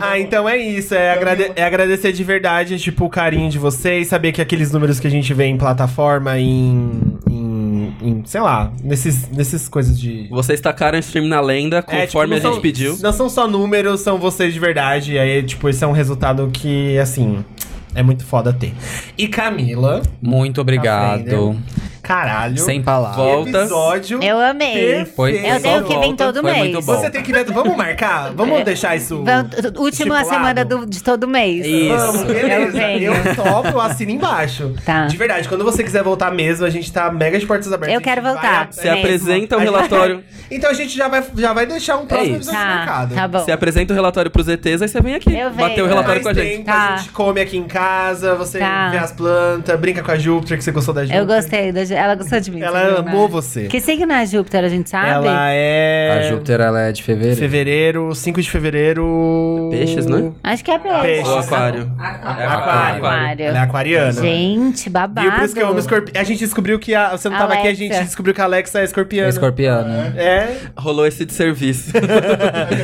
B: Ah, então é isso. É, agrade- é agradecer de verdade, tipo, o carinho de vocês. Saber que aqueles números que a gente vê em plataforma, em. em, em, sei lá, nesses, nesses coisas de.
C: Vocês tacaram stream na lenda,
B: É, tipo,
C: conforme
B: não
C: a gente
B: são-
C: pediu.
B: Não são só números, são vocês de verdade. E aí, tipo, esse é um resultado que, assim, é muito foda ter. E Camila, Tá
F: Muito obrigado.
B: caralho.
F: Sem palavras.
C: Volta.
B: Episódio.
D: Eu amei.
B: perfeito.
F: Foi-
D: Eu tenho que vir
F: volta,
D: todo
F: foi
D: mês.
F: muito bom.
B: Você tem que ver. Vamos marcar? Vamos deixar isso.
D: Vamos- Última
B: estipulado?
D: semana do- de todo mês.
F: Isso.
B: tipo Vamos, beleza.
D: venho.
B: Eu, topo, eu assino embaixo.
D: Tá.
B: De verdade, quando você quiser voltar mesmo, a gente tá mega de portas abertas.
D: Eu
B: A gente
D: quero
B: vai
D: voltar.
B: a-
C: Você
D: mesmo.
C: apresenta o
B: A gente-
C: relatório. É
B: Então a gente já vai, já vai deixar um próximo
F: isso.
B: episódio
D: Tá,
B: marcado.
D: tá bom.
C: Você apresenta o relatório pros ETs, aí você vem aqui.
D: Eu
C: bater
D: venho.
C: o relatório
B: Mais
C: com a gente.
B: tempo,
D: Tá.
B: a gente come aqui em casa, você
D: Tá.
B: vê as plantas, brinca com a Júpiter, que você gostou da Júpiter.
D: Eu gostei. da Ju- Ela gostou de mim.
B: Ela
D: você viu, né?
B: amou você.
D: Que signo é Júpiter, a gente sabe?
B: Ela é...
F: A Júpiter, ela é de fevereiro.
B: Fevereiro, 5 de fevereiro...
C: Peixes, né?
D: Acho que é pra
B: Peixe.
C: Ou aquário.
H: Aquário.
C: É
B: Aquário.
D: Aquário.
B: Ela é aquariana.
D: Gente, babado.
B: E por isso que eu amo escorpião. A gente descobriu que a... Você não tava aqui, a
D: Alexa.
B: gente descobriu que a Alexa é escorpiana.
F: Escorpiano.
B: É...
C: Rolou esse de serviço.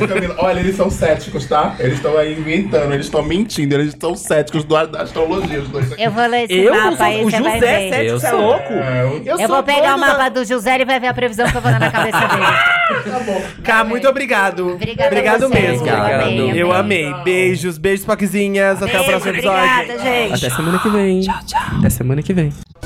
G: Camila, Olha, eles são céticos, tá? Eles estão aí inventando, eles estão mentindo, eles são céticos do, da astrologia, os dois aqui.
D: Eu vou ler esse
B: Eu não
D: mapa
B: sou.
D: aí,
B: O
D: você vai
B: José é
D: ver.
B: cético,
F: Eu
B: você é
F: sou.
B: louco?
G: É, eu-
D: Eu
B: sou
D: vou pegar
B: dono
D: o mapa
B: da-
D: do José e vai ver a previsão que eu vou dar na cabeça dele.
B: Cá, muito obrigado.
D: Obrigada a
B: obrigado
D: vocês,
B: mesmo.
F: eu Obrigado. amei,
B: Eu
D: amei.
B: amei. Beijos, beijos, poquezinhas. Até o
D: Beijo,
B: próximo episódio.
D: Obrigada, gente.
C: Até semana que vem. Tchau, tchau. Até semana que vem.